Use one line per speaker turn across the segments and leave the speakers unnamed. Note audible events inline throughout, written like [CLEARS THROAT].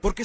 Porque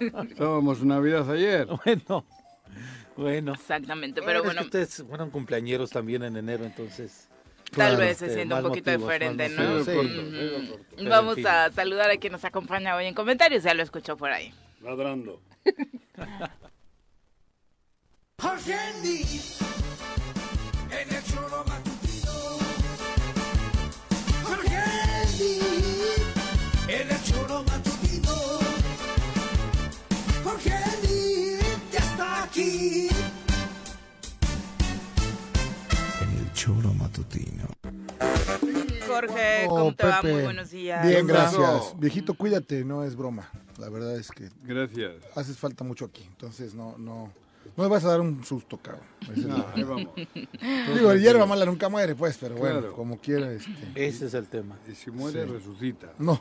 Estábamos en Navidad ayer.
[LAUGHS] Bueno. Bueno.
Exactamente,
Bueno,
pero
es que
bueno,
ustedes fueron cumpleañeros también en enero, entonces.
tal
claro,
vez se
este,
sienta un
más
poquito
motivos,
diferente,
más
¿no?
motivos, sí.
corto,
Ujú.
Pero,
Vamos
en fin.
a saludar a quien nos acompaña hoy en comentarios, ya lo escuchó por ahí.
Ladrando.
Jorge Andy, en el choro matutino. Jorge Andy, en el choro matutino. Jorge Andy, ya está aquí. En el choro matutino.
Jorge,
Oh,
¿cómo te va? Muy
Pepe.
buenos días.
Bien,
¿Qué
gracias.
pasó?
Viejito, cuídate, no es broma. La verdad es que
Gracias.
haces falta mucho aquí, entonces no, no. No me vas a dar un susto, cabrón. Esa es la
No, ahí
verdad.
[LAUGHS]
vamos.
Digo, el hierba mala nunca muere, pues, pero bueno,
Claro.
como quiera, este.
Ese es el tema.
Y si muere, resucita.
No.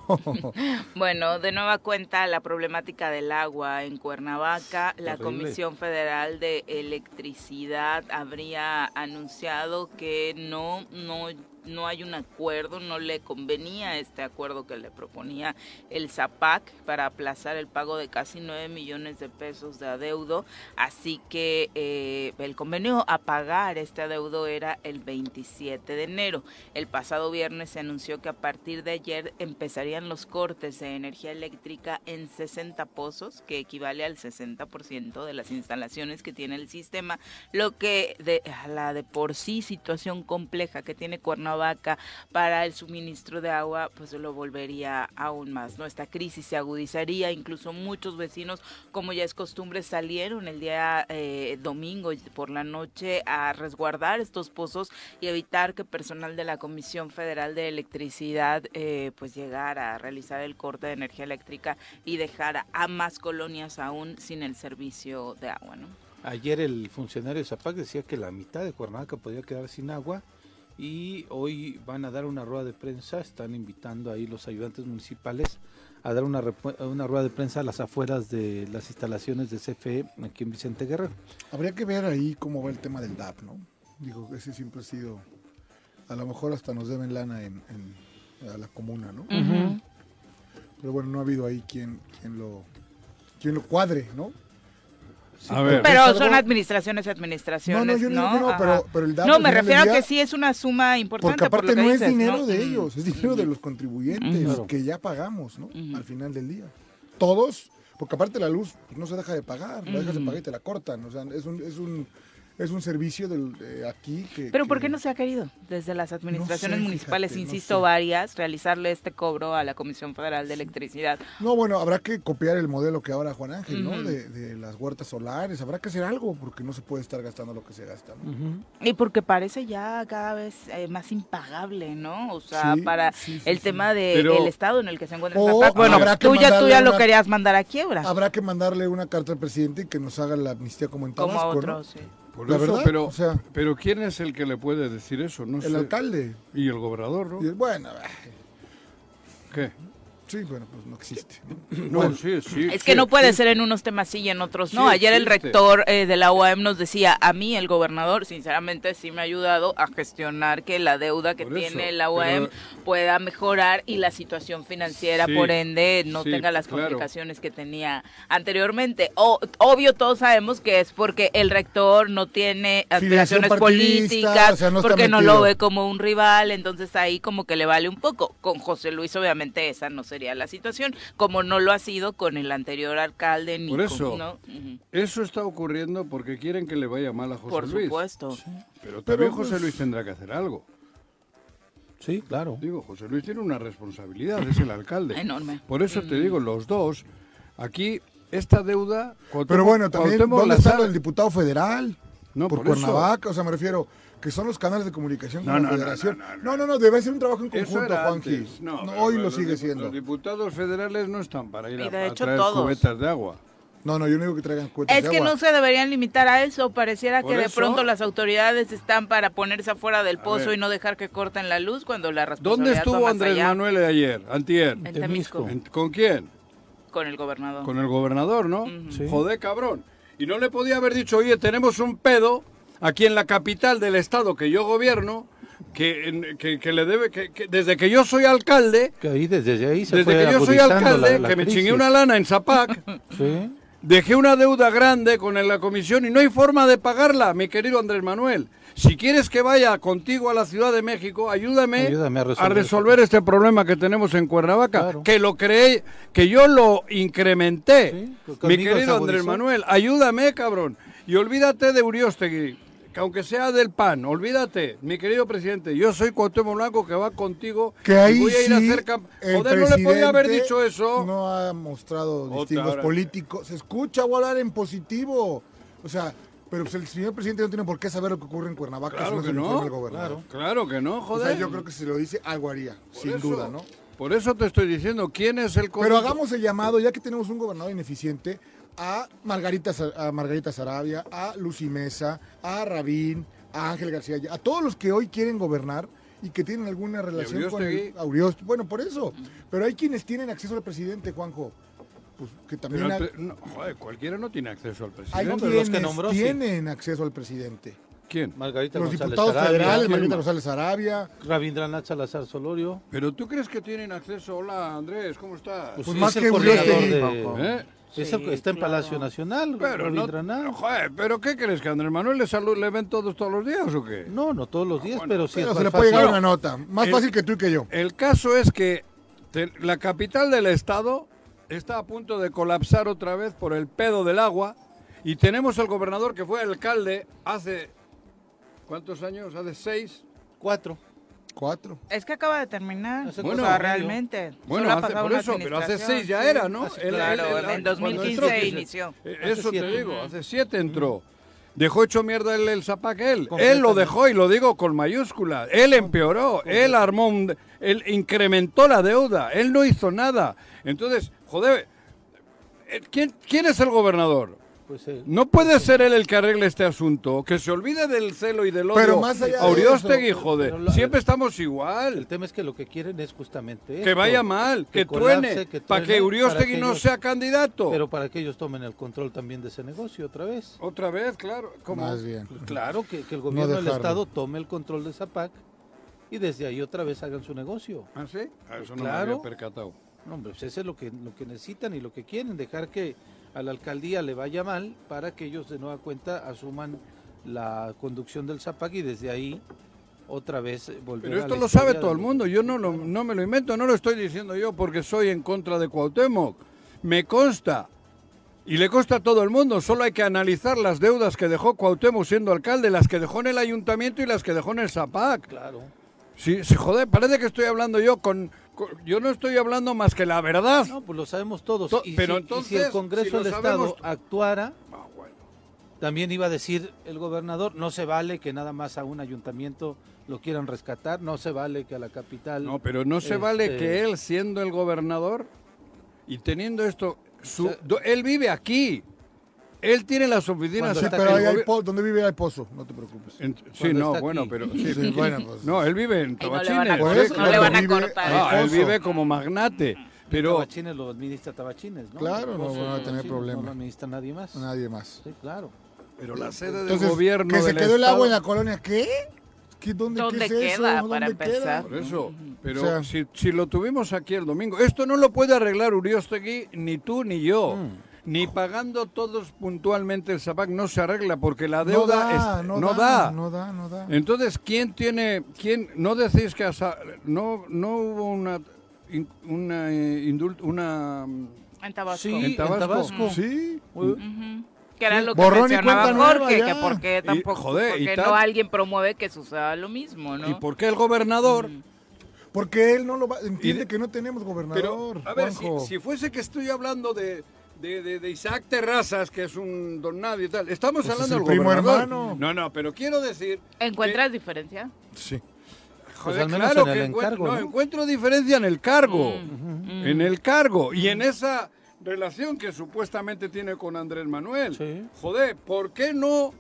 Bueno, de nueva cuenta la problemática del agua en Cuernavaca, la
Terrible.
Comisión Federal de Electricidad habría anunciado que no no no hay un acuerdo, no le convenía este acuerdo que le proponía el ZAPAC para aplazar el pago de casi 9 millones de pesos de adeudo, así que eh, el convenio a pagar este adeudo era el 27 de enero. El pasado viernes se anunció que a partir de ayer empezarían los cortes de energía eléctrica en 60 pozos, que equivale al 60% de las instalaciones que tiene el sistema, lo que de a la de por sí situación compleja que tiene Cuernavaca para el suministro de agua, pues lo volvería aún más. Nuestra crisis se agudizaría, incluso muchos vecinos, como ya es costumbre, salieron el día eh, domingo por la noche a resguardar estos pozos y evitar que personal de la Comisión Federal de Electricidad eh, pues llegara a realizar el corte de energía eléctrica y dejara a más colonias aún sin el servicio de agua, ¿no?
Ayer el funcionario de Zapac decía que la mitad de Cuernavaca podía quedar sin agua y hoy van a dar una rueda de prensa, están invitando ahí los ayudantes municipales a dar una, repu- una rueda de prensa a las afueras de las instalaciones de CFE aquí en Vicente Guerrero.
Habría que ver ahí cómo va el tema del DAP, ¿no? Digo, ese siempre ha sido. A lo mejor hasta nos deben lana en, en- a la comuna, ¿no? Pero bueno, no ha habido ahí quien, quien, lo, quien lo cuadre, ¿no? pues,
A ver.
Pero
¿Es
son
algo?
administraciones y administraciones,
No, no, yo
¿no?
no digo que no,
Ajá.
pero- pero el dato
No,
al
me
final del
refiero a
día-
que sí es una suma importante.
Porque aparte
por lo que
no
dices,
es dinero de
Mm.
ellos, es dinero de los contribuyentes
Ujú.
que ya pagamos, ¿no? Al final del día. Todos, porque aparte la luz pues, no se deja de pagar, la dejas de pagar y te la cortan. O sea, es un, es un, es un servicio del, eh, aquí que...
Pero
que-
¿por qué no se ha querido desde las administraciones
fíjate,
municipales,
no
insisto,
sé.
varias, realizarle este cobro a la Comisión Federal de Electricidad?
No, bueno, habrá que copiar el modelo que ahora Juan Ángel, ¿no? de, de las huertas solares, habrá que hacer algo porque no se puede estar gastando lo que se gasta, ¿no?
Y porque parece ya cada vez eh, más impagable, ¿no? O sea,
Sí,
para
sí, sí,
el
sí.
tema de
Pero-
el estado en el que se encuentra
O
Zapac. Bueno,
habrá que
tú ya, tú
mandarle
ya lo
una-
querías mandar a quiebra,
Habrá que mandarle una carta al presidente y que nos haga la amnistía como en
como a
Tabasco, ¿no?
otros. sí.
Por
La
eso,
verdad,
pero,
o sea-
pero ¿quién es el que le puede decir eso? No
El
sé.
alcalde.
Y el gobernador, ¿no?
Y, bueno,
¿Qué?
sí, bueno, pues no existe. ¿no?
[CLEARS THROAT] No, sí, sí.
Es que
sí.
no puede ser en unos temas sí y en otros no.
Sí,
Ayer el
existe.
rector eh, de la UAM nos decía, a mí el gobernador, sinceramente, sí me ha ayudado a gestionar que la deuda que
Por eso,
tiene la UAM pueda mejorar y la situación financiera,
Sí,
por ende, no
sí,
tenga las
claro.
complicaciones que tenía anteriormente. O, obvio, todos sabemos que es porque el rector no tiene
Filiación
aspiraciones
partidista,
políticas,
o sea, no está
porque no
metido.
lo ve como un rival, entonces ahí como que le vale un poco. Con José Luis obviamente esa no sería la situación, como no lo ha sido con el anterior alcalde ni
Por
con-
eso.
¿no? Ujú.
Eso está ocurriendo porque quieren que le vaya mal a José
Por
Luis.
supuesto.
Pero también
Pero, pues,
José Luis tendrá que hacer algo.
Sí, claro.
Digo, José Luis tiene una responsabilidad, es el alcalde.
Enorme. Mm.
Por eso te digo, los dos, aquí, esta deuda... Cuauhtémoc-
Pero bueno, también,
Cuauhtémoc
¿dónde está
Lazar-
lo del diputado federal?
No,
por,
por eso.
Cuernavaca, o sea, me refiero, que son los canales de comunicación con
No,
la
no, no,
federación.
no,
No
no,
no
no.
no, debe ser un trabajo en
Eso
conjunto,
era
Juanji.
antes.
No,
pero- pero
hoy lo
los
sigue
dipu-
siendo.
Los diputados federales no están para ir
Y
a,
de
a
hecho
traer
todos.
cubetas de agua.
No, no, yo no digo que traigan cuentas
Es
de
que
agua.
no se deberían limitar a eso, pareciera
Pues, Por
que de
eso.
pronto las autoridades están para ponerse afuera del pozo
ver.
y no dejar que corten la luz cuando la
¿Dónde
responsabilidad va
estuvo
más
Andrés
allá.
Manuel ayer, antier?
En
Temisco.
Temisco,
En- ¿Con quién?
con el gobernador.
Con el gobernador, ¿no?
Sí.
Joder, cabrón. Y no le podía haber dicho, oye, tenemos un pedo aquí en la capital del estado que yo gobierno, que, en- que- que le debe, que, que desde que yo soy alcalde,
Que ahí, desde ahí se fue
desde que yo soy
agudizando
alcalde,
la- la
que me
crisis.
chingué una lana en Zapac,
[LAUGHS] Sí.
Dejé una deuda grande con la comisión y no hay forma de pagarla, mi querido Andrés Manuel. Si quieres que vaya contigo a la Ciudad de México, ayúdame,
Ayúdame a resolver
resolver este problema que tenemos en Cuernavaca,
Claro.
que lo creé, que yo lo incrementé.
Sí, que
mi
conmigo se
querido
agudizó.
Andrés Manuel, ayúdame, cabrón. Y olvídate de Uriostegui, que aunque sea del PAN, olvídate, mi querido presidente, yo soy Cuauhtémoc Blanco que va contigo
Que ahí
y voy a ir a
sí,
hacer camp-
el
Joder, no le podía haber
presidente
dicho eso.
No ha mostrado
Otra
distingos
hora.
políticos. Se escucha hablar en positivo. O sea, pero pues, el señor presidente no tiene por qué saber lo que ocurre en Cuernavaca. si
Claro
no
que
se lo
no.
informa el gobernador.
Claro que no,
O
joder.
sea, yo creo que si lo dice, algo haría,
Por
sin
eso-
duda, ¿no?
Por eso te estoy diciendo, ¿quién es el
Pero
corrupto?
hagamos el llamado, ya que tenemos un gobernador ineficiente, a Margarita, Sa- a Margarita Sarabia, a Lucy Mesa, a Rabín, a Ángel García, Lla- a todos los que hoy quieren gobernar y que tienen alguna relación con el,
Uriostegui.
a Uriost- Bueno, por eso. Pero hay quienes tienen acceso al presidente, Juanjo. Pues que
Pero
también
el
ha-
pre- no, joder, cualquiera no tiene acceso al
hay
presidente.
pero los que
quienes
nombró, sí.
tienen acceso al presidente.
¿Quién?
Margarita
Los
González
diputados
Arabia,
federales,
¿quién
Margarita
más?
González Arabia.
Rabindranath Salazar Solorio.
¿Pero tú crees que tienen acceso? Hola, Andrés, ¿cómo estás?
Pues
es
más
el
que
coordinador
Uribe,
de-
¿Eh?
es el- está en Palacio Nacional,
Pero no,
Rabindranath.
no, joder, ¿pero qué crees? ¿Que a Andrés Manuel le, salu- le ven todos todos los días o qué? Ah,
No, no todos los días, pero sí
Pero
es
se le
más
puede llegar
fácil.
una nota. Más
el-
fácil que tú y que yo.
El caso es que te- la capital del estado está a punto de colapsar otra vez por el pedo del agua y tenemos al gobernador que fue alcalde hace ¿cuántos años? Hace seis.
Cuatro.
Cuatro.
Es que acaba de terminar.
Hace
o
cuatro
sea,
años.
realmente.
Bueno,
Solo ha
hace-
pasado
por
una
eso, pero hace
administración,
seis ya
sí.
era, ¿no?
Hace-
Él-
claro,
él- él-
en
cuando
2015
que se-
inició.
eh,
Hace
Eso te
siete.
digo, hace siete entró.
Mm.
Dejó hecho mierda el, el zapaque él. Él lo
Completamente.
dejó y lo digo con mayúsculas. Él empeoró, él armó, un- él incrementó la deuda, él no hizo nada. Entonces, joder, eh, ¿quién, quién es el gobernador?
Pues él.
No puede ser él el que arregle este asunto, que se olvide del celo y del odio.
Pero más allá de
Auriostegui,
eso,
joder,
pero la-
siempre estamos igual.
El tema es que lo que quieren es justamente
Que
esto,
vaya mal, que, truene,
colapse, que
para que
truene,
Uriostegui
para que
no
ellos-
sea candidato.
Pero para que ellos tomen el control también de ese negocio otra vez.
Otra vez, claro. Pues como-
Más bien.
Claro, que, que el gobierno del
dejarlo.
Estado tome el control de Zapac y desde ahí otra vez hagan su negocio.
¿Ah, sí? Ah, eso no me
Claro.
había percatado.
No, hombre, pues eso es lo que, lo que necesitan y lo que quieren, dejar que a la alcaldía le vaya mal para que ellos de nueva cuenta asuman la conducción del Zapac y desde ahí otra vez eh, volver
Pero
a
esto
la
lo
historia
sabe todo
del-
el mundo. Yo no, lo- no me lo invento, no lo estoy diciendo yo porque soy en contra de Cuauhtémoc. Me consta. Y le consta a todo el mundo. Solo hay que analizar las deudas que dejó Cuauhtémoc siendo alcalde, las que dejó en el ayuntamiento y las que dejó en el Zapac.
Claro.
Sí, sí, joder, parece que estoy hablando yo con, con- Yo no estoy hablando más que la verdad.
No, pues lo sabemos todos.
To-
y,
pero
si, y si
entonces,
el Congreso
si lo
del
sabemos
Estado
to-
actuara,
Ah, bueno.
también iba a decir el gobernador, no se vale que nada más a un ayuntamiento lo quieran rescatar, no se vale que a la capital...
No, pero no se vale
este,
que él, siendo el gobernador y teniendo esto, su-
O sea-
do- él vive aquí. Él tiene las oficinas.
Cuando
Sí,
está
pero
que
ahí
el
hay
gobi-
po- donde vive hay pozo, no te preocupes.
En- sí,
cuando
no,
está
bueno,
aquí.
pero sí.
Sí, bueno, pues.
No, él vive en
Ahí no le van a
Tabachines.
Por
no
eso,
le
donde
van a
vive
cortar.
hay
Ah, él
pozo.
vive como magnate, pero
Tabachines lo administra Tabachines, ¿no?
Claro, no
Pues,
van a
Tabachines
tener problema.
No lo administra nadie más.
Nadie más.
Sí, claro.
pero la sede del
Entonces,
gobierno
que se
del
quedó el
estado-
agua en la colonia, ¿qué? ¿Qué- ¿Dónde, qué
¿Dónde
es eso? ¿Dónde
queda, Ah, para
queda?
empezar?
Por eso, pero
O sea-
si, si lo tuvimos aquí el domingo, esto no lo puede arreglar Uriostegui ni tú ni yo.
Mm.
Ni pagando todos puntualmente el SAPAC no se arregla porque la
No
deuda
da,
es-
no,
no
da,
da.
no da, no da.
Entonces, ¿quién tiene, quién, no decís que a Sa- no, no hubo una, in- una, eh, indult- una, mm,
En Tabasco.
Sí,
¿En
en
Tabasco?
Tabasco.
Sí,
Que era lo que
Borrón y
mencionaba
cuenta nueva
Jorge,
ya.
que por qué tampoco,
joder, y
por qué
tan-
no alguien promueve que suceda lo mismo, ¿no?
y por qué el gobernador?
porque él no lo va, entiende
Y de-
que no tenemos gobernador.
a ver, si,
Juanjo.
si fuese que estoy hablando de, de, de- de Isaac Terrazas, que es un don nadie y tal, estamos
Pues es
hablando
el
del
primo
gobernador.
hermano.
No, no, pero quiero decir...
¿Encuentras diferencia?
Sí.
Joder,
Pues al menos
claro
en el
que encuentro,
encargo,
no,
¿no?
encuentro diferencia en el cargo,
Mm,
en el cargo y en esa relación que supuestamente tiene con Andrés Manuel.
Sí.
Joder, ¿por qué no,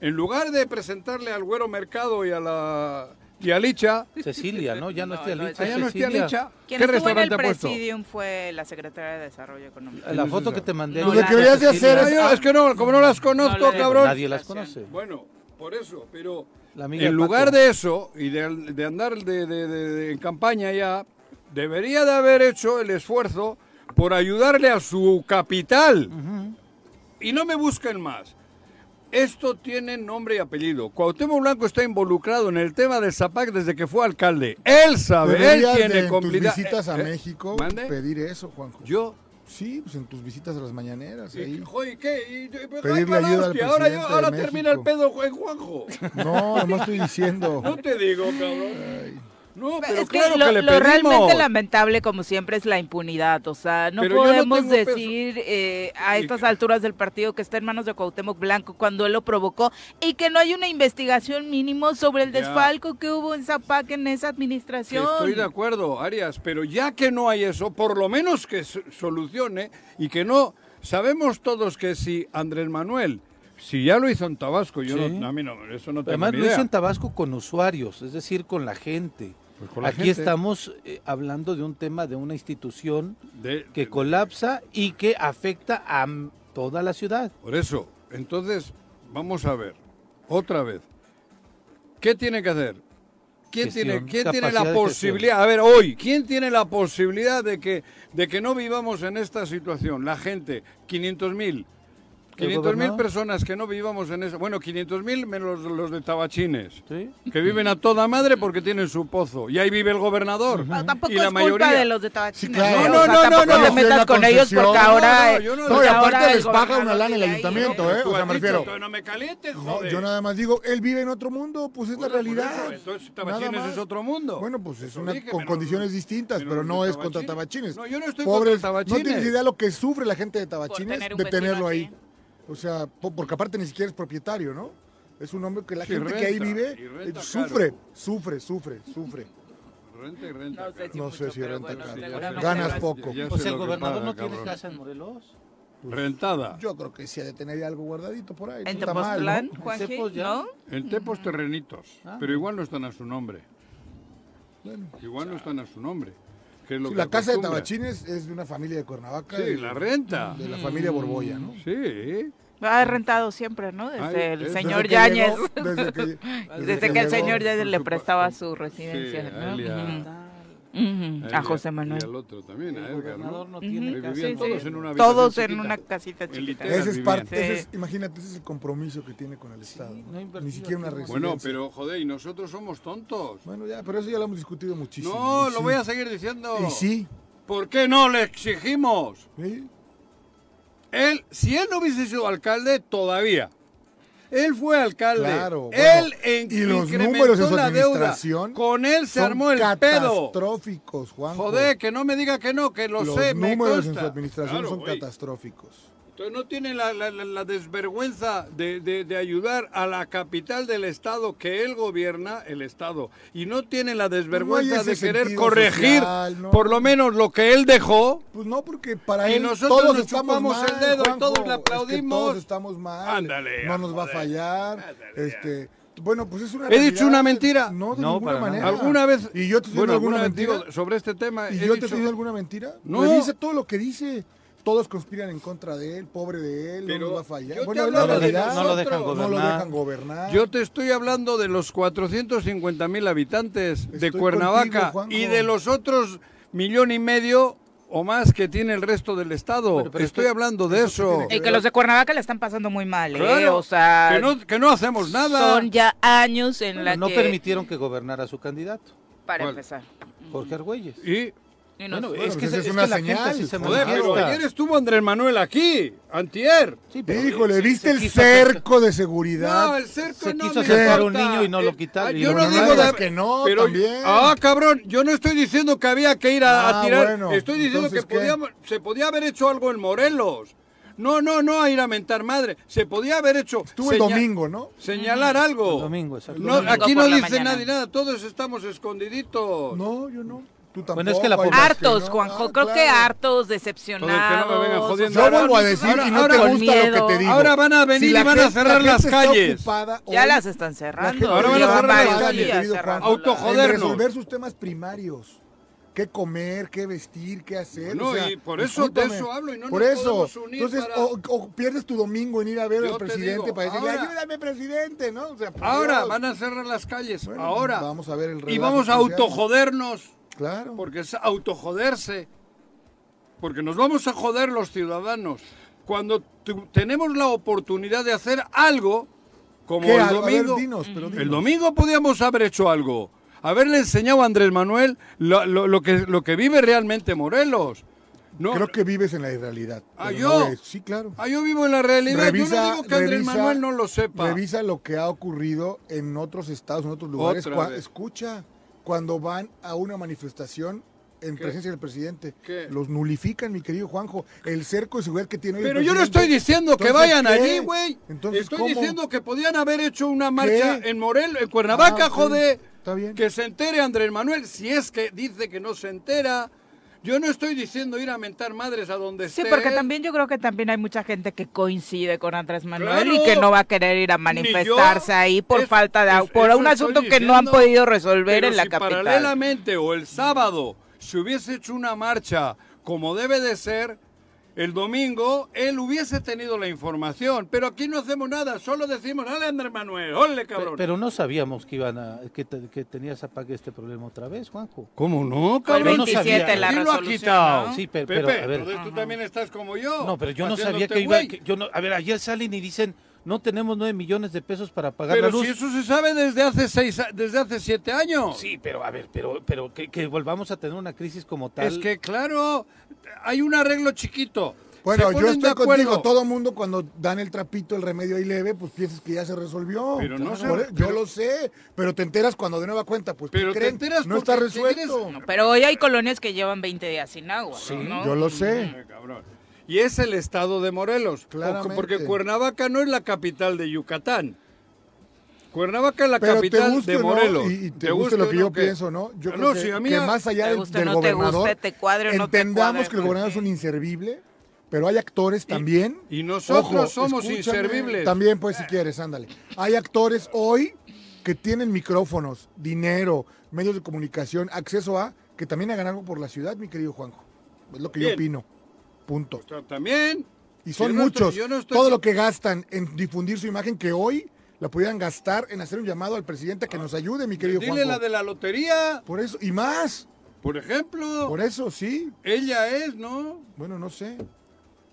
en lugar de presentarle al Güero Mercado y a la y a Licha,
Cecilia, ¿no? Ya no,
No,
está
no,
Licha.
allá no esté a
Cecilia.
Licha,
Quien
¿qué
estuvo en el
restaurante ha puesto?
presidium fue la secretaria de Desarrollo Económico.
La
es
foto
esa?
que te mandé.
No,
Pues,
ayer
la-
de
Lo que
deberías de
Cecilia,
Ah, yo- es que no, como no las conozco,
No le-
cabrón.
Nadie las conoce.
Bueno, por eso, pero
La amiga
en
de
lugar
Paco.
de eso y de, de andar de, de- de- de- en campaña ya, debería de haber hecho el esfuerzo por ayudarle a su capital. Y no me busquen más. Esto tiene nombre y apellido. Cuauhtémoc Blanco está involucrado en el tema de Zapac desde que fue alcalde. Él sabe,
Deberías
él
de
tiene
en tus
complicidad.
visitas a
Eh, eh,
México
¿mande?
pedir eso, Juanjo.
Yo
Sí, pues en tus visitas a las mañaneras.
¿Y,
ahí.
joder, ¿y qué? ¿Y- y- pues,
Pedirle
ay, para
ayuda
la
al
hostia, ahora yo-
presidente de
ahora termina el
México.
pedo Ju- en Juanjo.
No, nomás estoy diciendo.
[LAUGHS] No te digo, cabrón. No, pero
es que
claro
lo,
que le
lo
pedimos.
realmente lamentable, como siempre, es la impunidad. O sea, no
Pero yo no
podemos
tengo peso.
decir eh, a
Y-
estas alturas del partido que está en manos de Cuauhtémoc Blanco cuando él lo provocó y que no hay una investigación mínimo sobre el
Ya.
desfalco que hubo en Zapac en esa administración.
Estoy de acuerdo, Arias, pero ya que no hay eso, por lo menos que s- solucione y que no. Sabemos todos que si Andrés Manuel, si ya lo hizo en Tabasco, yo
Sí.
no, a mí no, eso no tengo
Además
ni
lo hizo
idea.
en Tabasco con usuarios, es decir, con la gente.
Pues con la
Aquí
gente.
estamos eh, hablando de un tema de una institución
De-
que colapsa y que afecta a m- toda la ciudad.
Por eso, entonces, vamos a ver. otra vez. ¿Qué tiene que hacer? ¿Quién
Gestión,
tiene, quién tiene
capacidad
la
de
posibilidad? A ver, hoy, ¿quién tiene la posibilidad de que, de que no vivamos en esta situación? La gente, 500 mil.
¿El
500 mil
gobernador?
personas que no vivamos en esa... Bueno, 500 mil menos los de Tabachines.
¿Sí?
Que viven a toda madre porque tienen su pozo. Y ahí vive el gobernador.
Pero Ah, tampoco
y la
es
mayoría.
culpa de los de Tabachines.
Sí, claro.
¿eh?
No,
O sea,
no, no,
tampoco
no,
te
no,
metas
no,
con
no,
ellos
no,
porque
no,
ahora.
no, yo no-
porque
No, y
aparte
ahora el
les paga
gobernador
una lana el
de ahí,
ayuntamiento,
Pero
¿eh?
tú
o sea,
has
me
dicho,
refiero-
"Tú No me calientes,
No,
joder.
yo nada más digo, él vive en otro mundo, pues es la
Bueno, por
realidad.
eso, entonces
Nada
Tabachines
más.
es otro mundo.
Bueno, pues es
Eso
una,
dije,
con
menos-
condiciones distintas,
menos
pero
los
no
de
es contra Tabachines.
No, yo no estoy
Pobres,
contra Tabachines.
No tienes idea lo que sufre la gente de Tabachines
tener un
de
vecino
tenerlo
así.
ahí. O sea, po- porque aparte ni siquiera es propietario, ¿no? Es un hombre que la
Sí,
gente que ahí
renta,
vive
y renta
eh, sufre,
caro.
sufre, sufre, sufre.
Renta y renta,
No sé
caro.
Sí,
no
mucho,
sé si
pero
renta
bueno,
caro.
seguramente
Ganas
lo hace.
Ya
poco.
O
sé
sea, el
lo que
gobernador
paga,
no tiene
cabrón.
casa en Morelos.
Rentada.
Yo creo que sí ha de tener algo guardadito por ahí. no
En
está mal, ¿no?
Tepoztlán, Juanji,
Tepos ya.
¿no?
En Tepos terrenitos.
Ah.
Pero igual no están a su nombre.
Bueno.
Igual no están a su nombre. que es lo
Sí,
que
la casa de
acostumbra.
Tabachines es de una familia de Cuernavaca.
Sí,
de-
la renta.
De la familia Borboya, ¿no?
Sí.
Ha rentado siempre, ¿no? Desde
Ay,
el
es-
señor
Desde que
Yáñez.
llegó- desde que, desde
Desde que el
llegó,
señor Yáñez
por
le
supuesto.
prestaba su
sí,
residencia,
a él y a-
¿no?
El
Ujú,
a él y
A José
Y
Manuel.
al otro también, ¿eh? a Edgar,
gobernador
¿no?
no
Que
tiene casa.
vivían
sí.
todos en una habitación
Todos en
chiquita.
una casita chiquita.
literal.
Ese es
vivían.
parte, ese es-
Sí.
imagínate, ese es el compromiso que tiene con el Estado.
no
¿no?
invertir
Ni siquiera una
aquí en
residencia.
Bueno, pero joder, y nosotros somos tontos.
Bueno, ya, pero eso ya lo hemos discutido muchísimo.
No,
Y
lo
sí.
voy a seguir diciendo.
Y sí.
¿Por qué no le exigimos?
¿sí?
Él, si él no hubiese sido alcalde, todavía. Él fue alcalde.
Claro,
él
bueno,
en-
y los
incrementó
números en su
la deuda.
administración
Con él se
Son
armó el pedo.
catastróficos, Juan.
Joder, que no me diga que no, que lo
los
sé, me
números
consta.
en su administración
Claro,
son
güey.
catastróficos.
Entonces no tiene la, la- la- la desvergüenza de, de- de ayudar a la capital del Estado que él gobierna, el Estado. Y no tiene la desvergüenza
ese
de querer
sentido
corregir
social, no.
por lo menos lo que él dejó.
Pues no, porque para
Y
él
nosotros
todos
nos
estamos
chupamos
mal,
el dedo y todos le
Juanjo. Es que
aplaudimos.
todos estamos mal.
Ándale,
no nos va a
joder.
fallar.
Ándale,
este, bueno, pues es una
¿He dicho una mentira?
No, de
No,
ninguna
para nada.
manera.
¿Alguna vez?
¿Y yo te estoy
bueno,
diciendo alguna
alguna vez
mentira?
digo sobre este tema.
¿Y
he
yo te
dicho-
estoy diciendo alguna mentira?
No.
Revisa todo lo que dice. Todos conspiran en contra de él, pobre de él, no
Pero
nos va a
yo
fallar.
te
Bueno,
hablo
la
de
realidad,
nosotros. No lo
dejan
No lo
gobernar.
dejan gobernar.
Yo te estoy hablando de los 450 mil habitantes de
Estoy
Cuernavaca
contigo, Juanjo.
y de los otros millón y medio o más que tiene el resto del Estado.
Bueno, pero
estoy
esto-
hablando de eso.
Y que los de Cuernavaca la están pasando muy mal, ¿eh?
Claro,
o sea,
que, no, que no hacemos nada.
son ya años en la
no
que...
permitieron que gobernara su candidato,
Para
¿Cuál?
empezar.
Jorge Argüelles.
Y,
Y nos-
Bueno,
Bueno,
es que,
pues
se-
es
es
una
que la
señal,
gente sí se
joder, pero
manifiesta.
ayer estuvo Andrés Manuel aquí, antier.
Sí, pero-
Híjole,
se-
¿viste
se
el
quiso hacer-
cerco de seguridad?
No, el cerco
se
no
quiso
me
acercar a un
importa.
niño y no lo
Eh,
quitaron.
ah,
Y
Yo
bueno,
no
no
digo
digas
de-
que no,
pero-
también.
Ah, cabrón, yo no estoy diciendo que había que ir a, a
Ah,
tirar.
bueno,
estoy diciendo que
entonces, ¿qué?
podíamos- se podía haber hecho algo en Morelos. No, no, no a ir a mentar madre. Se podía haber hecho.
Estuvo el
seña-
domingo, ¿no?
Señalar algo.
El domingo, exacto.
No,
El domingo
aquí no
por la
dice
mañana.
nadie nada. Todos estamos escondiditos.
No, yo no. Tú tampoco.
Bueno, es que la
hay más
población-
que
Hartos,
no.
Juanjo,
Ah,
creo que
claro.
hartos, decepcionados.
Entonces, que no me vengan jodiendo.
Yo
Ahora-
vuelvo a decir
ahora-
y no
ahora-
te gusta lo que te digo.
ahora van a venir
la
y van a
gente-
cerrar
la
las
gente está
calles.
ocupada
Ya
hoy.
las están
La gente
cerrando.
Ahora van a
llevan
cerrar las
varios
calles,
días
querido
cerrando.
Juanjo.
Autojodernos.
En resolver sus temas primarios. ¿Qué comer? ¿Qué vestir? ¿Qué hacer?
Bueno,
o sea,
y por eso, de
discúlpame,
eso hablo y no
Por
nos
eso.
podemos unir
Entonces,
para-
o, o pierdes tu domingo en ir a ver
Yo
al
te
presidente
digo,
para decirle,
ahora-
ayúdame, presidente, ¿no? O sea, por
Ahora
Dios.
van a cerrar las calles.
Bueno,
ahora.
Vamos a ver el
y
relajo
vamos a
social.
autojodernos.
Claro.
Porque es autojoderse. Porque nos vamos a joder los ciudadanos. Cuando tu- tenemos la oportunidad de hacer algo, como
¿Qué?
el
A ver,
domingo.
dinos, pero
El
dinos.
domingo podíamos haber hecho algo. Haberle enseñado a Andrés Manuel lo, lo- lo que, lo que vive realmente Morelos. No,
Creo que vives en la irrealidad.
Ah,
pero
yo.
no es- sí, claro.
Ah, yo vivo en la realidad. yo no digo que Andrés
revisa-
Manuel no lo sepa.
Revisa lo que ha ocurrido en otros estados, en otros lugares.
Otra
Cua-
vez.
escucha, cuando van a una manifestación en presencia del presidente,
¿Qué?
los nulifican, mi querido Juanjo. El cerco de seguridad que tiene hoy el
Pero yo no
presidente.
estoy diciendo que
Pues Entonces,
vayan
¿qué?
allí, güey.
Entonces,
estoy
¿cómo?
diciendo que podían haber hecho una marcha en Morel, en Cuernavaca,
Ah, ok.
joder.
Está bien.
Que se entere Andrés Manuel, si es que dice que no se entera. Yo no estoy diciendo ir a mentar madres a donde
Sí,
esté.
porque
él,
también yo creo que también hay mucha gente que coincide con Andrés Manuel
Claro.
y que no va a querer ir a manifestarse
yo.
ahí por
Es-
falta de
es-
au- por
eso
un
estoy
asunto que no han
diciendo.
podido resolver
pero
en la
si
capital.
paralelamente o el sábado se hubiese hecho una marcha como debe de ser, el domingo él hubiese tenido la información, pero aquí no hacemos nada, solo decimos, ¡Ale, Andrés Manuel! ¡Ole,
Pe-
cabrón!
Pero no sabíamos que iban a, que, te- que tenía Zapag este problema otra vez, Juanjo.
¿Cómo no,
Fue el
cabrón?
no
27
sabía.
la
¿Quién lo ha
resolución,
quitado?
¿no?
Sí, pero,
Pepe,
pero, a ver.
entonces tú también estás como yo.
No, pero yo no sabía
haciéndote
que iba.
güey.
que yo no, a ver, ayer salen y dicen, no tenemos nueve millones de pesos para pagar la
Pero
luz.
si eso se sabe desde hace seis, a- desde hace siete años.
Sí, pero a ver, pero, pero que, que volvamos a tener una crisis como tal.
Es que claro, hay un arreglo chiquito.
Bueno,
Se
yo
ponen de
estoy contigo.
acuerdo.
Todo mundo cuando dan el trapito, el remedio ahí leve, pues piensas que ya se resolvió.
Pero no se-
Por e- Yo
pero-
lo sé, pero te enteras cuando de nueva cuenta, pues ¿qué
Pero te
creen?
enteras
no está
porque te
resuelto.
quieres-
Pero hoy hay colonias que llevan 20 días sin agua. ¿no?
Yo lo sé.
Mm. Ay, cabrón. Y es el estado de Morelos,
Claramente.
porque Cuernavaca no es la capital de Yucatán. Cuernavaca es la
Pero te
capital
guste
de
o no,
Morelos.
y, y te, guste lo
o
que
no,
yo
¿qué?
pienso, ¿no? Yo
Ah,
creo
no,
que,
sí, a mí
que
a-
más allá
Te
del,
guste o
del
no te
gobernador,
guste, te cuadre o no te
entendamos
cuadre,
que el gobernador es un
porque-
inservible, pero hay actores también.
y nosotros somos
escúchame,
inservibles.
También, pues, si quieres, ándale. Hay actores hoy que tienen micrófonos, dinero, medios de comunicación, acceso a, que también hagan algo por la ciudad, mi querido Juanjo. Es lo que yo
Bien.
opino. Punto.
O sea, También.
Y son
Yo no estoy-
muchos.
yo no estoy-
Todo lo que gastan en difundir su imagen que hoy la pudieran gastar en hacer un llamado al presidente a que nos ayude, mi
Ah,
querido
Dile
Juanjo.
la de la lotería,
Por eso, y más.
por ejemplo.
Por eso, sí.
Ella es, ¿no?
Bueno, no sé.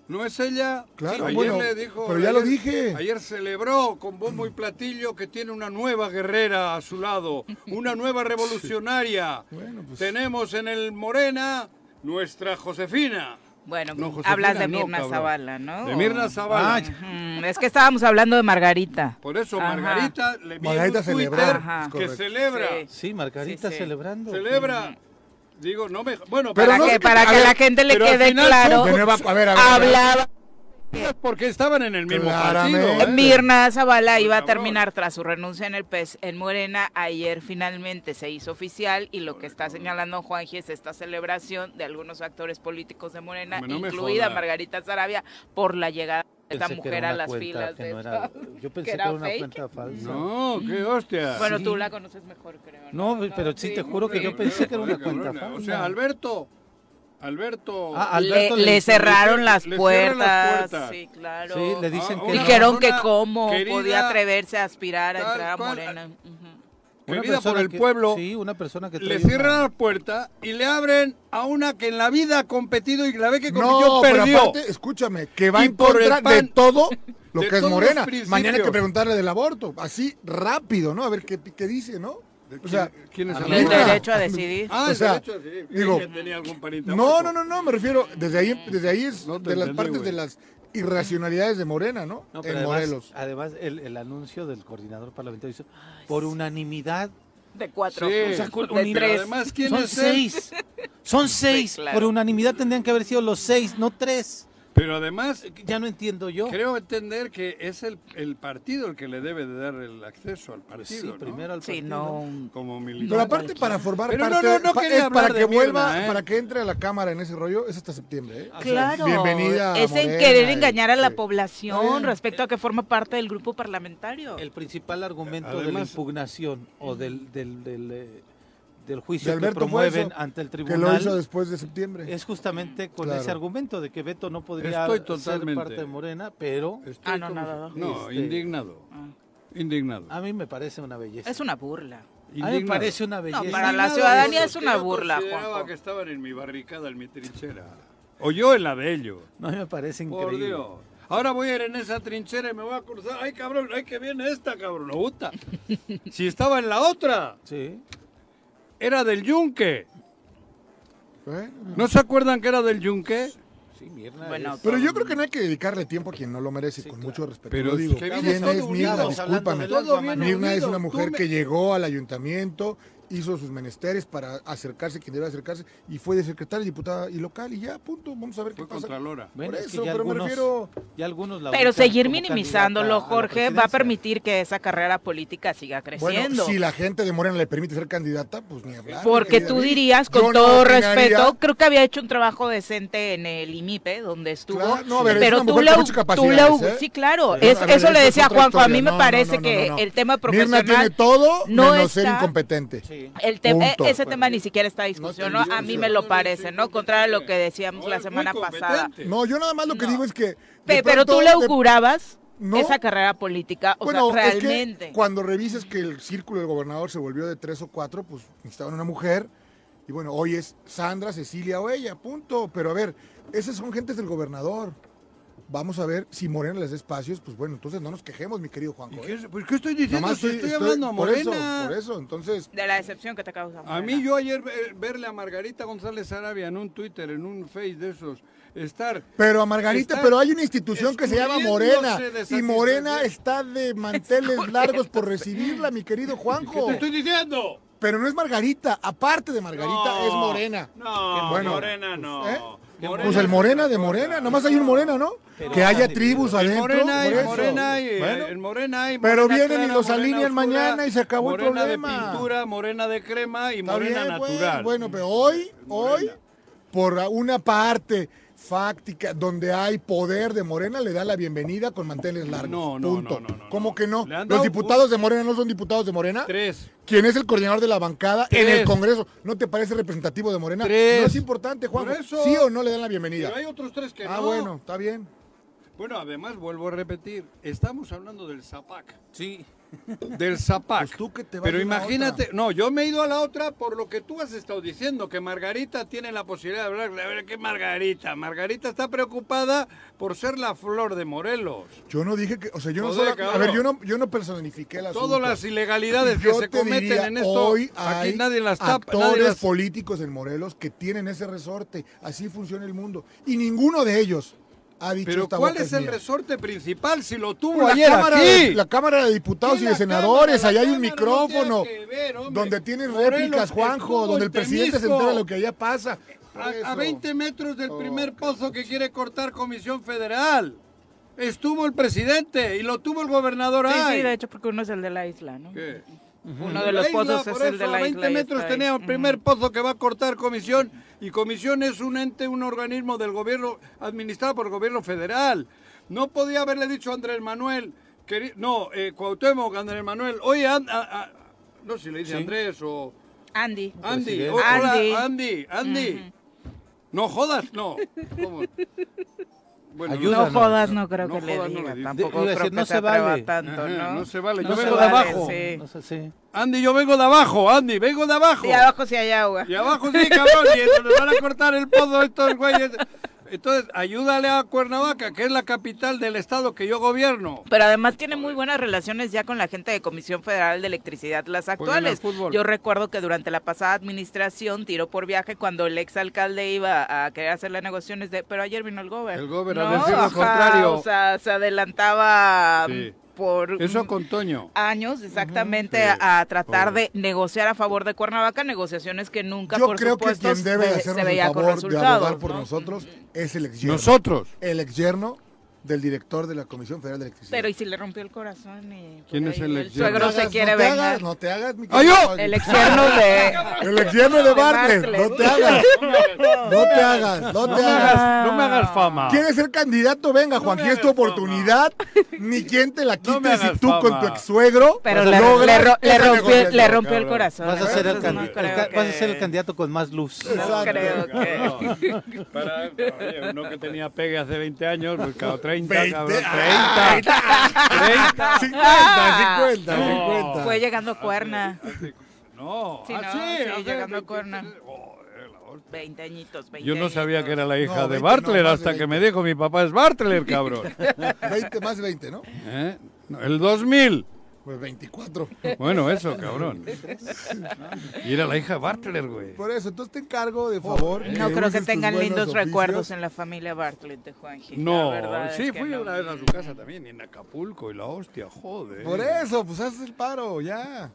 No es ella.
Claro,
ayer
bueno,
le dijo.
pero ya
ayer-
lo dije.
Ayer celebró con bombo y platillo que tiene una nueva guerrera a su lado, una
[LAUGHS]
nueva revolucionaria.
Bueno, pues-
Tenemos en el Morena nuestra Josefina.
Bueno,
No, Josefina,
hablas de
no,
Mirna
cabrón.
Zavala, ¿no?
De Mirna Zavala.
Ah,
Mm, es que estábamos hablando de Margarita.
Por eso
Ajá.
Margarita le vi en
Margarita
un Twitter
celebró,
Ajá.
que
correcto.
celebra,
Sí, Margarita
Sí, sí.
celebrando.
celebra. Digo, no me, bueno,
Pero
para
no
que,
sé qué-
para
a
que
ver,
la gente le
pero al
quede
final
claro,
son-
De nueva, a ver, a ver. a ver.
hablaba
porque estaban en el mismo
Claramente.
partido. ¿eh?
Mirna Zavala iba a
cabrón.
terminar tras su renuncia en el PES en Morena. Ayer finalmente se hizo oficial y lo que está señalando Juanji es esta celebración de algunos actores políticos de Morena,
Hombre, no me
incluida
jodas.
Margarita Sarabia, por la llegada de esta
Pensé que era
mujer a
una
las
cuenta
filas
que
de
no era-
esta-
Yo pensé que
era
era una
fake.
cuenta falsa.
No, qué hostia.
Bueno, tú
Sí.
la conoces mejor, creo.
No, pero sí, te juro que yo pensé que era una cuenta
Cabrona,
falsa.
O sea, Alberto. Alberto.
Ah, Al-
Le,
Alberto
le
le-
cerraron
le-
las,
le
puertas,
cierran las puertas.
Sí, claro.
Sí, le dicen
Ah,
que.
una-
Dijeron que
persona
cómo
querida,
podía atreverse a aspirar a
tal
entrar a
cual,
Morena. Ujú.
una
querida por
persona
el
que-
pueblo,
Sí, una persona que
le
traía
cierran
una-
la puerta y le abren a una que en la vida ha competido y la vez que compitió
No, pero
perdió.
aparte, escúchame, que va
Y
en
por el
contra de
pan.
todo lo
De
que
todos
es
los
Morena.
principios.
Mañana hay que preguntarle del aborto, así rápido, ¿no? A ver qué, qué dice, ¿no? O sea,
¿Quién es
Ah,
el
El
Mira.
derecho a decidir.
Ah,
O
el
sea,
derecho, sí, sí,
digo-
que tenía algún pariente
no,
muerto.
no, no, no, me refiero, desde ahí, desde ahí es
No te
de las
entendí,
partes
güey.
de las irracionalidades de Morena, ¿no?
No, pero
en
además,
Morelos.
Además, el, el anuncio del coordinador parlamentario dice: por unanimidad.
De cuatro.
Sí.
O sea,
Pero
de tres.
además, ¿quién
Son
es él?
seis. Son seis.
claro.
Por unanimidad tendrían que haber sido los seis, no tres.
[LAUGHS]
Eh,
Pero además,
Ya no entiendo yo.
creo entender que es el, el partido el que le debe de dar el acceso al
Pues sí,
partido. ¿no?
primero al
Sí,
partido.
no.
Como militar.
Pero aparte para formar
Pero no,
parte,
no, no
pa-
quería
es para
hablar
que
de mierda,
vuelva,
¿eh?
para que entre a la cámara en ese rollo, es hasta septiembre, ¿eh?
Claro,
Bienvenida,
es en
Morena,
querer
y- este, eh,
engañar a la
sí. Está
población
bien.
respecto a que forma parte del grupo parlamentario.
El principal argumento de la
Además-
impugnación o del, del, del, eh, del juicio
De
que
Alberto
promueven
Buenzo,
ante el
Que lo hizo
tribunal
después de septiembre.
es justamente con
Claro.
ese argumento de que Beto no podría
Estoy
ser
totalmente-
parte de Morena, pero
Estoy
Ah, no, Ah.
como-
nada.
No,
Este-
indignado. Indignado.
a mí me parece una belleza.
Es una burla.
A mí me parece una belleza.
para la
Indignado
ciudadanía
de
es
esos
una
que yo
burla,
consideraba
Juanjo.
que estaban en mi barricada, en mi trinchera. O yo en la de ellos.
No, a mí me parece
Por
increíble.
Dios. Ahora voy a ir en esa trinchera y me voy a cruzar. Ay, cabrón, ay, que viene esta, cabrón.
[LAUGHS]
puta. si estaba en la otra,
Sí.
era del yunque.
Bueno.
¿No se acuerdan que era del yunque?
Sí, Mirna.
Bueno,
es-
Pero yo creo que no hay que dedicarle tiempo a quien no lo merece, con mucho respeto.
Pero
Lo digo,
que viene
¿quién
todo
es
unido,
Mirna?
estamos hablando
Discúlpame.
del agua,
Todo viene
Manuel.
Mirna es
unido,
una
tú
mujer
me-
que llegó al ayuntamiento, hizo sus menesteres para acercarse a quien debe acercarse y fue de secretaria, diputada y local y ya, punto. Vamos a ver
Fue
qué pasa.
Contralora.
Bueno,
Por
es que
eso,
ya
pero me
algunos-
refiero-
ya algunos la
Pero
ubican
seguir
como
minimizándolo,
candidata a la
Jorge, va a
presidencia.
permitir que esa carrera política siga creciendo.
Bueno, si la gente de Morena le permite ser candidata, pues ni hablar.
Porque
mi querida
tú
Vicky.
dirías,
Yo
con
no
todo
opinaría-
respeto, creo que había hecho un trabajo decente en el IMIPE, eh, donde estuvo.
Claro, no, a ver, es
pero
una
tú
mujer
le,
con muchas
tú le-
capacidades, ¿eh?
sí, claro.
Pero,
es-
a ver,
eso le
esa es
decía
otra
Juanjo. A mí
historia. No,
me
no,
parece
no,
que
no, no.
el tema
Mirna
profesional
tiene todo
no
menos ser
está-
incompetente.
Sí,
Sí.
El tem-
Punto.
eh, ese tema ni siquiera está en discusión, ¿no? A mí me
No,
lo
no,
parece,
sí,
¿no?
competente.
Contrario a lo que decíamos
No,
la
es muy
semana pasada.
competente.
No, yo nada más lo que digo es que. de
Pe- pero
pronto
tú le
de-
augurabas
No.
esa carrera política, o
Bueno,
sea,
es que
realmente.
cuando revises que el círculo del gobernador se volvió de tres o cuatro, pues necesitaban una mujer. Y bueno, hoy es Sandra, Cecilia o ella, punto. Pero a ver, esas son gentes del gobernador. Vamos a ver si Morena les da espacios, pues bueno, entonces no nos quejemos, mi querido Juanjo. ¿eh?
Pues, ¿qué estoy diciendo?
Nomás
Si estoy, hablando a
por
Morena.
eso, por eso, entonces.
De la decepción que te causa.
A
Morena.
mí yo ayer ver- verle a Margarita González Arabia en un Twitter, en un Face de esos, estar...
Pero a Margarita,
Está
pero hay una institución que se llama Morena.
escurriéndose de
Y Morena
satisfacción.
está de manteles largos por recibirla, mi querido Juanjo.
¡Te estoy diciendo!
Pero no es Margarita, aparte de Margarita,
No.
es Morena.
No,
Bueno,
Morena no.
¿eh?
Morena
Pues el
es
Morena
otra
de
cosa.
Morena, nomás hay un Morena, ¿no? que haya tribus
En
adentro.
Morena hay,
por eso.
Morena eh, hay,
Bueno,
en Morena hay.
Pero
Morena
vienen y los
Morena
alinean mañana y se acabó el
morena
problema.
de pintura, morena de crema y
está
morena
bien, pues.
natural.
Bueno, pero hoy, hoy,
Morena.
por una parte fáctica donde hay poder de Morena, le da la bienvenida con manteles largos.
No, no,
punto.
no, no, no,
¿Cómo
no.
que no?
Le han
Los
dado
diputados de Morena no son diputados de Morena.
Tres.
¿Quién es el coordinador de la bancada en el
Tres.
Congreso? ¿No te parece representativo de Morena?
Tres.
No es importante, Juan.
Por eso.
¿Sí o no le dan la bienvenida?
Pero hay otros tres que
Ah,
no.
bueno, está bien.
Bueno, además, vuelvo a repetir, estamos hablando del Zapac.
Sí.
Del Zapac.
Pues tú que te vas
Pero
de la
imagínate,
otra.
no, yo me he ido a la otra por lo que tú has estado diciendo, que Margarita tiene la posibilidad de hablar. A ver, ¿qué Margarita? Margarita está preocupada por ser la flor de Morelos.
Yo no dije que, o sea, yo no
Joder,
solo- a
cabrón.
ver, yo no, yo no personifiqué el asunto.
Todas las ilegalidades
Yo
que se
te
cometen
diría,
en esto,
hoy hay
aquí nadie las tapa,
actores
nadie las...
políticos en Morelos que tienen ese resorte. Así funciona el mundo. Y ninguno de ellos ha dicho
Pero
esta
¿cuál
boca
es el
mía.
resorte principal si lo tuvo
La
ayer
cámara,
aquí?
de, la Cámara de Diputados
Sí,
y de
la
Senadores,
Cámara,
allá
la
hay un
Cámara no tiene
micrófono,
que ver, hombre.
donde tienen
Morelos
réplicas,
estuvo
Juanjo,
en
donde el presidente se
Temisco.
entera de lo que allá pasa. Por
A- A,
eso. Oh,
20 metros del primer pozo que quiere cortar Comisión Federal. Estuvo el presidente y lo tuvo el gobernador
Sí,
Ay.
sí, de hecho, porque uno es el de la isla, ¿no?
¿Qué?
Uno de los
La isla,
pozos es
por
el
eso,
de la
a 20
isla. y
metros
está ahí.
tenía el
Ujú.
primer pozo que va a cortar comisión y comisión es un ente, un organismo del gobierno administrado por el gobierno federal. No podía haberle dicho a Andrés Manuel, queri- no, eh, Cuauhtémoc, Andrés Manuel, oye, and- a- a- no sé si le dice Andrés o
Andy.
Andy,
Presidente.
o- hola,
Pues ¿eh? Andy.
Andy, Andy, no jodas, no. ¿Cómo? Bueno,
Ayuda.
No jodas, no creo
No
que le
jodas, no
diga.
le diga.
Tampoco
Iba a
creo
decir,
que
no
se,
se
atreva
vale.
tanto,
Ajá,
¿no?
no se vale,
No
yo
se
vengo de
vale,
abajo.
sí.
No sé, sí.
Andy, yo vengo de abajo, Andy, vengo de abajo.
Y abajo sí hay agua.
Y abajo sí, cabrón, y nos van a cortar el pozo estos güeyes. Entonces, ayúdale a Cuernavaca, que es la capital del estado que yo gobierno.
Pero además tiene muy buenas relaciones ya con la gente de Comisión Federal de Electricidad, las
Juegan al
actuales.
fútbol.
Yo recuerdo que durante la pasada administración tiró por viaje cuando el exalcalde iba a querer hacer las negociaciones de... Pero ayer vino el gober.
El gober a
No,
decir lo
ajá,
contrario.
O sea, se adelantaba
Sí.
por...
Eso con Toño.
años exactamente
Ujú, sí,
a, a tratar
pobre.
de negociar a favor de Cuernavaca, negociaciones que nunca
Yo
por
creo que
supuesto
quien debe de
Pues se- se
hacernos el
veía con
favor de abogar
resultados.
por
¿no?
nosotros es el ex
Nosotros.
el ex yerno del director de la Comisión Federal de Electricidad.
Pero y si le rompió el corazón y por
¿Quién es
ahí
el ex-
suegro
No te
se
hagas-
quiere
no te
vengar.
hagas, no te hagas, mi
¡Ay, yo!
querido. [LAUGHS]
El exierno de.
El ex yerno de
de
Bartlett,
Bartlett.
[LAUGHS] no te hagas, no te hagas, no te hagas.
No me hagas fama.
¿Quieres ser candidato? Venga, Juan,
me
aquí es tu
hagas fama. [LAUGHS]
oportunidad. Ni quien te la quite
me
si
hagas
tú con
fama.
tu ex suegro.
Pero le, le ro- le rompió, le rompió el corazón.
Vas a ser el,
Entonces, no
candi- el
creo
ca- vas a
que-
ser el candidato con más luz.
No creo que.
Para, oye, uno que tenía pegue hace 20 años, pues cada 30,
20,
cabrón, 30.
¡30! 50, 50,
No.
50.
Fue llegando cuerna.
Hace- No,
Sí,
ah,
no,
sí,
Oh, sí,
hace
llegando a
23.
Cuerna. eh,
Joder, la hostia.
20 añitos, 20
Yo no sabía que era la hija
No,
de
20 no,
Bartler
más de
hasta que
20.
me dijo mi papá es Bartler,
[LAUGHS]
cabrón.
20 más 20, ¿no?
¿Eh? El 2000.
Pues 24.
Bueno,
[LAUGHS]
eso, cabrón.
[LAUGHS]
Y era la hija de Bartler, güey.
Por eso, entonces te encargo de favor.
Oh, eh. No
que
creo que
uses tus
tengan
buenos
lindos
oficios.
recuerdos en la familia Bartlett de Juan Gil.
No,
la verdad
sí,
es que
fui
no.
una vez a su casa también, en Acapulco, y la hostia,
[LAUGHS]
joder.
Por eso, pues haces el paro, ya.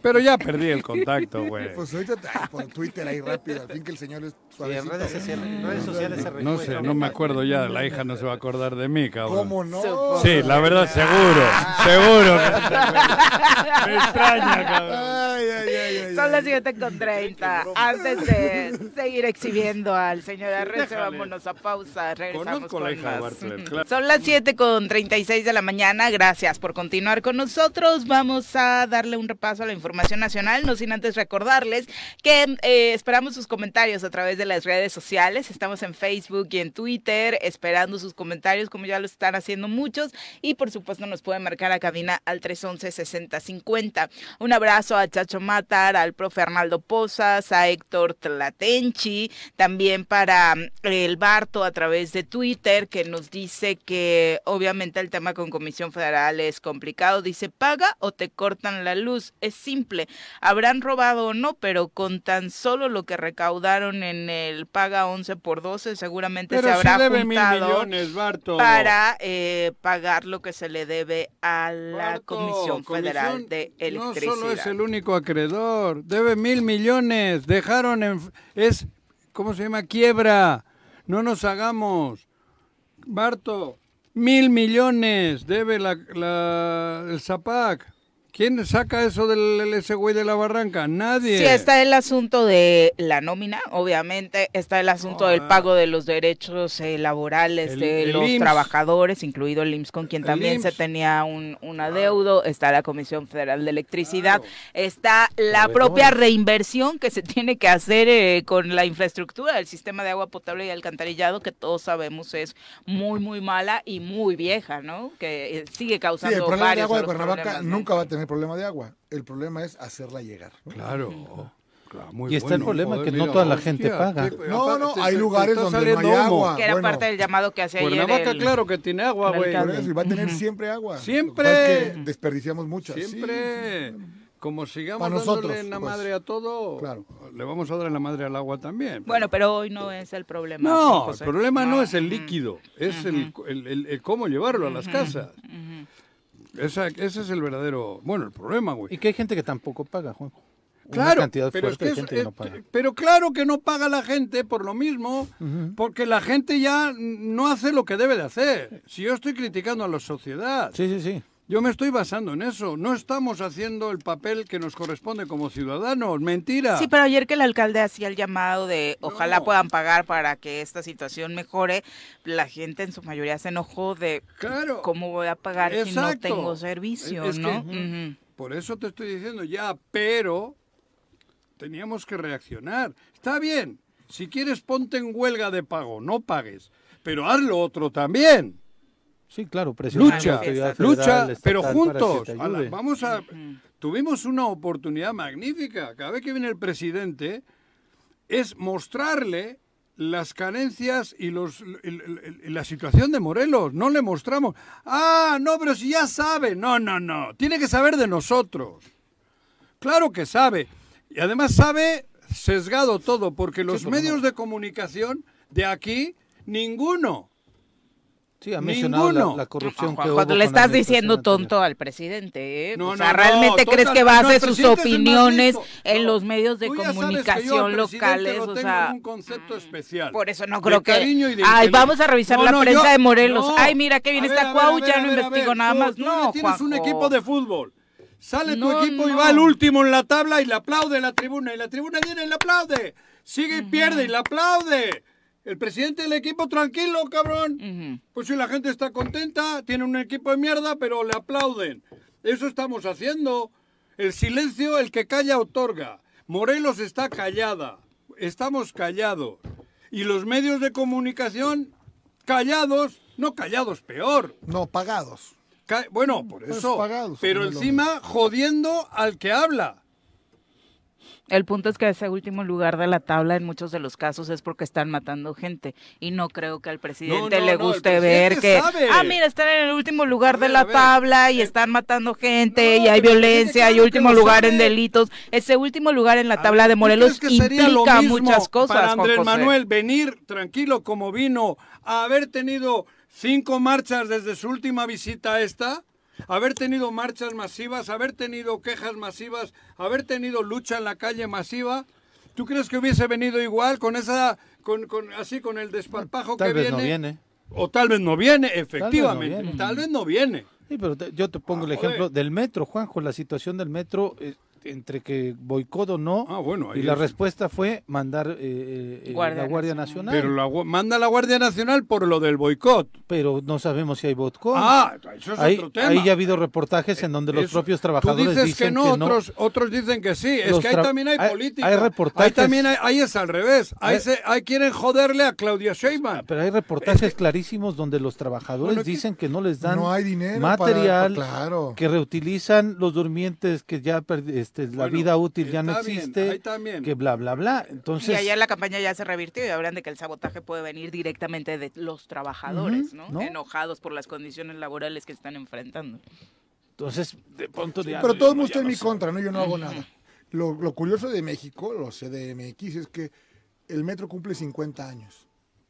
Pero ya perdí el contacto, güey.
Pues ahorita te- ay, por Twitter ahí rápido, al fin que el señor es
Sí, en
suavecito.
redes sociales, en redes sociales se
No sé,
recuerda.
no me acuerdo ya, la hija no se va a acordar de mí, cabrón.
¿Cómo no?
Sí, la verdad, seguro, seguro. que no se
[LAUGHS]
acuerda. Me extraña, cabrón.
Ay, ay, ay, ay,
Son las
ay.
7 con 30. Antes de seguir exhibiendo al señor Arrece.
Déjale.
Vámonos a pausa. Regresamos
Conozco a la
con
hija de
más.
Bartlett, claro.
Son las 7 con 36 de la mañana. Gracias por continuar con nosotros. Vamos a darle un repaso a la información nacional, no sin antes recordarles que eh, esperamos sus comentarios a través de las redes sociales. Estamos en Facebook y en Twitter esperando sus comentarios, como ya lo están haciendo muchos. Y por supuesto, nos pueden marcar a cabina al 311-6050. Un abrazo a Chacho Matar, al profe Arnaldo Pozas, a Héctor Tlatenchi, también para mm, el Barto a través de Twitter, que nos dice que obviamente el tema con Comisión Federal es complicado. Dice, paga o te cortan la luz. Es simple. Habrán robado o no, pero con tan solo lo que recaudaron en el paga 11 por 12, seguramente
Pero
se
sí
habrá
debe mil
juntado
millones, Barto.
para eh, pagar lo que se le debe a la
Barto,
Comisión Federal de
No
Electricidad.
solo es el único acreedor, debe mil millones, dejaron en... es, ¿cómo se llama? Quiebra, no nos hagamos. Barto, mil millones debe la, la- el Zapac. ¿Quién saca eso del ese güey de la barranca? Nadie.
Sí, está el asunto de la nómina, obviamente, está el asunto del
Ah.
pago de los derechos eh, laborales
El-
de
el
los
IMSS.
trabajadores, incluido el IMSS, con quien
El
también se
IMSS.
tenía un, un adeudo, está la Comisión Federal de Electricidad,
Claro.
está la
Proveedores.
propia reinversión que se tiene que hacer eh, con la infraestructura del sistema de agua potable y alcantarillado, que todos sabemos es muy, muy mala y muy vieja, ¿no? Que eh, sigue
Sí,
causando
el problema de
varios
agua de
los
Cuernavaca
problemas, ¿no?
nunca va a tener problema de agua. El problema es hacerla llegar. ¿no?
Claro. claro, muy
Y está el problema que no
mira,
toda la gente paga.
qué-
No,
aparte
no,
te-
hay
te- te
lugares
está
donde no hay
saliendo humo.
agua.
Que era
Bueno.
parte del llamado que hacía ayer
Cuernavaca,
el-
claro que tiene agua,
el
güey.
Por
alcalde.
eso, y va a tener siempre agua. Lo que
Siempre.
pasa es que desperdiciamos mucha. sí.
Siempre. Como sigamos
Pa' nosotros,
dándole en la
pues.
madre a todo,
Claro.
le vamos a dar en la madre al agua también.
Bueno, pero hoy no es el problema.
no,
José.
el problema no, es el
Ujú.
líquido, es el, el- el- el cómo llevarlo a las casas. Esa- ese es el verdadero, bueno, el problema, güey.
Y que hay gente que tampoco paga, Juanjo. Una
Claro,
cantidad
pero, es
fuerte de
que eso-
gente que
eh,
no paga.
pero claro que no paga la gente por lo mismo, porque la gente ya no hace lo que debe de hacer. Si yo estoy criticando a la sociedad,
Sí, sí, sí.
yo me estoy basando en eso. No estamos haciendo el papel que nos corresponde como ciudadanos. Mentira.
Sí, pero ayer que el alcalde hacía el llamado de ojalá
No.
puedan pagar para que esta situación mejore, la gente en su mayoría se enojó de
Claro.
cómo voy a pagar si no
Exacto.
tengo servicio,
Es que-
¿no?
Ujú.
Ujú.
Por eso te estoy diciendo ya, pero teníamos que reaccionar. Está bien, si quieres ponte en huelga de pago, no pagues, pero hazlo otro también.
Sí, claro, presionar a la
Lucha,
autoridad federal,
lucha,
estatal,
pero
para que
juntos.
te
A la-
ayude.
vamos a. Tuvimos una oportunidad magnífica. Cada vez que viene el presidente, es mostrarle las carencias y los el- el- el- la situación de Morelos. No le mostramos. Ah, no, pero si ya sabe. No, no, no. Tiene que saber de nosotros. Claro que sabe. Y además sabe sesgado todo, porque los medios de comunicación de aquí, ninguno.
Sí, ha mencionado la,
Ninguno.
la corrupción
Juan,
que
cuando
hubo
le
con la
estás diciendo
administración
tonto al presidente, ¿eh?
No,
o sea,
no, no,
¿realmente
tonto
crees
no,
que
no,
base
el
sus
presidente es el más
opiniones
listo.
en
No.
los medios de
Tú ya sabes que yo al
comunicación
presidente
locales?
lo
O
tengo en
sea,
un concepto especial.
Por eso no
de
creo que.
cariño y de
Ay,
inteligencia.
vamos a revisar
No,
la
no,
prensa
yo-
de Morelos.
no.
Ay, mira, qué bien
A ver,
está
a ver,
Cuau,
a
ya
ver,
no
a ver,
investigo
a ver.
nada
Tú-
más.
tú
No,
ya tienes un
Juanjo.
equipo de fútbol. Sale
No,
tu equipo y
no.
va el último en la tabla y le aplaude en la tribuna. Y la tribuna viene y le aplaude. Sigue y pierde y le aplaude. El presidente del equipo, tranquilo, cabrón.
Ujú.
Pues si la gente está contenta, tiene un equipo de mierda, pero le aplauden. Eso estamos haciendo. El silencio, el que calla, otorga. Morelos está callada. Estamos callados. Y los medios de comunicación, callados, no callados, peor.
No, pagados.
Ca- bueno, por
Pues
eso.
pagados,
pero
no lo-
encima jodiendo al que habla.
El punto es que ese último lugar de la tabla en muchos de los casos es porque están matando gente. Y no creo que al presidente
no, no,
le
el
guste
presidente
ver que.
sabe.
Ah, mira, están en el último lugar
A
de
ver,
la
a ver. Eh,
tabla y están matando gente
no,
y hay
pero el presidente
violencia y
claro que
último
lo
lugar en
sabe.
delitos. Ese último lugar en la
A
tabla
ver,
de
¿tú
Morelos
crees que sería lo
implica
mismo
muchas cosas.
Para
Juan
Andrés
José?
Manuel venir tranquilo como vino, a haber tenido cinco marchas desde su última visita a esta, haber tenido marchas masivas, haber tenido quejas masivas, haber tenido lucha en la calle masiva. ¿Tú crees que hubiese venido igual con esa, con, con- así con el desparpajo
Tal
que
vez
viene?
no viene.
O tal vez no viene, efectivamente.
viene.
Tal vez no viene.
Sí, pero te- yo te pongo
Ah,
el ejemplo
joder.
del metro, Juanjo. La situación del metro eh, entre que boicot o no,
Ah, bueno, ahí
y la
es.
respuesta fue mandar eh, eh, eh,
Guardia
la Guardia Nacional.
Pero la gua- manda la Guardia Nacional por lo del boicot.
Pero no sabemos si hay boicot.
Ah, eso es
ahí,
otro tema. Eh,
ahí ya ha habido reportajes en donde los
Eso.
propios trabajadores
Tú dices
dicen
que no, otros, otros dicen que sí. Es
Los
que ahí
tra-
también hay,
hay-
política.
hay reportajes. Eh.
Ahí también hay, ahí es al revés. Ahí,
Hay-
se- ahí quieren joderle a Claudia Sheinbaum.
Pero hay reportajes clarísimos donde los trabajadores
Bueno, ¿qué?
dicen que no les dan
No hay dinero para-
material
claro.
que reutilizan los durmientes, que ya perdi- este, la
Bueno,
vida útil ya no
está bien,
existe,
ahí también.
que bla, bla, bla.
Y
Entonces,
allá la campaña ya se revirtió y hablan de que el sabotaje puede venir directamente de los trabajadores,
Ujú,
¿no?
¿no?
Enojados por las condiciones laborales que están enfrentando.
entonces de pronto ya-
Pero todo el mundo
ya
está en
no
mi
sé.
contra, ¿no? Yo no hago nada. Lo, lo curioso de México, los CDMX, es que el metro cumple 50 años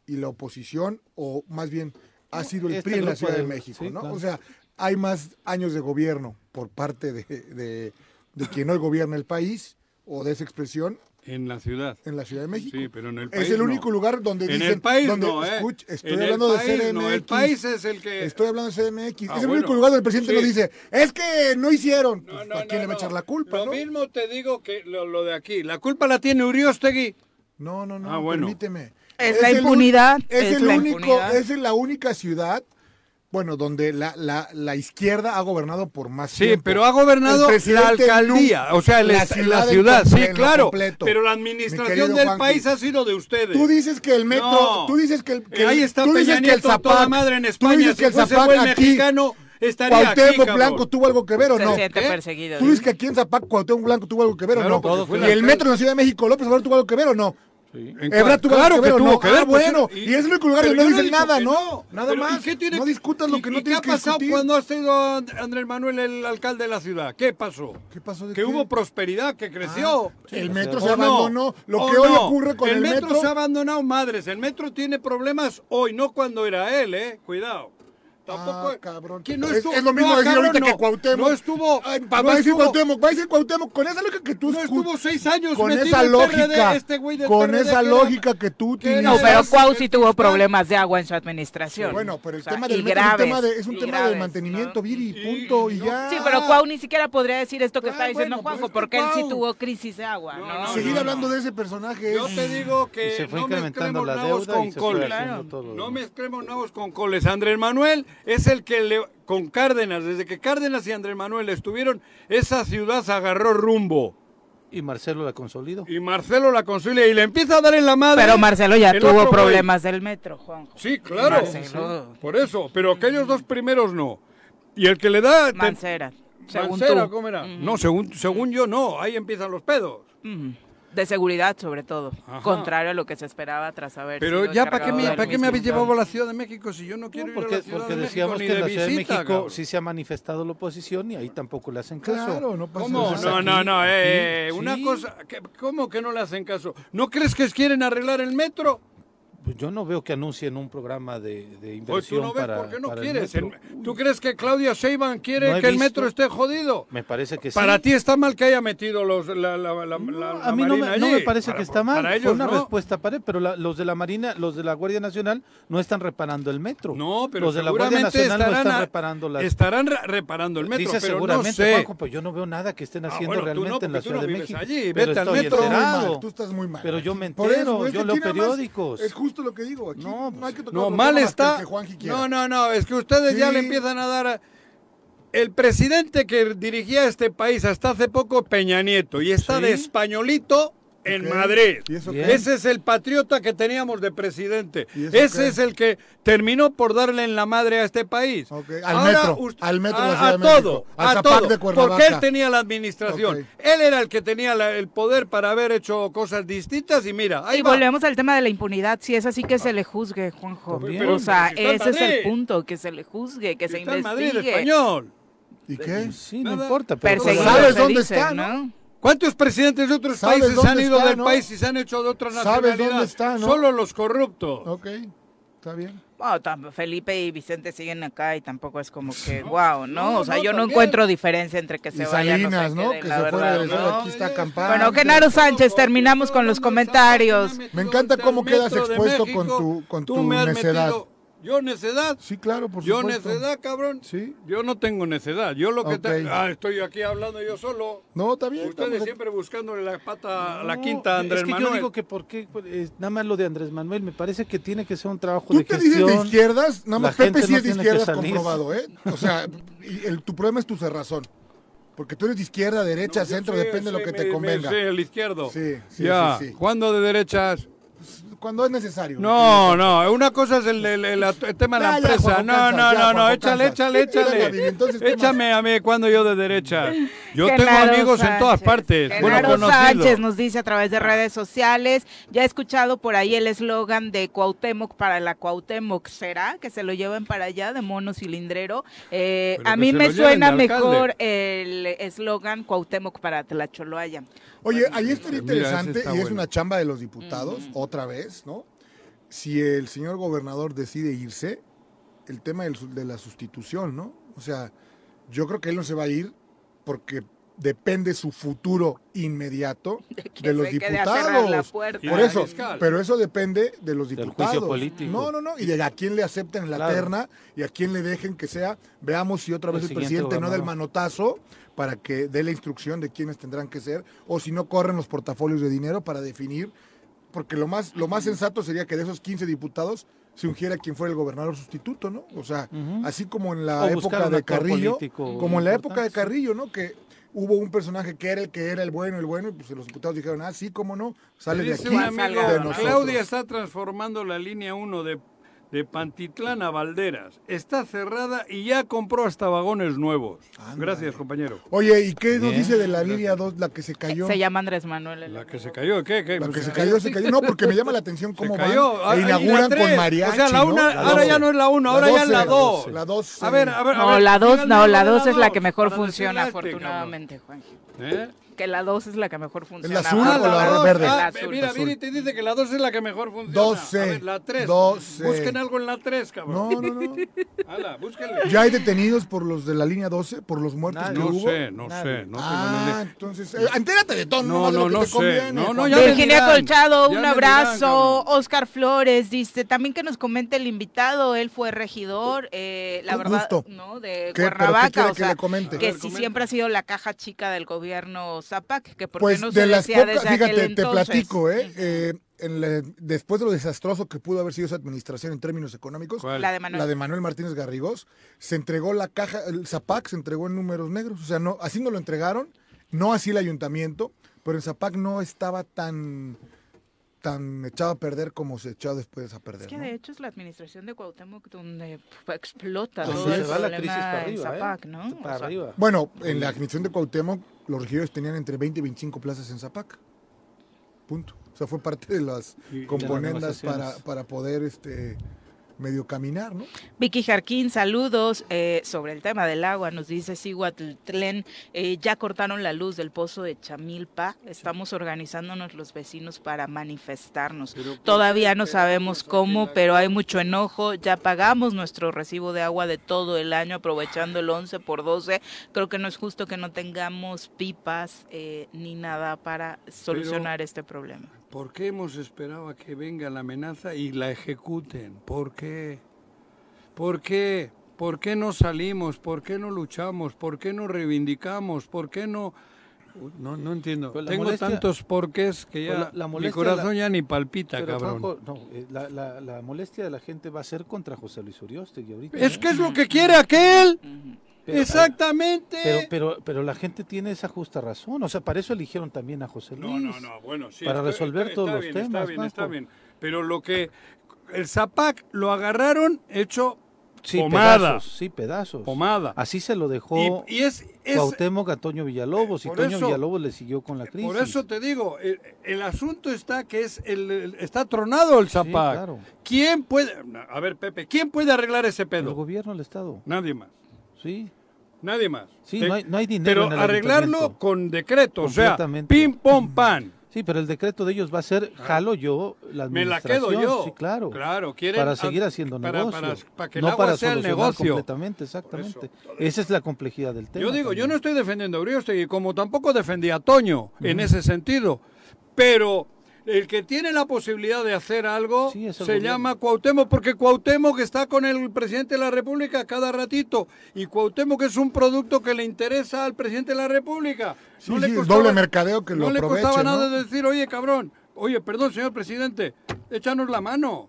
y la oposición, o más bien, ha sido el
Este
PRI en la
grupo
Ciudad de,
de-
México,
sí,
¿no?
claro.
O sea, hay más años de gobierno por parte de, de, de quien hoy gobierna el país o de esa expresión
En la ciudad.
en la Ciudad de México.
Sí, pero en el
es
país
el
no.
único lugar donde
En
dicen...
el país
donde-
no, ¿eh?
escuch- estoy
En el
hablando de
país
CDMX.
no, el país es el que-
Estoy hablando de CDMX.
Ah,
es el
bueno.
único lugar donde el presidente
Sí.
no dice, es que no hicieron.
No, no,
¿A quién
no,
le va a
no.
echar la culpa,
Lo
no?
mismo te digo que lo, lo de aquí. La culpa la tiene Uriostegui.
No, no, no,
Ah, bueno.
permíteme.
Es la
el un-
impunidad,
Es,
es
el
la
único,
impunidad.
es la única ciudad, bueno, donde la, la, la izquierda ha gobernado por más
Sí,
tiempo.
pero ha
El
gobernado
presidente
la alcaldía,
nunca-
o sea, el est- la ciudad,
en
sí,
comple- en lo
claro.
completo.
Pero la
Mi
administración
querido
del
Juanqui,
país ha sido de ustedes.
Tú dices que el metro,
No.
tú dices que el que
Eh, ahí está
tú dices
Peña
que el
Nieto a toda
Zapac-
madre en
tú
España.
dices que el
fuese
Zapac
buen
aquí,
mexicano estaría aquí,
Cuauhtémoc
cabrón. ¿Eh?
Blanco tuvo algo que ver o
se
no? ¿eh?
siente
¿Qué?
perseguido.
Tú dices que aquí en Zapac Cuauhtémoc Blanco tuvo algo que ver
Claro,
o
porque fue
no?
la
Y el
alcalde.
metro en la Ciudad de México, López Obrador tuvo algo que ver o no?
¿En cuál?
Ebra tuvo
Claro
algo que ver, ¿o
tuvo
no?
que ver,
Ah,
pues,
bueno,
sí.
y es el único lugar
Pero
donde
yo
no dicen
digo
nada,
que
¿no? Nada
Pero, ¿y
más.
qué tiene
No
que-
discutas lo que
y-
no
y
tienes
¿Qué
que
ha pasado
discutir?
cuando ha sido And- Andrés Manuel el alcalde de la ciudad? ¿Qué pasó?
¿Qué pasó de
que
qué?
hubo prosperidad, que creció.
Ah, el metro
¿O
se
no?
abandonó. Lo
¿O
que hoy
no?
ocurre con el
metro.
metro-
se ha abandonado madres. El metro tiene problemas hoy, no cuando era él, ¿eh? Cuidado. Tampoco.
Ah, cabrón.
Que no
es,
estuvo-
es lo mismo
no,
decir
cabrón,
ahorita que
no.
Cuauhtémoc.
No estuvo.
Ay, va,
no
va a decir
estuvo-
Cuauhtémoc, va a decir Cuauhtémoc. Con esa lógica que tú
No
escu-
estuvo seis años
Con
metido
esa
el PRD,
lógica.
este güey del
con
PRD
esa
que era-
lógica que tú
que era
utilizas.
No, pero
Además,
Cuau
el
sí tuvo
fiscal-
problemas de agua en su administración.
Bueno, pero el
O sea,
tema del
y
metro es un tema
graves,
de, es un
y
tema de
graves,
mantenimiento,
¿no?
Viri,
Y-
punto, y,
y no-
ya.
Sí, pero Cuau ni siquiera podría decir esto que
Ah,
está diciendo
bueno,
Juanjo,
pero es que
porque él sí
Cuau-
tuvo crisis de agua. No, no,
Seguir
no,
hablando
no.
de ese personaje
Yo
es-
te digo
Y
que
se fue
no
incrementando
mezclemos
la
nabos
deuda
con
y se fue
coles.
haciendo
Claro.
todo.
No mezclemos nabos con coles. Andrés Manuel es el que le, con Cárdenas, desde que Cárdenas y Andrés Manuel estuvieron, esa ciudad se agarró rumbo.
Y Marcelo la consolidó.
Y Marcelo la concilia y le empieza a dar en la madre.
Pero Marcelo ya
el otro
tuvo
güey.
problemas del metro, Juanjo.
Sí, claro.
Marcelo.
Por eso, pero aquellos dos primeros no. Y el que le da... te-
Mancera, según
Mancera,
tú.
¿cómo era? No, según, según yo no, ahí empiezan los pedos.
Ujú. De seguridad, sobre todo.
Ajá.
Contrario a lo que se esperaba tras haber
Pero
sido
ya, ¿para qué,
encargado
me,
del
¿para qué me habéis
mismo.
llevado a la Ciudad de México si yo no quiero
No,
ir a
porque,
la Ciudad
porque
de
decíamos
México, ni
que en
de
la Ciudad de
visita,
México
cabrón.
sí se ha manifestado la oposición y ahí tampoco le hacen caso.
Claro, no pasa
¿Cómo?
nada.
No, no, no,
aquí,
eh,
aquí,
una
sí.
cosa, que- ¿cómo que no le hacen caso? ¿No crees que quieren arreglar el metro?
Pues Yo no veo que anuncien un programa de, de
Pues tú
inversión
no ves
para,
por qué no
para el
quieres.
metro.
El- ¿Tú crees que Claudia Sheinbaum quiere
No he
que el
visto.
metro esté jodido?
Me parece que sí.
Para ti está mal que haya metido los, la, la, la- la-
No,
la
a mí no
Marina
me, no
allí.
me parece
Para-
que está mal.
Para
Fue
ellos
una
no.
respuesta pared, pero la- los de la Marina, los de la Guardia Nacional no están reparando el metro.
No, pero
los de la Guardia
seguramente
Nacional no
estarán,
están
a-
reparando las
estarán re- reparando el metro,
Dice
pero
seguramente,
no sé.
Juanjo, pues yo no veo nada que estén
Ah,
haciendo
bueno, tú no,
realmente en la
porque tú
Ciudad
no
de
vives
México.
allí,
pero
vete al
estoy
metro.
Tú estás muy
enterado.
mal, tú estás muy mal.
Pero yo me
Por eso,
entero,
es
yo
que
leo
aquí nada más
periódicos.
Es justo lo que digo. Aquí no,
No, pues,
hay que tocar
No,
otro
mal
tema más que el
está.
que Juanji quiera.
No, no, no, es que ustedes ya
Sí.
le empiezan a dar a- El presidente que dirigía este país hasta hace poco, Peña Nieto, y está
Sí.
de españolito en
Ok.
Madrid.
¿Y eso
qué?
Ese es el patriota que teníamos de presidente.
¿Y eso
Ese
qué?
es el que terminó por darle en la madre a este país.
Ok, al metro,
us-
al metro de la
a,
Ciudad
a
de México,
todo,
al
a
Zapac
todo,
de Cuernavaca.
porque él tenía la administración.
Ok.
Él era el que tenía la- el poder para haber hecho cosas distintas y mira, ahí
Y
va.
volvemos al tema de la impunidad, si es así que se le juzgue, Juanjo.
También. Pero-
o sea,
pero si está
ese
en
es el
Madrid.
punto, que se le juzgue, que se
Está en Madrid,
investigue.
español.
¿Y qué?
Sí, no
Nada.
importa. Pero
Perseguido,
pues,
¿Sabes
se
dónde
dice,
está,
¿no?
¿Cuántos presidentes de otros
¿Sabes
países
dónde
han ido
está,
del
no?
país y se han hecho de otra
¿Sabes
nacionalidad?
dónde está, no?
Solo los corruptos.
Ok, está bien.
Bueno, tam- Felipe y Vicente siguen acá y tampoco es como que, wow, ¿no?
no,
o sea,
no,
yo no
también.
encuentro diferencia entre que se
y
vayan o
Salinas, ¿no?
queden,
Que
la
se fuera
verdad,
del
¿no?
estado, aquí está acampando.
Bueno, Genaro Sánchez, terminamos con los comentarios.
Me encanta cómo quedas expuesto con tu- con tu necedad.
Metido, Yo necedad.
Sí, claro, por
Yo
supuesto.
necedad, cabrón.
Sí.
Yo no tengo necedad. Yo lo que
Ok.
tengo... Ah, estoy aquí hablando yo solo.
No, está bien.
Ustedes
estamos-
siempre buscándole la pata a la
No,
quinta a Andrés
es que
Manuel.
Yo digo que por qué, pues, eh, nada más lo de Andrés Manuel, me parece que tiene que ser un trabajo
Tú
de
te dices
gestión.
de izquierdas, nada
La
más Pepe
gente
sí
no
es de
tiene que
izquierdas
salir.
comprobado, ¿eh? O sea, y el, tu problema es tu cerrazón. Porque tú eres de izquierda, derecha,
Yo
centro,
soy-
depende de lo
soy
que
mi-
te
mi-
convenga.
Sí, el izquierdo.
Sí, sí,
ya.
sí, sí.
¿Cuándo de derechas?
Cuando es necesario.
No, no, una cosa es el, el- el- el tema de la
Ya, ya,
empresa.
Juanjo,
no,
cansas,
no,
ya,
no, no,
Juanjo,
échale,
cansas.
échale,
Ya, David,
échale.
entonces, ¿qué
Échame a mí cuando yo de derecha. Yo tengo
Genaro
amigos en todas
Sánchez.
partes.
Genaro
bueno,
Sánchez
conocidos.
nos dice a través de redes sociales, ya he escuchado por ahí el eslogan de Cuauhtémoc para la Cuauhtémoc, ¿será? Que se lo lleven para allá de mono cilindrero. Eh,
Pero
a
que
mí
se
me
lo lleven de
suena
alcalde.
mejor el eslogan Cuauhtémoc para Tlacholoaya.
Oye, ahí estaría
mira, ese
interesante
está
y es
bueno.
una chamba de los diputados, otra vez, ¿no? Si el señor gobernador decide irse, el tema del su- de la sustitución, ¿no? O sea, yo creo que él no se va a ir porque depende su futuro
[LAUGHS]
inmediato de los
se quede a cerrar la
diputados.
puerta.
Y
Por
del
eso,
fiscal.
pero eso depende de los
juicio
diputados.
político.
No, no, no, y de a quién le aceptan en la
Claro.
terna y a quién le dejen que sea. Veamos si otra
El
vez el,
siguiente
presidente no da el
gobernador.
manotazo para que dé la instrucción de quiénes tendrán que ser o si no corren los portafolios de dinero para definir porque lo más lo más sensato sería que de esos 15 diputados se ungiera quien fuera el gobernador sustituto, ¿no? O sea, así como en la
O buscar
época
un
de
actor
Carrillo,
político
como en la
importante,
época de
sí.
Carrillo, ¿no? Que hubo un personaje que era el que era el bueno, el bueno, y pues los diputados dijeron, ah, sí, cómo no, sale de
Dice
aquí,
un
de
amigo,
nosotros.
Claudia está transformando la línea 1 de, de Pantitlán a Valderas. Está cerrada y ya compró hasta vagones nuevos.
Ándale.
Gracias, compañero.
Oye, ¿y qué nos
Bien.
dice de la Lilia 2, la que se cayó?
Se llama Andrés Manuel. el
La
amigo.
que se cayó, ¿qué? ¿Qué?
La que
Pues,
se cayó, se [LAUGHS] cayó. No, porque me llama la atención
Se
cómo
cayó. Ah,
van.
y
E
la
inauguran
tres.
con mariachi.
O sea, la
¿no?
una,
La
ahora ya
doce.
no es la una,
La
ahora ya es
doce,
la dos.
La dos.
A ver, a ver, a
No,
ver,
la 2
díganme
no,
de
la 2 es la
dos,
que mejor
para decirle
funciona,
a este, cabrón.
afortunadamente, Juanji.
¿Eh?
Que la 2 es la que mejor funciona.
azul
Ah,
o la
dos,
verde?
ah,
La azul.
mira,
Azul.
Viri te dice que la 2 es la que mejor funciona.
Doce,
A ver, la 3.
doce.
Busquen algo en la 3,
No,
cabrón.
no, no.
Hala, búsquenle.
¿Ya hay detenidos por los de la línea 12? ¿Por los muertos
Nadie.
que
No
hubo?
sé, no
Nadie.
sé. No tengo
Ah,
ni idea.
entonces. eh, entérate de todo,
No,
no,
no,
de lo
no
que
sé.
te conviene.
No, no,
Juan.
ya me
Virginia
dirán,
Colchado,
ya
un
me dirán,
abrazo.
cabrón.
Oscar Flores dice, también que nos comente el invitado, él fue regidor, eh, la
Con
verdad,
gusto.
¿no?
¿Qué?
De
¿Pero qué
Cuernavaca,
quiere
o
que
sea,
le comente?
A
que
ver,
si
comenta.
siempre ha sido la caja chica del gobierno Zapac, que por
Pues
qué no se
de las
decía
pocas,
desde aquel
fíjate, te
entonces?
platico, ¿eh? Eh, en la- después de lo desastroso que pudo haber sido esa administración en términos económicos,
¿Cuál?
La de Manuel.
la de Manuel Martínez Garrigós, se entregó la caja, el Zapac se entregó en números negros, o sea, no, así no lo entregaron, no así el ayuntamiento, pero el Zapac no estaba tan, tan echado a perder como se echó después a perder.
Es que
¿no?
de hecho es la administración de Cuauhtémoc donde pf, explota
Así
todo el
es.
Se va la crisis
problema
para
en
arriba, ¿eh?
Zapac, ¿no?
Para
O sea,
arriba.
Bueno, en la admisión de Cuauhtémoc, los regidores tenían entre 20 y 25 plazas en Zapac. Punto. O sea, fue parte de las
Y-
de
componendas
las
para,
negociaciones.
para poder este medio caminar, ¿no?
Vicky Jarquín, saludos. Eh, sobre el tema del agua, nos dice Cihuatlén, eh, ya cortaron la luz del pozo de Chamilpa. Estamos organizándonos los vecinos para manifestarnos.
Pero, ¿por
Todavía
qué
no
esperamos
sabemos
a que
cómo,
la-
pero hay mucho enojo. Ya pagamos nuestro recibo de agua de todo el año, aprovechando el 11 por 12. Creo que no es justo que no tengamos pipas eh, ni nada para solucionar este problema.
¿Por qué hemos esperado a que venga la amenaza y la ejecuten? ¿Por qué? ¿Por qué? ¿Por qué no salimos? ¿Por qué no luchamos? ¿Por qué no reivindicamos? ¿Por qué no...? No, no entiendo.
Pues [LAUGHS] la
Tengo
molestia-
tantos porqués que ya
Pues la- la
mi
molestia-
corazón
la-
ya ni palpita,
Pero,
cabrón.
Juanjo, no, eh, la, la- la molestia de la gente va a ser contra José Luis Urioste ahorita.
Es
¿eh?
que es lo que quiere aquel.
Pero- eh,
Exactamente.
Pero, pero, pero la gente tiene esa justa razón. O sea, para eso eligieron también a José
No,
Luis.
no, no, bueno, sí.
Para
está-
resolver
está-
todos
está
los
bien, Está
temas,
bien, está
Juanjo.
bien. Pero lo que. El Zapac lo agarraron hecho
Sí,
pomada.
pedazos. Sí, pedazos.
Pomada.
Así se lo dejó
Y, y es. es-
Cuauhtémoc a Toño Villalobos. Y
Por
Toño
eso-
Villalobos le siguió con la crisis.
por eso te digo, el, el asunto está que es el, el- está tronado el Zapac.
claro.
¿Quién puede. A ver, Pepe, ¿quién puede arreglar ese
El
pedo?
gobierno del Estado.
Nadie más.
Sí.
Nadie más.
Sí,
Te-
no hay- no hay dinero
Pero
en el
arreglarlo
ayuntamiento.
con decreto, o sea,
Completamente.
pim, pom, pan.
[CLEARS THROAT]
Ah.
Sí, pero el decreto de ellos va a ser, jalo yo la
Me la quedo
administración.
yo.
Sí, claro.
Claro, quieren
Para
a-
seguir haciendo
para-
negocio.
para- para que el
no
agua
para
sea el
solucionar
negocio.
Completamente, exactamente. Esa es la complejidad del tema.
Yo digo, yo
también.
no estoy defendiendo a Uriostegui, como tampoco defendí a Toño en ese sentido, pero el que tiene la posibilidad de hacer algo
Sí, es
se
el gobierno.
llama Cuauhtémoc, porque Cuauhtémoc está con el presidente de la República cada ratito, y Cuauhtémoc es un producto que le interesa al presidente de la República.
Sí, sí, el doble mercadeo que
no
lo
le costaba
aproveche,
nada
¿no?
decir, oye, cabrón, oye, perdón, señor presidente, échanos la mano.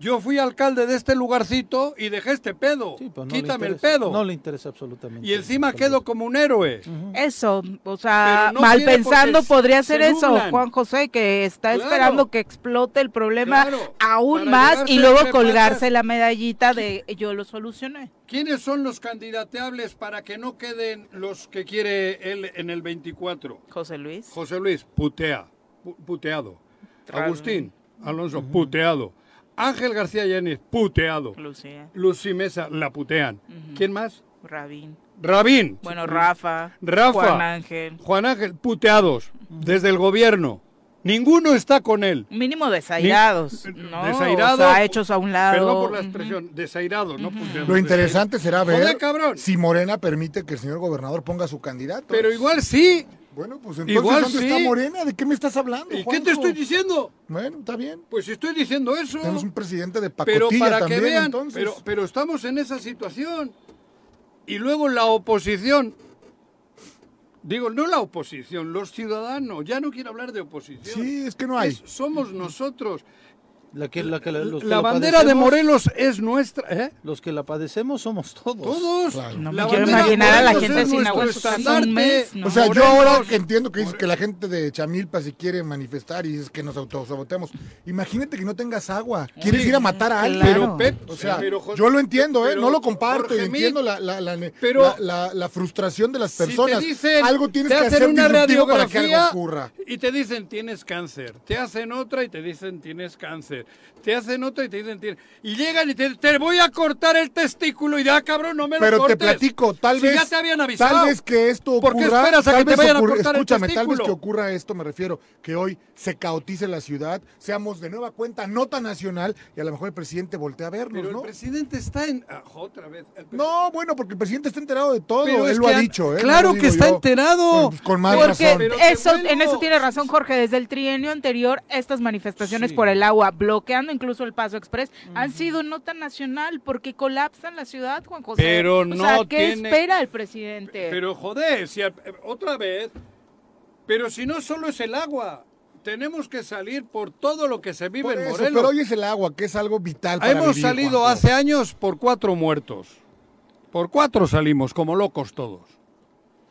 Yo fui alcalde de este lugarcito y dejé este pedo.
Sí, pues no le
Quítame el
interesa-
pedo.
No le interesa absolutamente.
y encima
Absolutamente.
quedo como un héroe.
Eso, o sea,
Pero no
mal
quiere
pensando
porque
podría
se
ser eso,
nublan.
Juan José, que está
Claro.
esperando que explote el problema
Claro.
aún
Para
más
llevarse
y luego
entre
colgarse
patas.
la medallita de yo lo solucioné.
¿Quiénes son los candidateables para que no queden los que quiere él en el 24?
José Luis.
José Luis, putea, pu- puteado. Agustín Alonso, puteado. Ángel García Yanis, puteado.
Lucía,
Lucy Mesa, la putean. ¿Quién más?
Rabín,
Rabín.
bueno, Rafa,
Rafa.
Juan Ángel.
Juan Ángel, puteados. Desde el gobierno. Ninguno está con él.
Mínimo desairados,
Ni-
¿no?
desairados,
o sea, hechos a un lado.
Perdón por la
Ujú.
expresión, desairados, ¿no? Puteados,
Lo interesante será ver
Joder, cabrón.
si Morena permite que el señor gobernador ponga su candidato.
Pero igual sí.
Bueno, pues entonces,
Igual
¿dónde
sí.
está Morena? ¿De qué me estás hablando?
¿Y qué
Juanjo?
te estoy diciendo?
Bueno, está bien.
Pues estoy diciendo eso.
Tenemos un presidente de
pero
pacotilla
para
también,
que vean,
entonces.
pero, pero estamos en esa situación. Y luego la oposición, digo, no la oposición, los ciudadanos, ya no quiero hablar de oposición.
Sí, es que no hay.
Es- somos nosotros.
La, que, la, que la- los que
la
la
bandera de
padecemos-
Morelos es nuestra, ¿eh?
Los que la padecemos somos todos.
Todos.
Claro.
No
La
me quiero
bandera de
imaginar a la
Morelos
gente
es
sin
nuestro
agua en su casa
estandarte.
un mes, ¿no?
O sea, yo
Morelos.
ahora que entiendo que dices que la gente de Chamilpa se quiere manifestar y dices que nos autosaboteamos. Imagínate que no tengas agua.
Ah,
Quieres ir a matar a alguien.
Pero, Pep,
O sea,
pero, Jorge-
yo lo entiendo, ¿eh?
pero,
no lo comparto. y
Jorge, mi-
entiendo la, la, la,
Pero-
la- la- la frustración de las personas.
Si te dicen,
algo tienes
te
que
hacen
hacer
una
disruptivo para que
radiografía
algo ocurra.
Y te dicen tienes cáncer. Te hacen otra y te dicen tienes cáncer. Te hacen otra y te dicen tienes. Y llegan y te, te voy a cortar el testículo y ya cabrón no me
Pero
lo
te
cortes.
platico, tal
Si
vez.
ya te habían avisado.
Tal vez que esto ocurra.
¿Por qué esperas a
tal
que te
vez
vayan a
ocurra-
cortar el
Escúchame, tal vez que
testículo?
ocurra esto, me refiero, que hoy se caotice la ciudad, seamos de nueva cuenta nota nacional y a lo mejor el presidente voltea a vernos,
Pero el
¿no?
presidente está en ah, otra vez. El pre-
No, bueno, porque el presidente está enterado de todo,
Pero
él
es
lo
que
ha
an-
dicho, ¿eh?
claro
No
que
digo
está
yo.
enterado.
Bueno, pues con más
Porque
razón.
Pero qué
eso,
bueno.
en eso tiene razón Jorge, desde el trienio anterior estas manifestaciones
Sí.
por el agua, bloqueando incluso el paso express, han sido nota nacional porque colapsan la ciudad, Juan José.
Pero
o
no
sea, ¿qué
tiene-
espera el presidente?
Pero joder, si al- eh, otra vez. Pero si no solo es el agua. Tenemos que salir por todo lo que se vive
Por
en
eso,
Morelos.
pero hoy es el agua, que es algo vital para
Hemos
vivir,
salido
Juanjo.
hace años por cuatro muertos. Por cuatro salimos, como locos todos.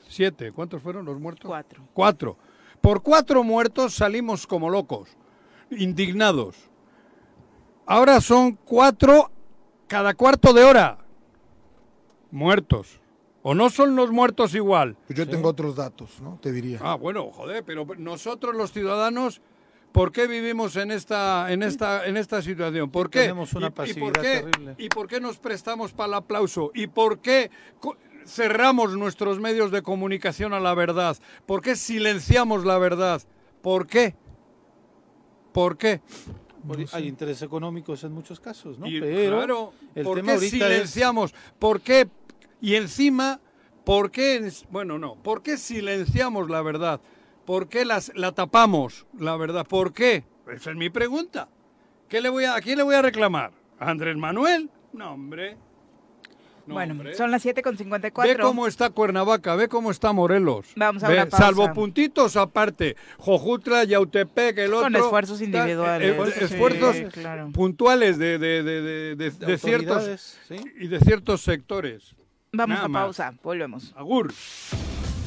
Siete. ¿Cuántos fueron los muertos?
Cuatro.
Cuatro. Por cuatro muertos salimos como locos, indignados. Ahora son cuatro cada cuarto de hora. Muertos. O no son los muertos igual.
Pues Yo tengo otros datos, ¿no? Te diría.
Ah, bueno, joder, pero nosotros los ciudadanos, ¿por qué vivimos en esta, en esta, en esta situación? ¿Por qué?
Tenemos una
por
pasividad
qué,
terrible.
¿Y por qué nos prestamos para el aplauso? ¿Y por qué co- cerramos nuestros medios de comunicación a la verdad? ¿Por qué silenciamos la verdad? ¿Por qué? ¿Por qué?
Por- hay intereses económicos en muchos casos, Pues ¿no?
Y,
Pero
claro,
el
¿por qué
tema ahorita es
silenciamos? ¿Por qué? Y encima, ¿por qué? ens- Bueno, no, ¿por qué silenciamos la verdad? ¿Por qué las, la tapamos, la verdad? ¿Por qué? Esa es mi pregunta. ¿Qué le voy a, ¿A quién le voy a reclamar? ¿A Andrés Manuel? No, hombre. No,
bueno,
hombre.
son las 7 con 54.
Ve cómo está Cuernavaca, ve cómo está Morelos.
Vamos a
Ve,
una pausa.
Salvo puntitos aparte, Jojutla, Yautepec, el otro.
Con esfuerzos
tal,
individuales.
eh, eh,
Sí,
esfuerzos
claro.
puntuales de, de- de- de- de-
de
de ciertos
autoridades, ¿sí?
y de ciertos sectores.
Vamos
Nada
a
más.
pausa, volvemos.
Agur.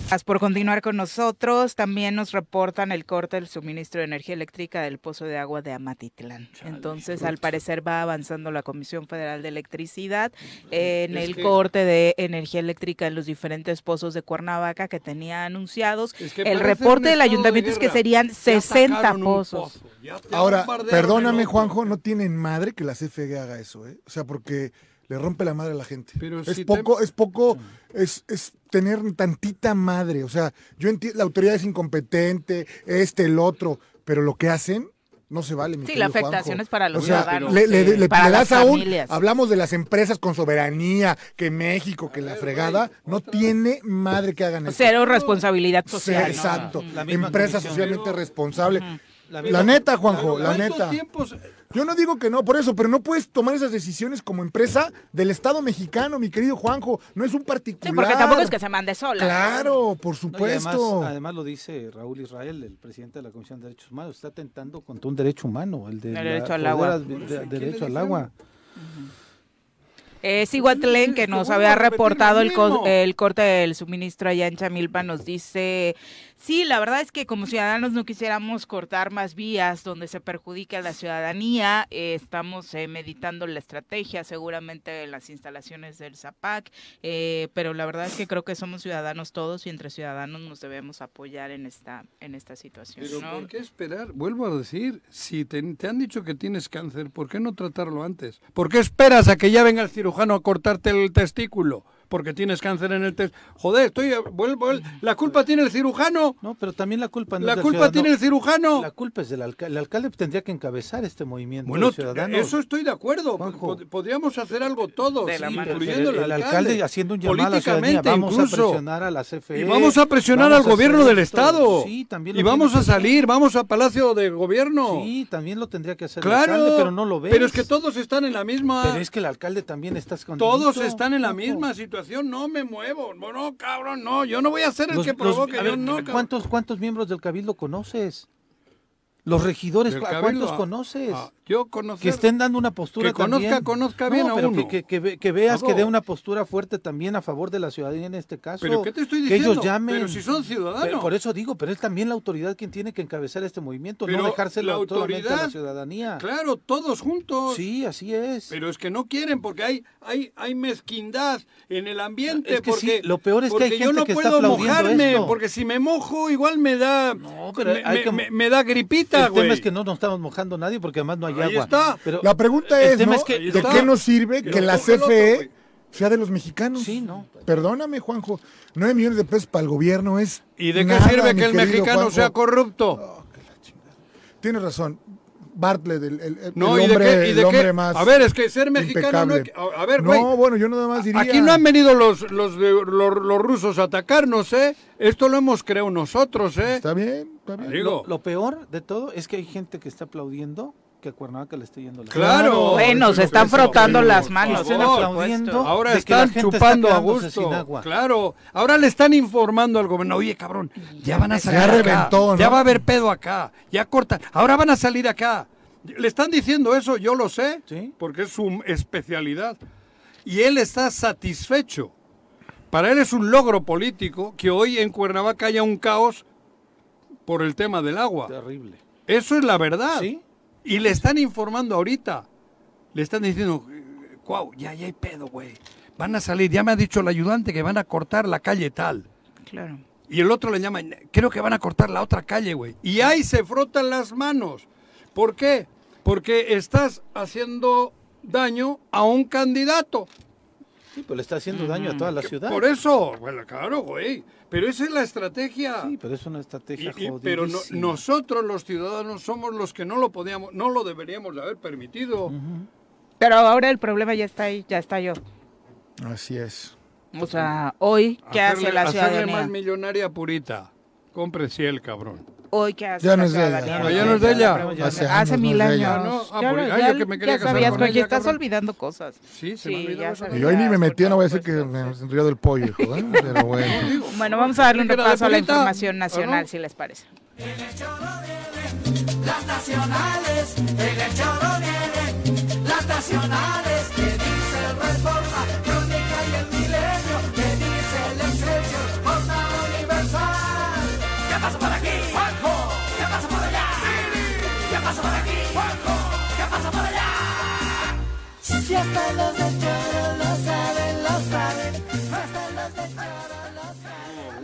Gracias por continuar con nosotros. También nos reportan el corte del suministro de energía eléctrica del pozo de agua de Amatitlán. Entonces, al parecer va avanzando la Comisión Federal de Electricidad en
Es
el
que-
corte de energía eléctrica en los diferentes pozos de Cuernavaca que tenía anunciados.
Es que
el
parece un
reporte del
estado
ayuntamiento
de
es que
guerra.
serían
Ya
60
atacaron un
pozos.
pozo, ya te
Ahora,
bombardearon
perdóname,
el otro.
Juanjo, no tienen madre que la CFE haga eso, ¿eh? O sea, porque le rompe la madre a la gente.
Pero
es
si te-
poco, es poco, es, es tener tantita madre. O sea, yo entiendo, la autoridad es incompetente, este, el otro, pero lo que hacen no se vale. Mi
Sí,
querido
la afectación
Juanjo.
es para los
o sea,
ciudadanos,
Le, le-
sí,
le-
para
le
las
das aún,
familias.
hablamos de las empresas con soberanía, que México, que la fregada, no tiene madre que hagan eso.
Cero responsabilidad
Sí,
social. ¿no?
exacto.
La misma
Empresa
comisión.
socialmente responsable. La, neta, Juanjo, la
¿Cuántos
neta.
tiempos? eh,
Yo no digo que no, por eso, pero no puedes tomar esas decisiones como empresa del Estado mexicano, mi querido Juanjo. No es un particular.
Sí, porque tampoco es que se mande sola.
Claro, por
No, y además-
supuesto.
Además, lo dice Raúl Israel, el presidente de la Comisión de Derechos Humanos, está atentando contra un derecho humano, el de
El
la-
derecho al
poder
agua.
ad- de- derecho al agua.
Es Iguatlén que nos había reportado el, co- el corte del suministro allá en Chamilpa, nos dice, sí, la verdad es que como ciudadanos no quisiéramos cortar más vías donde se perjudica a la ciudadanía, Eh, estamos eh, meditando la estrategia seguramente en las instalaciones del ZAPAC, eh, pero la verdad es que creo que somos ciudadanos todos y entre ciudadanos nos debemos apoyar en esta, en esta situación.
Pero
¿no?
¿por qué esperar? Vuelvo a decir, si te, te han dicho que tienes cáncer, ¿por qué no tratarlo antes? ¿Por qué esperas a que ya venga el cirujano a cortarte el testículo? Porque tienes cáncer en el testículo. Joder, estoy vuelvo el- la culpa tiene el cirujano.
No, pero también la culpa no
La
es del
culpa
ciudadano.
tiene el cirujano.
La culpa es del alcalde. El alcalde tendría que encabezar este movimiento
Bueno,
de ciudadanos.
eso estoy de acuerdo.
Juanjo.
Pod- Podríamos hacer algo todos,
De la mano.
incluyendo
el,
al
el alcalde, haciendo un llamado a la ciudadanía.
políticamente
Vamos
incluso.
a presionar a la CFE.
Y vamos a presionar
vamos
al
a
gobierno
hacer
del
esto.
Estado.
Sí, también
y
lo
vamos
tiene
a
que hacer.
salir, vamos a Palacio de Gobierno.
Sí, también lo tendría que hacer
claro,
el alcalde, pero no lo ves.
Pero es que todos están en la misma.
Pero es que el alcalde también está escondido.
Todos están en la
Ojo.
misma situación, no me muevo. No, no, cabrón, no. Yo no voy a ser el
Los-
que
los-
provoque.
a
yo
ver,
no, cabrón.
¿cuántos, ¿Cuántos miembros del cabildo conoces? Los regidores,
Del
¿cu- ¿a
Cabildo,
cuántos
ah,
conoces?
ah, yo conozco.
que estén dando una postura
Que conozca-
también.
conozca
No,
bien a
pero
uno.
Que, que- que ve- que veas
A
que dé
dos.
una postura fuerte también a favor de la ciudadanía en este caso.
¿Pero qué te estoy
Que
diciendo?
ellos llamen.
Pero si son ciudadanos.
Pero por eso digo, pero es también la autoridad quien tiene que encabezar este movimiento,
Pero
no dejárselo
la
solamente a
autoridad-
la ciudadanía.
Claro, todos juntos.
Sí, así es.
Pero es que no quieren porque hay hay hay mezquindad en el ambiente.
Es que sí,
porque,
lo peor es que hay
porque yo
gente
no
que está
puedo
aplaudiendo
mojarme
esto.
porque si me mojo igual me da
No, pero
me,
hay
me-
que-
me- me da gripita,
el
güey.
tema es que no nos estamos mojando nadie porque además no hay
Ahí
agua.
está.
Pero,
La pregunta
el
es,
tema
¿no?
es que-
¿de qué nos sirve
Que
que,
lo
la E
coja el otro,
CFE
güey.
sea de los mexicanos?
Sí, no. pues.
Perdóname, Juanjo. 9 millones de pesos para el gobierno es.
¿Y de qué
nada,
sirve
mi
que el
querido
mexicano
Juanjo.
sea corrupto?
Tienes razón. Bartlett, el, el- el
No, ¿y de
hombre,
qué- y de
el hombre
qué?
más.
A ver, es que ser mexicano no
impecable.
hay que- a- a ver, güey.
No, bueno, yo nada más diría.
Aquí no han venido los, los, de- los, los rusos a atacarnos, ¿eh? Esto lo hemos creado nosotros, ¿eh?
Está bien, está bien.
Digo,
Lo, lo peor de todo es que hay gente que está aplaudiendo que a Cuernavaca le esté yendo la
claro.
Bueno, se están frotando las manos.
estén
por
aplaudiendo.
supuesto.
Ahora
de que la
están
gente está
chupando a
quedándose
gusto.
sin agua.
Claro. Ahora le están informando al gobierno. Oye, cabrón, ya van a
Ya
salir. acá,
reventó, ¿no?
Ya va a haber pedo acá. Ya cortan. Ahora van a salir acá. Le están diciendo eso, yo lo sé,
Sí.
porque es su especialidad. Y él está satisfecho. Para él es un logro político que hoy en Cuernavaca haya un caos por el tema del agua.
Terrible.
Eso es la verdad.
Sí.
Y le están informando ahorita. Le están diciendo, wow, ya, ya hay pedo, güey. Van a salir, ya me ha dicho el ayudante que van a cortar la calle tal.
Claro.
Y el otro le llama, creo que van a cortar la otra calle, güey. Y ahí se frotan las manos. ¿Por qué? Porque estás haciendo daño a un candidato.
Sí, pero le está haciendo daño a toda la ciudad.
Mm. Por eso, bueno, claro, güey. Pero esa es la estrategia.
Sí, pero es una
Y-
estrategia
y- pero no-
jodidísima.
nosotros los ciudadanos somos los que no lo podíamos, no lo deberíamos de haber permitido.
Pero ahora el problema ya está ahí, ya está yo.
Así es.
O sea, hoy, ¿qué hace
Hacerle-
la
hacerle
ciudadanía?
más millonaria a purita. Compre el cabrón.
Hoy, ¿qué hace
Ya
la
no es de ella.
ciudadanía?
Ah, ya no es de ella.
la pregunta-
Hace
Hace,
años
mil
no es de
años.
ella.
Ah, no, ah,
ya
por-
lo-
ah,
ya-
yo que me
ya
quería casar
sabías,
con
Joaquín,
ella,
estás
cabrón.
olvidando cosas.
Sí, se me
Sí,
olvidaba
ya
esa-
sabía.
Y yo ahí ni me
pues,
metí, no voy a decir que
Por
me enrió del pollo,
[LAUGHS]
hijo. ¿eh? Pero bueno.
Bueno, vamos a darle un
¿Crees que era
repaso a la
bonita?
información nacional,
¿O no?
si les parece.
Las nacionales, en el choro vienen las nacionales, que dice el Reforma, Crónica y el Milenio, que dice el Excelsior, Jornada Universal. ¿Qué pasa por aquí, Juanjo? ¿Qué pasa por allá? ¿Qué pasa por aquí, Juanjo? ¿Qué pasa por allá? Si hasta los del choro lo saben, lo saben, hasta los del choro lo saben.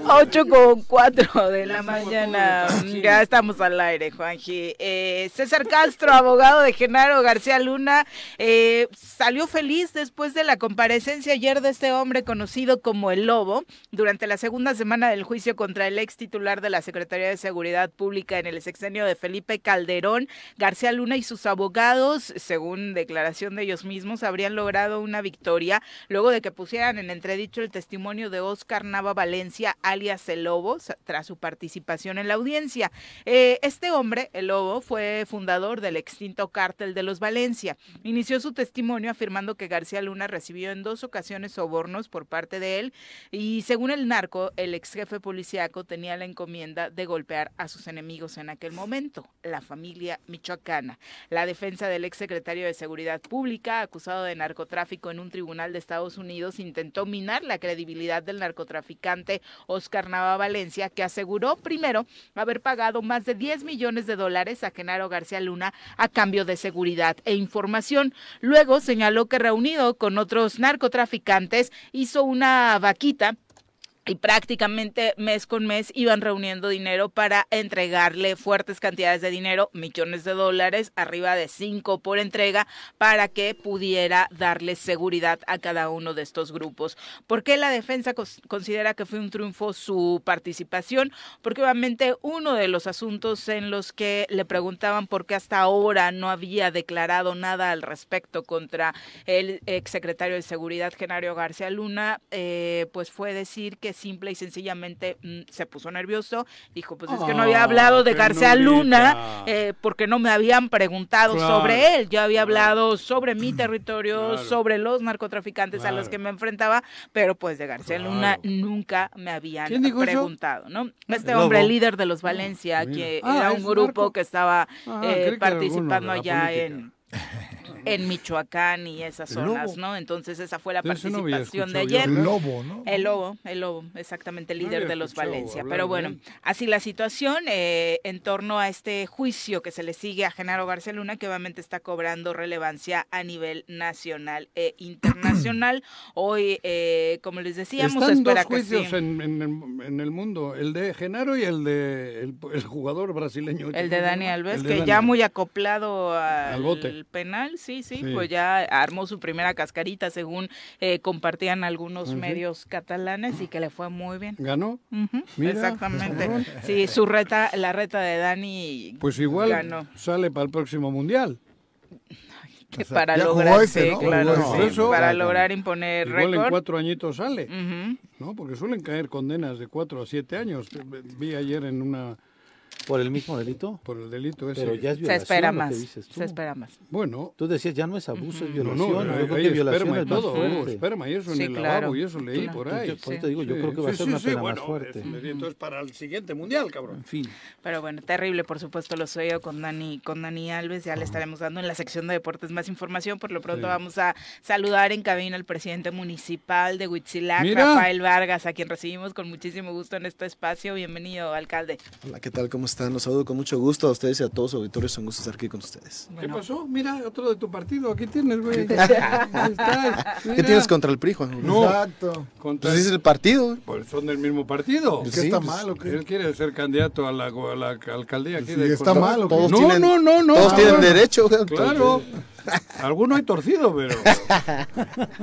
8 con 4 de la mañana. Ya estamos al aire, Juanji. Eh, César Castro, abogado de Genaro García Luna, eh, salió feliz después de la comparecencia ayer de este hombre conocido como el Lobo durante la segunda semana del juicio contra el ex titular de la Secretaría de Seguridad Pública en el sexenio de Felipe Calderón. García Luna y sus abogados, según declaración de ellos mismos, habrían logrado una victoria luego de que pusieran en entredicho el testimonio de Oscar Nava Valencia al alias El Lobo, sa- tras su participación en la audiencia. Eh, este hombre, El Lobo, fue fundador del extinto cártel de los Valencia. Inició su testimonio afirmando que García Luna recibió en dos ocasiones sobornos por parte de él y según el narco, el ex jefe policíaco tenía la encomienda de golpear a sus enemigos en aquel momento, la familia michoacana. La defensa del ex secretario de Seguridad Pública, acusado de narcotráfico en un tribunal de Estados Unidos, intentó minar la credibilidad del narcotraficante Oscar Nava Valencia, que aseguró primero haber pagado más de 10 millones de dólares a Genaro García Luna a cambio de seguridad e información. Luego señaló que reunido con otros narcotraficantes hizo una vaquita y prácticamente mes con mes iban reuniendo dinero para entregarle fuertes cantidades de dinero, millones de dólares, arriba de cinco por entrega, para que pudiera darle seguridad a cada uno de estos grupos. ¿Por qué la defensa cons- considera que fue un triunfo su participación? Porque obviamente uno de los asuntos en los que le preguntaban por qué hasta ahora no había declarado nada al respecto contra el exsecretario de Seguridad, Genario García Luna, eh, pues fue decir que simple y sencillamente mm, se puso nervioso. Dijo, pues es que no había
Ah,
hablado de
qué
García Luna
nudita.
eh, porque no me habían preguntado
Claro,
sobre él. Yo había hablado sobre mi territorio,
Claro.
sobre los narcotraficantes a los
Claro.
que me enfrentaba, pero pues de García
Claro.
Luna nunca me habían
¿Quién dijo eso?
preguntado, ¿no? Este
El
hombre,
lobo.
líder de los Valencia, que
Ah,
era
¿es
un grupo
narco?
que estaba
Ah,
eh,
creí que era
participando
alguno de la
allá
política.
en en Michoacán y esas
El
zonas,
lobo.
¿no? Entonces esa fue la
De eso no había
participación de
escuchado yo
ayer.
El lobo, ¿no?
El lobo, el lobo, exactamente el
No
líder
había
de los
escuchado
Valencia.
hablar
Pero
de
bueno,
él.
así la situación eh, en torno a este juicio que se le sigue a Genaro García Luna, que obviamente está cobrando relevancia a nivel nacional e
[CLEARS THROAT]
internacional. Hoy, eh, como les decíamos,
Están
espera
dos juicios eh,
que sí.
en, en el- en el mundo, el de Genaro y el de el, el jugador brasileño.
El de Dani Alves,
El de
que
Dani.
ya muy acoplado al,
Al bote.
penal, sí, sí,
Sí.
pues ya armó su primera cascarita, según eh, compartían algunos
Ujú.
medios catalanes, y que le fue muy bien.
ganó.
Ujú,
Mira,
exactamente.
cabrón.
Sí, su reta, la reta de Dani,
Pues igual
Ganó.
sale para el próximo
[LAUGHS]
mundial.
que para
ya jugó
lograr,
este,
sí,
¿no?
claro,
Jugó
sí,
este. Eso-
para lograr imponer
Igual en
récord.
cuatro añitos sale,
Ujú.
¿no? Porque suelen caer condenas de cuatro a siete años. Vi ayer en una
Por el mismo delito.
por el delito ese.
Pero ya es
Se
violación.
espera
lo que
más,
dices tú.
se espera más.
Bueno,
Tú decías, ya no es abuso, es
no,
violación.
no,
Yo
hay,
creo
hay
que violación
esperma y
es más
todo, hubo
fuerte.
esperma y eso
Sí,
en el
claro.
lavabo y eso leí
Claro.
por
Yo-
ahí.
por eso te digo, yo creo que va a
Sí,
ser
sí,
una
sí,
pena
bueno,
más fuerte.
es- Entonces para el siguiente mundial, cabrón.
En fin.
Pero bueno, terrible, por supuesto, lo suyo con Dani, con Dani Alves. Ya le estaremos dando en la sección de deportes más información. Por lo pronto
Sí.
vamos a saludar en cabina al presidente municipal de Huitzilac,
Mira.
Rafael Vargas, a quien recibimos con muchísimo gusto en este espacio. Bienvenido, alcalde.
Hola, ¿qué tal? ¿Cómo están? Los saludo con mucho gusto a ustedes y a todos los auditores. Es un gusto estar aquí con ustedes.
¿Qué
Bueno,
pasó? Mira, otro de tu partido. Aquí tienes, güey. Ahí está,
¿Qué
mira.
tienes contra el PRI, Juan?
No.
Exacto.
Contra-
Pues dices el partido.
Pues son del mismo partido.
¿Qué
Sí,
está
pues,
mal o qué?
Él quiere ser candidato a la, a la alcaldía. Aquí
Sí,
de
está
Costa-
mal o qué?
Todos
No,
tienen,
no, no, no.
Todos tienen
Cabrón.
derecho. güey.
Claro. Alguno hay torcido, pero.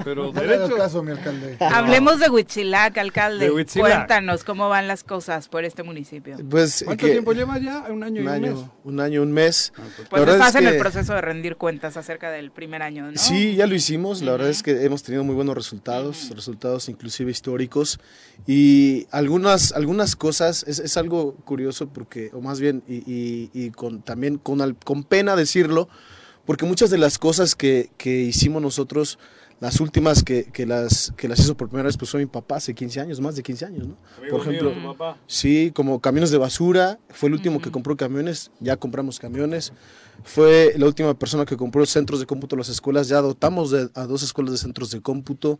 Pero [LAUGHS]
No le hagas
derecho.
caso, mi alcalde.
Hablemos de Huitzilac, alcalde.
De Huitzilac.
Cuéntanos cómo van las cosas por este municipio.
Pues,
¿Cuánto
que-
tiempo lleva ya? Un año y
Un
un
año,
mes. Ah,
un año, un mes.
Pues
verdad
estás
es
en el
que-
proceso de rendir cuentas acerca del primer año, ¿no?
Sí, ya lo hicimos. La verdad es que hemos tenido muy buenos resultados, resultados inclusive históricos. Y algunas, algunas cosas, es, es algo curioso porque, o más bien, y, y- y con, también con, al- con pena decirlo, porque muchas de las cosas que, que hicimos nosotros, las últimas que, que las, que las hizo por primera vez, pues fue mi papá hace 15 años, más de 15 años, ¿no? por ejemplo, Sí, como camiones de basura. Fue el último que compró camiones. Ya compramos camiones. Fue la última persona que compró centros de cómputo a las escuelas. Ya dotamos de- a dos escuelas de centros de cómputo.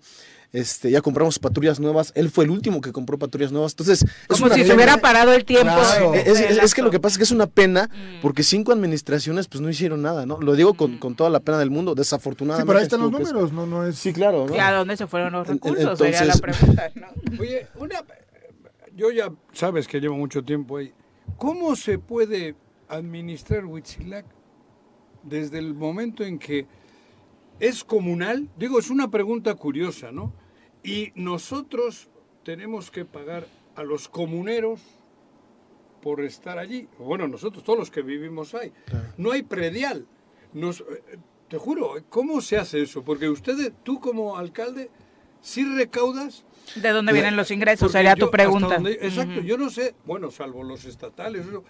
Este, ya compramos patrullas nuevas. Él fue el último que compró patrullas nuevas. Entonces, es
Como
una
si se
pena.
hubiera parado el tiempo.
Claro.
Es, es- es que lo que pasa es que es una pena
Mm.
porque cinco administraciones pues no hicieron nada, ¿no? Lo digo con, con toda la pena del mundo,
Sí,
desafortunadamente.
pero ahí están los
estuvo pésimo.
números, no, no es.
Sí, claro, ¿no?
¿Y a dónde se fueron los
En- en-
recursos? Sería la
entonces-
pregunta, ¿no?
Oye, una, yo ya sabes que llevo mucho tiempo ahí. ¿Cómo se puede administrar Huitzilac desde el momento en que es comunal? Digo, es una pregunta curiosa, ¿no? Y nosotros tenemos que pagar a los comuneros por estar allí. Bueno, nosotros, todos los que vivimos ahí. No hay predial. Nos, eh, te juro, ¿cómo se hace eso? Porque ustedes, tú como alcalde, ¿sí recaudas?
¿De dónde
Mira,
vienen los ingresos?
Porque
Sería
yo-
tu pregunta.
hasta donde- exacto,
Ujú.
yo no sé, bueno, salvo los estatales, eso,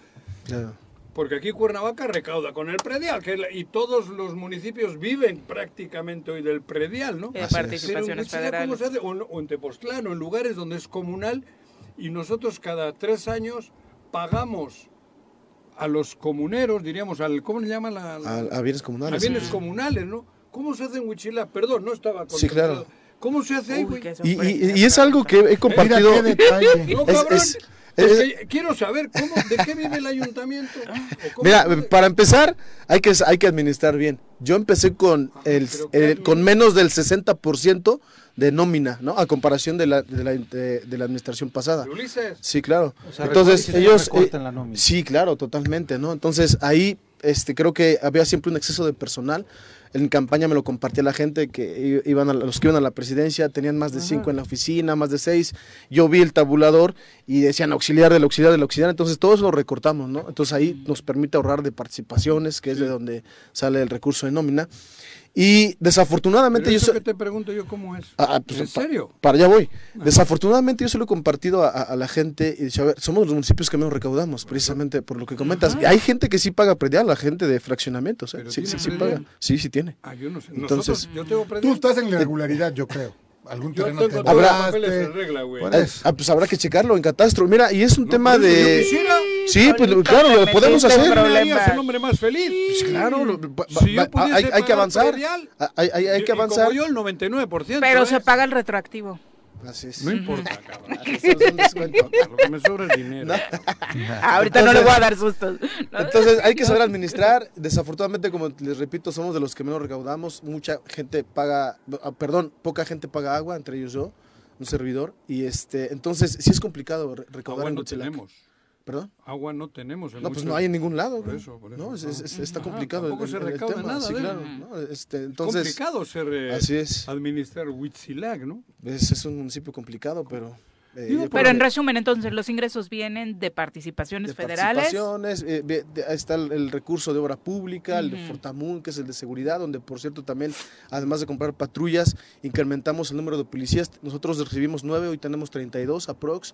Claro.
porque aquí Cuernavaca recauda con el predial, que es la- y todos los municipios viven prácticamente hoy del predial, ¿no?
Eh,
Así
Pero
es.
en
participaciones
Huitzilá, ¿cómo
federales.
se hace? O en, o en Tepoztlán, o en lugares donde es comunal, y nosotros cada tres años pagamos a los comuneros, diríamos, al, ¿cómo le llaman? La, la-
A, a bienes
a
comunales.
bienes comunales, ¿no? ¿Cómo se hace en Huichila? Perdón, no estaba
Sí, claro.
contemplado. ¿Cómo se hace ahí,
Uy,
güey?
qué
Y, y-
sorpresa.
y es algo que he
Mira
compartido.
qué detalle.
[LAUGHS] No,
[LAUGHS] Es-
cabrón.
es-
Es que
es- Ah,
quiero saber cómo, de qué vive el ayuntamiento. ¿O cómo
Mira,
vive?
para empezar, hay que, hay que administrar bien. Yo empecé con, el,
pero ¿qué
el-
admin-
con menos del 60% de nómina, ¿no? A comparación de la, de la, de- de la administración pasada.
De Ulises.
Sí, claro.
O sea,
Entonces,
recortes,
ellos...
recortan
eh,
la nómina.
sí, claro, totalmente, ¿no? Entonces, ahí este, creo que había siempre un exceso de personal. En campaña me lo compartía la gente que i- iban a la- los que iban a la presidencia, tenían más de cinco en la oficina, más de seis. Yo vi el tabulador y decían auxiliar del auxiliar del auxiliar, entonces todos lo recortamos, ¿no? Entonces ahí nos permite ahorrar de participaciones, que es de donde sale el recurso de nómina. Y desafortunadamente
Pero
yo
eso
soy-
que te pregunto yo cómo es.
Ah, ah, pues,
¿En
pa-
serio?
para allá voy. Desafortunadamente yo se lo he compartido a, a- a la gente y dicho, a ver, somos los municipios que menos recaudamos, precisamente por lo que comentas. Y Hay gente que sí paga predial, la gente de fraccionamientos, ¿eh?
Pero
sí, sí,
tiene
sí
predial.
paga. Sí, sí tiene.
Ah, yo no sé.
Entonces-
Nosotros, yo tengo
Tú
predial.
estás en la irregularidad, yo creo. Algún
Yo
terreno
tengo
te
todos los
embarraste.
papeles en regla, güey.
Por
Ah,
eso.
ah, pues habrá que checarlo en catastro. Mira, y es un tema
por eso yo
de...
quisiera.
Sí, pues
Solito
claro,
te
lo podemos
metiste en
hacer.
Me
problemas.
harías un hombre más feliz.
Pues, claro, lo- va-
Si yo
va- va-
pudiese
hay, hay que
pagar
avanzar.
predial,
Ah, hay, hay- hay
Y- y
que
como
avanzar.
yo, el 99%.
Pero
¿eh?
se paga el
[LAUGHS]
retroactivo.
Así es.
No
[LAUGHS]
importa, cabrón.
Eso es
[LAUGHS]
un descuento.
Lo que me sobra es dinero. cabrón.
Ah, [LAUGHS] ahorita no le voy a dar sustos. ¿no?
[LAUGHS] Entonces hay que saber administrar. Desafortunadamente, como les repito, somos de los que menos recaudamos. Mucha gente paga, ah, perdón, poca gente paga agua, entre ellos yo, un servidor. Y este, entonces sí es complicado re- recaudar
Agua
en
no
Huitzilac.
tenemos.
Perdón.
Agua no tenemos. en
No, pues
muchos-
no hay en ningún lado.
Por
güey.
eso, por
No,
eso.
es- es- está
Ajá,
complicado. el-
tampoco se
el- el
recauda
tema.
nada
Sí,
de-
claro. ¿no? Este, entonces,
complicado ser eh,
así es.
administrar Huitzilac, ¿no?
es, es un municipio complicado, pero. eh,
Digo,
Pero
yo creo
en
que-
resumen, entonces, los ingresos vienen de participaciones
de
federales.
participaciones, eh, ve- de- ahí está el, el recurso de obra pública, el de Fortamun, que es el de seguridad, donde por cierto también, además de comprar patrullas, incrementamos el número de policías. Nosotros recibimos nueve, hoy tenemos 32 aprox.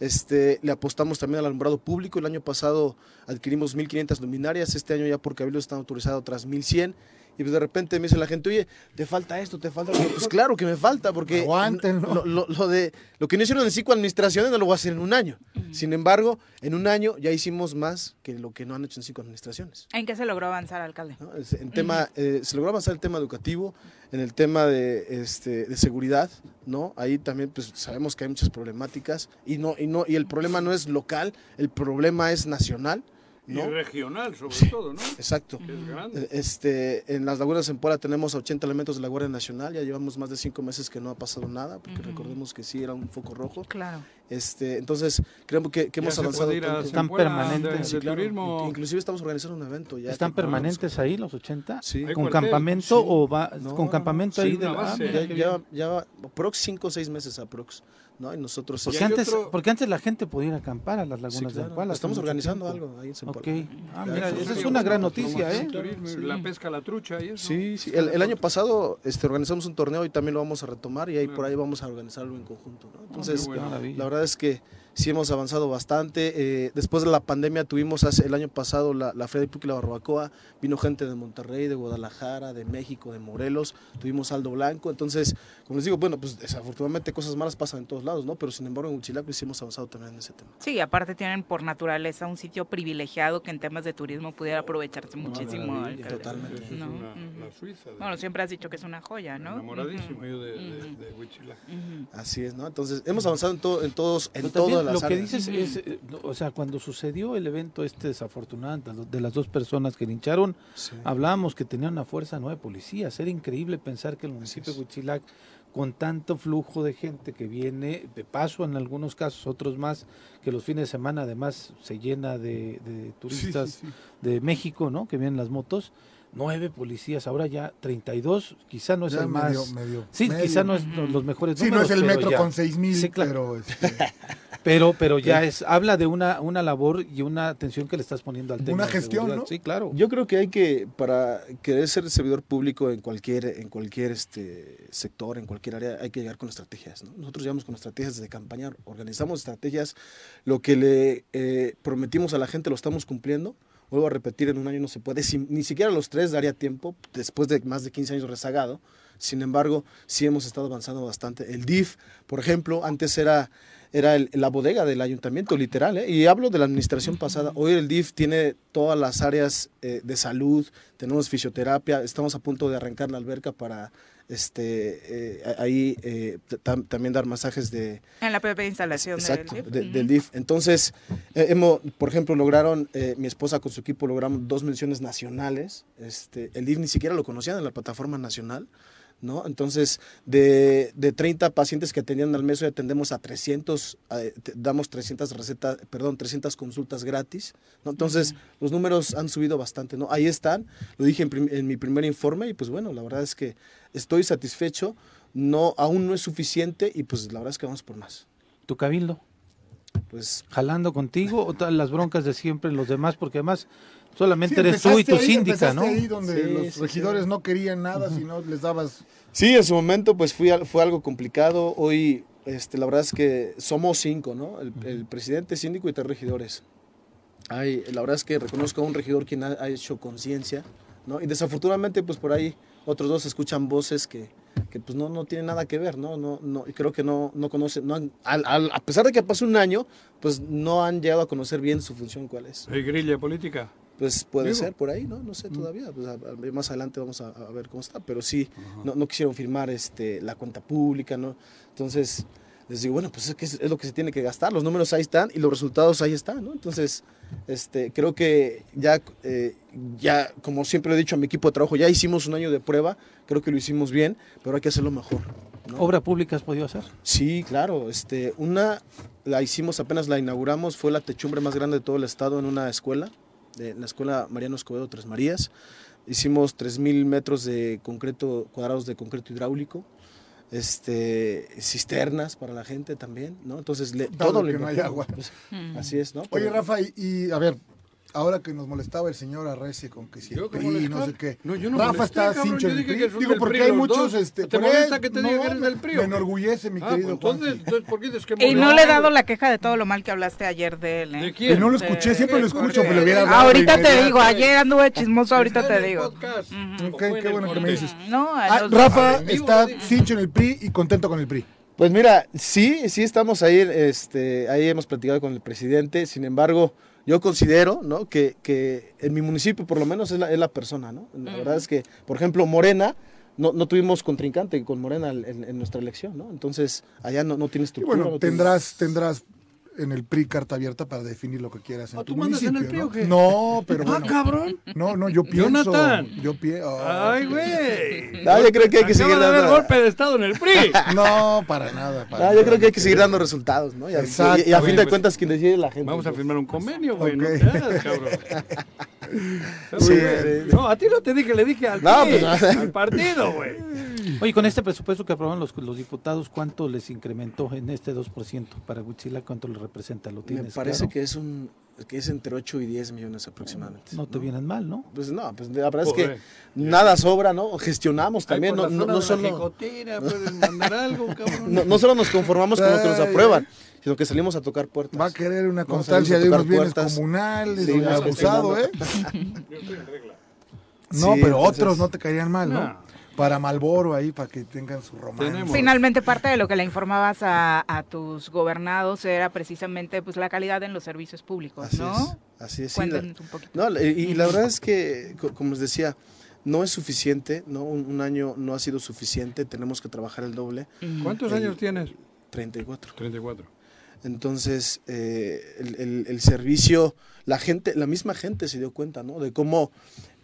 este, le apostamos también al alumbrado público. El año pasado adquirimos 1.500 luminarias, este año ya por cabildo están autorizadas otras 1.100. Y pues de repente me dice la gente, oye, te falta esto, te falta otro. Pues claro que me falta, porque
Aguanten, ¿no?
lo, lo- lo de, lo que no hicieron en cinco administraciones no lo voy a hacer en un año. Sin embargo, en un año ya hicimos más que lo que no han hecho en cinco administraciones.
¿En qué se logró avanzar, alcalde?
¿no? Es- En tema, eh, se logró avanzar el tema educativo, en el tema de, este, de seguridad, ¿no? Ahí también pues, sabemos que hay muchas problemáticas y, no, y, no, y el problema no es local, el problema es nacional,
Y
¿no?
regional, sobre todo, ¿no?
Exacto.
Que es grande.
Eh, Este, en las lagunas en Puebla tenemos a 80 elementos de la Guardia Nacional, ya llevamos más de cinco meses que no ha pasado nada, porque recordemos que sí era un foco rojo.
Claro.
Este, entonces, creemos que, que
Ya
hemos
se
avanzado
puede ir a
tanto.
Zampuela,
Están permanentes.
de-
Sí,
de
Claro,
turismo.
in- Inclusive estamos organizando un evento ya.
¿Están
que-
permanentes ahí los 80?
Sí.
Hay
¿Con
cuartel,
campamento
sí.
o va
No,
con
no,
campamento
no,
ahí
sí,
de
una
la- ah,
base.
mira,
Ya,
qué
eh, ya,
bien.
ya, aprox 5 o 6 meses aprox, ¿no? Y nosotros...
Y
Porque
hay
este-
antes,
otro-
porque antes la gente podía ir a acampar a las lagunas
sí, claro,
de Zampala. hace
Estamos
mucho
organizando
tiempo.
algo ahí en Zampala.
Ok. Ah,
Ya,
mira,
eso
esa es
sería
una
bueno,
gran
otro
noticia,
más.
¿eh?
El turismo, La pesca, la trucha y eso.
Sí, sí. El, el año pasado este, organizamos un torneo y también lo vamos a retomar y ahí por ahí vamos a organizarlo en conjunto.
Ah,
¿no? Entonces,
bueno.
la verdad es que sí hemos avanzado bastante. eh, después de la pandemia tuvimos hace, el año pasado la, la Feria del Puc y la Barbacoa. Vino gente de Monterrey, de Guadalajara, de México, de Morelos. Tuvimos saldo blanco. Entonces, como les digo, bueno, pues desafortunadamente cosas malas pasan en todos lados, ¿no? Pero sin embargo en Huichilac sí hemos avanzado también en ese tema.
Sí, aparte tienen por naturaleza un sitio privilegiado que en temas de turismo pudiera aprovecharse muchísimo.
maravilla,
alcalde.
totalmente.
Eso es
No,
una,
ujú.
la Suiza. de-
Bueno, siempre has dicho que es una joya, ¿no?
Enamoradísimo yo de, de, de Huichilac.
Así es, ¿no? Entonces, hemos avanzado en, todo en todos, en
Pero
todas
también
las
lo que
áreas.
dices es, eh, no, o sea, cuando sucedió el evento este desafortunado de las- de las dos personas que lincharon,
Sí.
hablábamos que tenían una fuerza de nueve policías. Era increíble pensar que el municipio de Huichilac, con tanto flujo de gente que viene, de paso en algunos casos, otros más, que los fines de semana además se llena de, de turistas de México, ¿no? Que vienen las motos. Nueve policías, ahora ya 32, quizá no es
Ya
el
medio-
más...
medio-
sí,
medio.
quizá no es los mejores
Sí, no es
números,
el
pero
metro
ya.
con 6 mil,
Sí, claro.
pero este,
Pero, pero ya es, habla de una, una labor y una atención que le estás poniendo al tema.
Una
de
gestión,
seguridad.
¿no?
Sí, claro.
Yo creo que hay que, para querer ser servidor público en cualquier, en cualquier este sector, en cualquier área, hay que llegar con estrategias. ¿no? Nosotros llegamos con estrategias de campaña, organizamos estrategias, lo que le eh, prometimos a la gente lo estamos cumpliendo. Vuelvo a repetir, en un año no se puede, si- ni siquiera los tres daría tiempo, después de más de 15 años rezagado. Sin embargo, sí hemos estado avanzando bastante. El DIF, por ejemplo, antes era, era el- la bodega del ayuntamiento, literal, ¿eh? y hablo de la administración pasada. Hoy el DIF tiene todas las áreas eh, de salud, tenemos fisioterapia, estamos a punto de arrancar la alberca para este eh, a- ahí eh, t- tam- también dar masajes de,
En la propia instalación
Exacto,
del DIF.
de-
Ujú.
del DIF. Entonces, eh, hemos, por ejemplo, lograron, eh, mi esposa con su equipo lograron dos menciones nacionales. Este, el DIF ni siquiera lo conocían en la plataforma nacional. ¿No? Entonces, de, de 30 pacientes que atendían al mes, hoy atendemos a 300, eh, te- damos 300 recetas, perdón, 300 consultas gratis. ¿no? Entonces, los números han subido bastante, ¿no? Ahí están, lo dije en, prim- en mi primer informe y pues bueno, la verdad es que estoy satisfecho, no, aún no es suficiente y pues la verdad es que vamos por más.
Tu cabildo,
Pues
jalando contigo, o tal, las broncas de siempre, los demás, porque además solamente
Sí,
eres tú y
empezaste
tu
ahí-
síndica,
empezaste
¿no?
ahí donde
Sí,
los
sí,
regidores no querían nada si no les dabas
Sí, en su momento pues fui, al- fue algo complicado. Hoy, este, la verdad es que somos cinco, ¿no? El, el presidente, síndico y tres regidores. Hay, la verdad es que reconozco a un regidor quien ha, ha hecho conciencia, ¿no? Y desafortunadamente pues por ahí otros dos escuchan voces que, que, pues no, no tienen nada que ver, ¿no? no, no y creo que no, no conocen, no han- al- al- a pesar de que pasó un año, pues no han llegado a conocer bien su función cuál es.
¿Hay grilla política?
Pues puede
Digo.
ser por ahí, ¿no? No sé todavía. pues, a- a- más adelante vamos a, a ver cómo está. Pero sí, no, no quisieron firmar este, la cuenta pública, ¿no? Entonces, les digo, bueno, pues es, que es, es lo que se tiene que gastar. Los números ahí están y los resultados ahí están, ¿no? Entonces, este, creo que ya, eh, ya, como siempre lo he dicho a mi equipo de trabajo, ya hicimos un año de prueba. Creo que lo hicimos bien, pero hay que hacerlo mejor. ¿no?
Obra pública has podido hacer.
Sí, claro. Este, una la hicimos apenas la inauguramos, fue la techumbre más grande de todo el estado en una escuela, de, en la escuela Mariano Escobedo Tres Marías. Hicimos 3.000 metros de concreto, cuadrados de concreto hidráulico, este, cisternas para la gente también, ¿no? Entonces, le-
Dado
todo lo pues,
que no hay agua.
[LAUGHS] Así es, ¿no?
Oye,
Pero-
Rafa, y, y, a ver, ahora que nos molestaba el señor Arrece con que si el
¿Yo que
PRI, no
molestar?
sé qué.
No, yo no
Rafa
molesté,
está
cabrón,
sin
yo
el
dije
PRI.
que son
Digo,
del
porque
PRI
hay
los
muchos.
dos.
Este,
¿Te
por
molesta
él,
que te
no,
diga que eres
me-
del PRI, o
Me
qué?
enorgullece, mi
Ah, pues,
querido
entonces,
Juanji.
entonces, ¿por qué dices que
Y no
molesta?
le he dado la queja de todo lo mal que hablaste ayer de él. ¿eh?
¿De quién?
Que no lo escuché, siempre lo
Sí,
escucho,
porque-
pero le hubiera hablado.
Ahorita
de
te
inmediato.
digo, ayer anduve chismoso, ahorita
¿En
te
Pues el
digo.
podcast?
Ujú.
¿O
Qué-
fue en
qué
el
bueno que
corte?
me dices.
No, a
Ah,
los-
Rafa
en vivo,
está
lo digo.
cincho en el PRI y contento con el PRI.
Pues mira, sí, sí estamos ahí, este, ahí hemos platicado con el presidente, sin embargo, yo considero, ¿no? Que, que en mi municipio por lo menos es la, es la persona, ¿no? La verdad es que, por ejemplo, Morena, no, no tuvimos contrincante con Morena en, en nuestra elección, ¿no? Entonces, allá no, no tiene
Y
estructura.
bueno,
no tiene-
tendrás, tendrás en el PRI carta abierta para definir lo que quieras en
Ah,
tu
¿tú mandas
municipio.
en el PRI o qué?
¿no? no, pero
Ah,
bueno.
cabrón.
No, no, yo pienso.
Jonathan.
Yo oh, pienso.
Ay, güey.
Ah, yo creo que hay que
Acaba
seguir
de haber
dando.
golpe de estado en el
[LAUGHS]
PRI.
[LAUGHS] No, para nada. Para
Ah, yo
nada.
creo que hay que seguir dando resultados, ¿no? Y a, y- y a
Exacto.
fin de cuentas, quien decide es la gente.
pues, Vamos a
¿no?
firmar un convenio, güey.
Ok.
No te hagas, cabrón.
[LAUGHS] Sí,
Güey,
sí.
No, a ti no te dije, le dije al,
No,
PRI,
pues, no.
al partido, güey.
[LAUGHS]
Oye, con este presupuesto que aprobaron los, los diputados, ¿cuánto les incrementó en este 2% para Huitzila? ¿Cuánto le representa? ¿Lo
Me
tienes
parece
claro?
que es un que es entre 8 y 10 millones aproximadamente.
No te vienen mal, ¿no?
Pues no, pues la verdad
Joder.
es que nada sobra, ¿no? Gestionamos también,
Ay,
no,
por la
no,
zona
no
de la
solo,
jicotina, puedes mandar algo, cabrón.
no, no solo nos conformamos con lo que nos
Ay.
aprueban, sino que salimos a tocar puertas.
Va a querer una
Vamos a
constancia de
tocar
unos bienes
puertas.
comunales,
Sí,
doña
vamos a
abusado, ¿eh?
tocar-
No,
Sí,
pero
entonces-
otros no te caerían mal, ¿no?
No.
Para Malboro ahí, para que tengan su romance.
Tenemos.
Finalmente, parte de lo que le informabas a, a tus gobernados era precisamente pues la calidad en los servicios públicos,
Así
¿no?
es, así es. sí, la-
Cuéntanos un poquito.
No, la- y, y la verdad es que, co- como les decía, no es suficiente, ¿no? Un, un año no ha sido suficiente, tenemos que trabajar el doble,
¿Cuántos años tienes?
34.
34.
Entonces, eh, el, el- el servicio, la gente, la misma gente se dio cuenta, ¿no? De cómo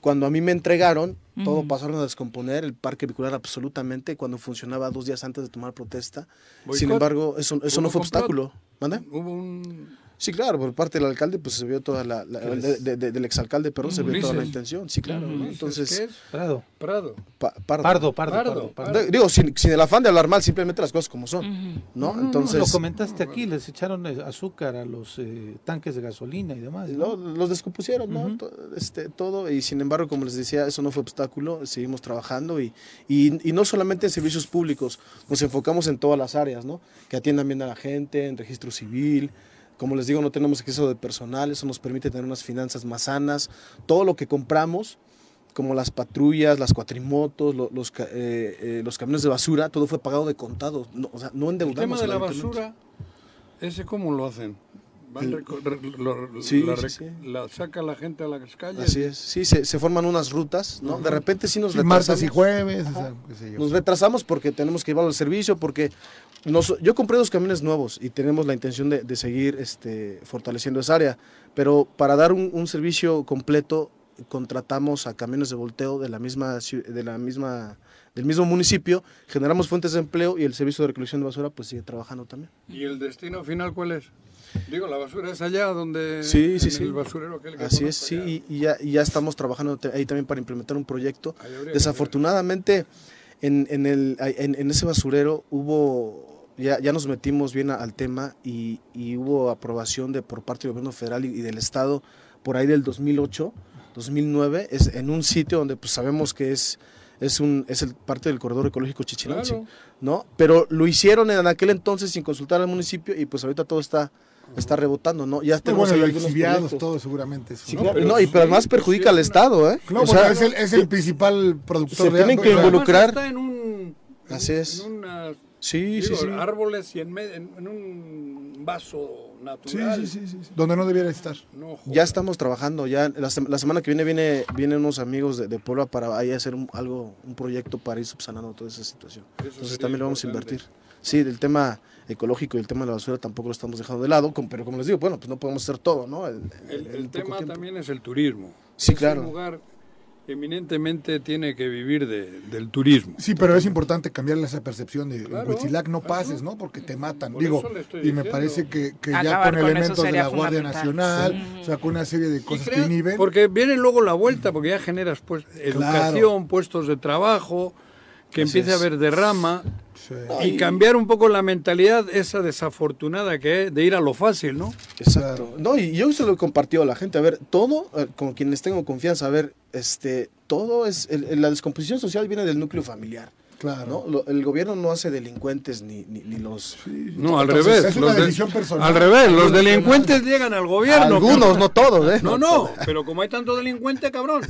cuando a mí me entregaron, todo pasaron a descomponer, el parque vehicular absolutamente, cuando funcionaba dos días antes de tomar protesta. Sin
Boicot.
embargo, eso,
Hubo
eso no fue
complot.
obstáculo. ¿Mande?
Hubo un.
Sí, claro, por parte del alcalde, pues se vio toda la. la- de- de- de- del exalcalde, perdón, se vio toda la
Ulises.
intención. Sí, claro. ¿no? Entonces.
Prado.
Prado.
pa- pardo.
Pardo,
Pardo, pardo, pardo, pardo.
pardo.
D- Digo, sin, sin el afán de hablar mal, simplemente las cosas como son. ¿No? Entonces.
lo comentaste aquí, les echaron eh, azúcar a los eh, tanques de gasolina y demás.
lo-
¿no?
los descompusieron, ¿no? To- este, todo, y sin embargo, como les decía, eso no fue obstáculo, seguimos trabajando y, y, y no solamente en servicios públicos, nos enfocamos en todas las áreas, ¿no? Que atiendan bien a la gente, en registro civil, como les digo, no tenemos exceso de personal, eso nos permite tener unas finanzas más sanas, todo lo que compramos, como las patrullas, las cuatrimotos, lo- los, ca- eh, eh, los camiones de basura, todo fue pagado de contado, no, o sea, no
El tema
endeudamos.
de la
al ayuntamiento.
basura, ¿ese cómo lo hacen? Van
El-
reco- re- lo-
Sí,
la,
sí,
rec-
sí.
la saca la gente a las calles.
Así es, sí, se, se forman unas rutas, ¿no? De repente sí nos
Sí, martes y
retrasamos.
jueves, o sea, qué sé yo.
Nos retrasamos porque tenemos que llevarlo al servicio, porque nos- yo compré dos camiones nuevos y tenemos la intención de, de seguir este, fortaleciendo esa área, pero para dar un, un servicio completo contratamos a camiones de volteo de la misma, ciu- de la misma, del mismo municipio, generamos fuentes de empleo y el servicio de recolección de basura pues sigue trabajando también.
¿Y el destino final cuál es? Digo, la basura es allá donde
Sí, sí,
en
sí.
el basurero aquel que
Así es,
conozco
sí,
allá.
y, y ya, y ya estamos trabajando te- ahí también para implementar un proyecto.
Ahí habría que
Desafortunadamente, en, en el, en, en ese basurero hubo, ya, ya nos metimos bien a- al tema y, y hubo aprobación de por parte del gobierno federal y, y del Estado por ahí del 2008, 2009, es en un sitio donde pues sabemos que es... Es, un, es el parte del corredor ecológico Chichinauchi,
Claro.
¿no? Pero lo hicieron en aquel entonces sin consultar al municipio y pues ahorita todo está, está rebotando, ¿no? Ya
Pero
tenemos
Este, bueno,
ahí
y
algunos
exhibiados,
proyectos.
todo seguramente. Eso,
Sí,
¿no?
claro.
pero
No, y
sí,
pero además
sí,
perjudica
sí,
al Estado, ¿eh?
Claro,
O sea,
porque es el, es el principal productor
se
de
tienen
o
que
sea,
Además,
involucrar.
Está en un, en-
Así es.
en unas-
Sí, sí,
digo, ah,
sí.
árboles y en, me- en- en un vaso
Sí,
natural.
sí, sí, sí, sí. Donde no debiera estar.
No,
Ya
joder.
estamos trabajando, ya la, sem- la semana que viene, viene vienen unos amigos de, de Puebla para ahí hacer un, algo, un proyecto para ir subsanando toda esa situación. Entonces
sería
también lo vamos a
importante.
invertir. Sí, del tema ecológico y el tema de la basura tampoco lo estamos dejando de lado, com- pero como les digo, bueno, pues no podemos hacer todo, ¿no? En- en-
El,
en
el
poco
tema
tiempo.
también es el turismo.
Sí,
Es
claro.
un lugar que eminentemente tiene que vivir de- del turismo.
Sí, pero es importante cambiarle esa percepción de
Claro,
en Huitzilac no
claro.
pases, ¿no? Porque te matan.
Por
Digo,
eso le estoy
y me
diciendo.
parece que, que ya
Acabar
con
con eso
elementos de
sería
la Guardia
fundamental.
Nacional, o sea, con una serie de
Y
cosas que
crea-
inhiben.
Porque viene luego la vuelta, porque ya generas pues, educación, puestos de trabajo, que empiece a haber derrama.
Sí.
Y cambiar un poco la mentalidad esa desafortunada que es de ir a lo fácil, ¿no?
Exacto. No, y yo se lo he compartido a la gente. A ver, todo, eh, con quienes tengo confianza, a ver, este, todo es, el- el- la descomposición social viene del núcleo familiar.
Claro.
¿no? Lo- el gobierno no hace delincuentes ni, ni, ni los...
No, al
Entonces,
revés.
es una
los de-
decisión personal.
Al revés, los
Algunos
delincuentes llegan al gobierno.
Algunos,
cabrón.
no todos, ¿eh?
No,
[LAUGHS]
no, pero como hay tanto delincuente, cabrón,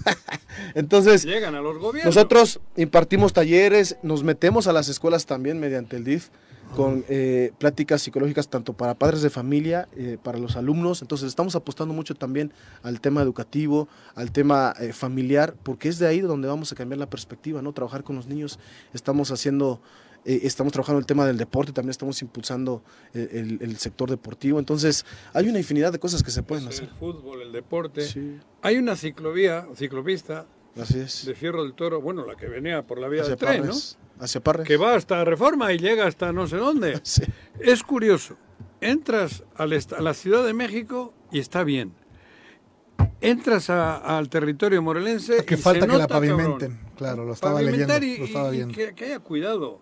Entonces,
llegan a los gobiernos.
nosotros impartimos talleres, nos metemos a las escuelas también mediante el DIF con eh, pláticas psicológicas tanto para padres de familia, eh, para los alumnos. Entonces estamos apostando mucho también al tema educativo, al tema eh, familiar, porque es de ahí donde vamos a cambiar la perspectiva, ¿no? Trabajar con los niños. Estamos haciendo, eh, estamos trabajando el tema del deporte, también estamos impulsando eh, el, el sector deportivo. Entonces hay una infinidad de cosas que se pueden
el
hacer.
fútbol, el deporte.
Sí,
Hay una ciclovía, o ciclopista
así es.
de Fierro del Toro, bueno, la que venía por la vía
Hacia
del tren, ¿no?
Parres. Hacia Parres.
Que va hasta Reforma y llega hasta no sé dónde.
[LAUGHS] Sí.
Es curioso, entras al est- a la Ciudad de México y está bien. Entras a- al territorio
Ah,
morelense
Que
y se
falta que la
nota, cabrón.
pavimenten. Claro, lo estaba leyendo.
Pavimentar y-
Lo estaba
y- y
viendo.
que, que haya cuidado,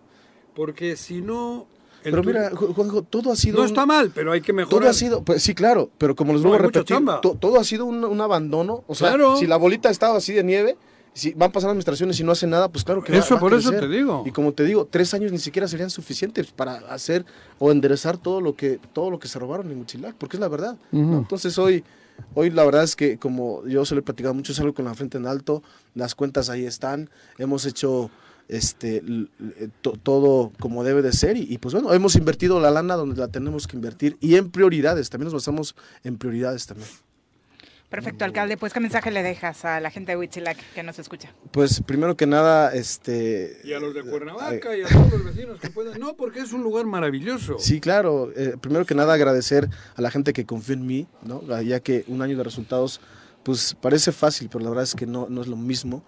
porque si no... el
Pero
tu-
mira, Ju- Juanjo, todo ha sido.
no
un-
está mal, pero hay que mejorar.
Todo ha sido, pues sí, claro, pero como les
No,
vuelvo
hay
a
mucha
repetir,
chamba.
to- todo ha sido un, un abandono. O sea,
Claro.
si la bolita ha estado así de nieve, si van pasando administraciones y no hacen nada, pues claro que va-
Eso,
va a
por eso
crecer.
te digo.
Y como te digo, tres años ni siquiera serían suficientes para hacer o enderezar todo lo que todo lo que se robaron en Huitzilac, porque es la verdad. ¿no? Entonces hoy, hoy la verdad es que como yo se lo he platicado mucho, es algo con la frente en alto, las cuentas ahí están, hemos hecho este l- l- to- todo como debe de ser y, y, pues bueno, hemos invertido la lana donde la tenemos que invertir y en prioridades, también nos basamos en prioridades también.
Perfecto, alcalde. Pues, ¿qué mensaje le dejas a la gente de Huitzilac que nos escucha?
Pues primero que nada, este...
Y a los de Cuernavaca y a todos los vecinos que puedan. No, porque es un lugar maravilloso.
Sí, claro. Eh, primero que nada agradecer a la gente que confió en mí, ¿no? Ya que un año de resultados, pues parece fácil, pero la verdad es que no, no es lo mismo.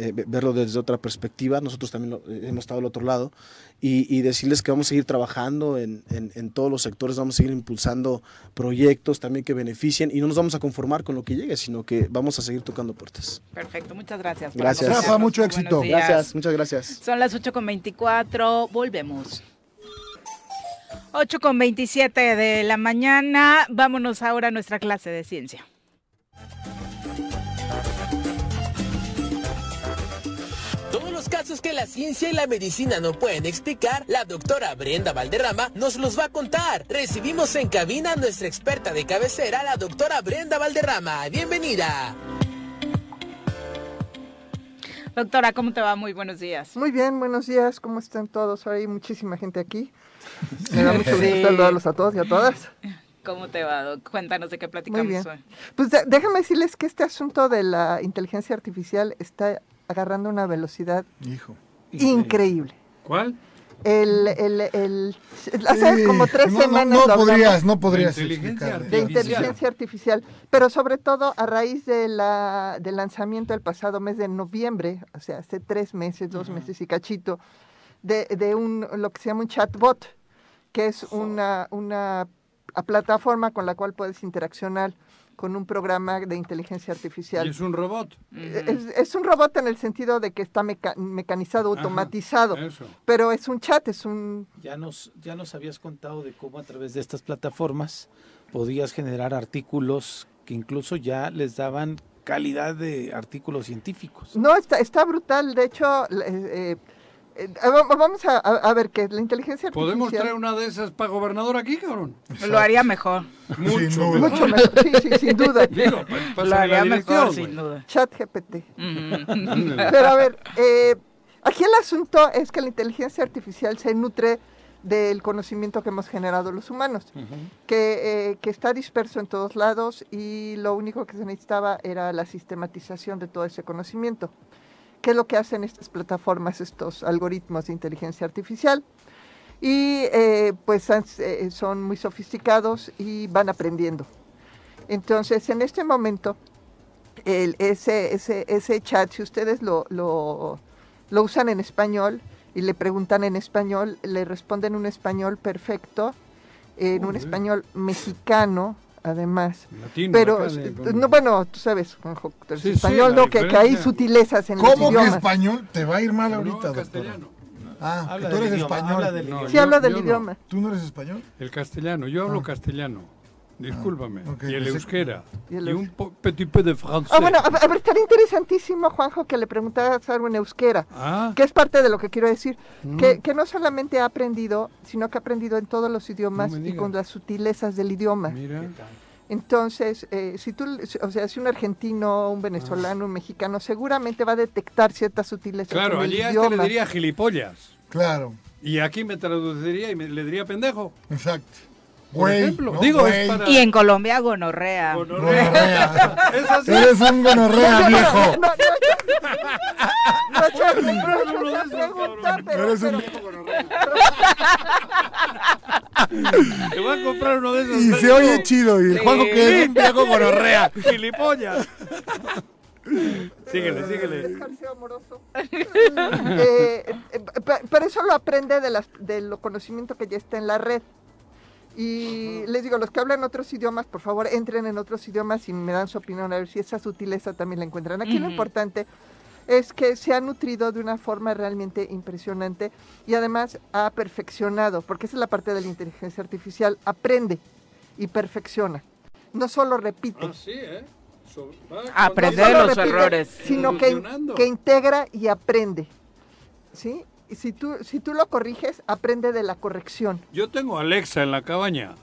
eh, ve- verlo desde otra perspectiva. Nosotros también lo- eh, hemos estado al otro lado y, y decirles que vamos a seguir trabajando en, en- en todos los sectores, vamos a seguir impulsando proyectos también que beneficien y no nos vamos a conformar con lo que llegue, sino que vamos a seguir tocando puertas.
Perfecto, muchas gracias. por
Gracias.
acompañarnos.
Rafa, mucho
Buenos
éxito.
días.
Gracias, muchas gracias.
Son las 8.24, volvemos. 8.27 de la mañana, vámonos ahora a nuestra clase de ciencia.
Todos los casos que la ciencia y la medicina no pueden explicar, la doctora Brenda Valderrama nos los va a contar. Recibimos en cabina a nuestra experta de cabecera, la doctora Brenda Valderrama. Bienvenida.
Doctora, ¿cómo te va? Muy buenos días.
Muy bien, buenos días, ¿cómo están todos? Hay muchísima gente aquí. Me da mucho gusto saludarlos a todos y a todas.
¿Cómo te va, Doc? Cuéntanos de qué
Muy
platicamos
bien.
hoy.
Pues de- déjame decirles que este asunto de la inteligencia artificial está agarrando una velocidad
Hijo.
increíble.
¿Cuál?
El, el, el- hace
Sí,
como tres
no, no,
semanas
No,
lo hablamos
podrías, no podrías.
De inteligencia
explicar.
de
artificial.
inteligencia artificial, pero sobre todo a raíz de la, del lanzamiento el pasado mes de noviembre, o sea, hace tres meses, dos meses y cachito, de, de un, lo que se llama un chatbot, que es una, una a plataforma con la cual puedes interaccionar con un programa de inteligencia
Y
artificial. Eh,
es un robot.
Es, es un robot en el sentido de que está meca- mecanizado,
Ajá,
automatizado,
Eso.
pero es un chat, es un
Ya nos, ya nos habías contado de cómo a través de estas plataformas podías generar artículos que incluso ya les daban calidad de artículos científicos.
No, está, está brutal. De hecho, la- eh, eh, eh, va- vamos a, a- a ver qué es la inteligencia artificial.
¿Podemos traer una de esas para gobernador aquí, cabrón?
Lo haría mejor.
Mucho
duda.
Mucho mejor. Sí, sí, sin duda.
[LAUGHS] Digo, pa- pásale
Lo haría
la
mejor,
dirección,
sin
güey.
duda.
Chat GPT.
Mm.
Ándale.
[LAUGHS] Pero a ver, eh, aquí el asunto es que la inteligencia artificial se nutre del conocimiento que hemos generado los humanos, que, eh, que está disperso en todos lados y lo único que se necesitaba era la sistematización de todo ese conocimiento. ¿Qué es lo que hacen estas plataformas, estos algoritmos de inteligencia artificial? Y eh, pues han- eh, son muy sofisticados y van aprendiendo. Entonces, en este momento, el- ese, ese, ese chat, si ustedes lo, lo, lo usan en español y le preguntan en español, le responden un español perfecto, en un
Joder.
español mexicano, además.
Latino,
Pero,
acá de-
no, bueno, tú sabes, Juanjo, que eres
Sí, sí,
español,
la
¿no? que, que hay
diferencia.
sutilezas en
¿Cómo
los
que
idiomas.
español? Te va a ir mal
No,
ahorita, doctora.
castellano.
Ah, que
Habla
tú
del
eres
idioma, habla del
español.
No,
Sí,
yo-
habla del
yo no.
idioma.
¿Tú no eres español?
El castellano, yo hablo
Ah.
castellano. Discúlpame.
Ah, ok,
y el
pensé-
euskera.
Y
Y,
el
un po- petit peu de francés.
Ah, bueno, a, a ver, estaría interesantísimo, Juanjo, que le preguntaras algo en euskera.
Ah, Mm.
que es parte de lo que quiero decir, que, que no solamente ha aprendido, sino que ha aprendido en todos los idiomas
No me
y
digas.
con las sutilezas del idioma.
mira.
Entonces, eh, si tú, o sea, si un argentino, un venezolano, un mexicano, seguramente va a detectar ciertas sutilezas
Ah. Claro,
en el
allí a este
idioma.
le diría gilipollas.
Claro,
Y aquí me traduciría y me, le diría pendejo.
exacto.
Por
Güey,
ejemplo.
¿no?
Digo,
Güey.
es para.
Y en Colombia, gonorrea.
Gonorrea.
Gonorrea.
Es así.
Eres un
No,
gonorrea,
no,
viejo.
no, no, no, no, no, no, no, no, no, no,
Eres un
pregunta, pero-
Eres un
pero-
viejo
Te voy a comprar uno de esos.
Y se oye chido. Y el Juanjo que es un viejo gonorrea.
Gilipollas. síguele, síguele.
Descalceo amoroso. [LAUGHS] Eh, eh, pa- pero eso lo aprende de, las, de lo conocimiento que ya está en la red. Y les digo, los que hablan otros idiomas, por favor, entren en otros idiomas y me dan su opinión a ver si esa sutileza también la encuentran. Aquí lo
Ujú.
importante es que se ha nutrido de una forma realmente impresionante y además ha perfeccionado, porque esa es la parte de la inteligencia artificial, aprende y perfecciona, no solo repite.
Así, ¿eh? So- va,
No
Aprender
solo
cuando-
los errores.
Sino que,
Evolucionando.
que integra y aprende. ¿Sí? Y si tú, si tú lo corriges, aprende de la corrección. [LAUGHS]
Yo tengo Alexa en la cabaña.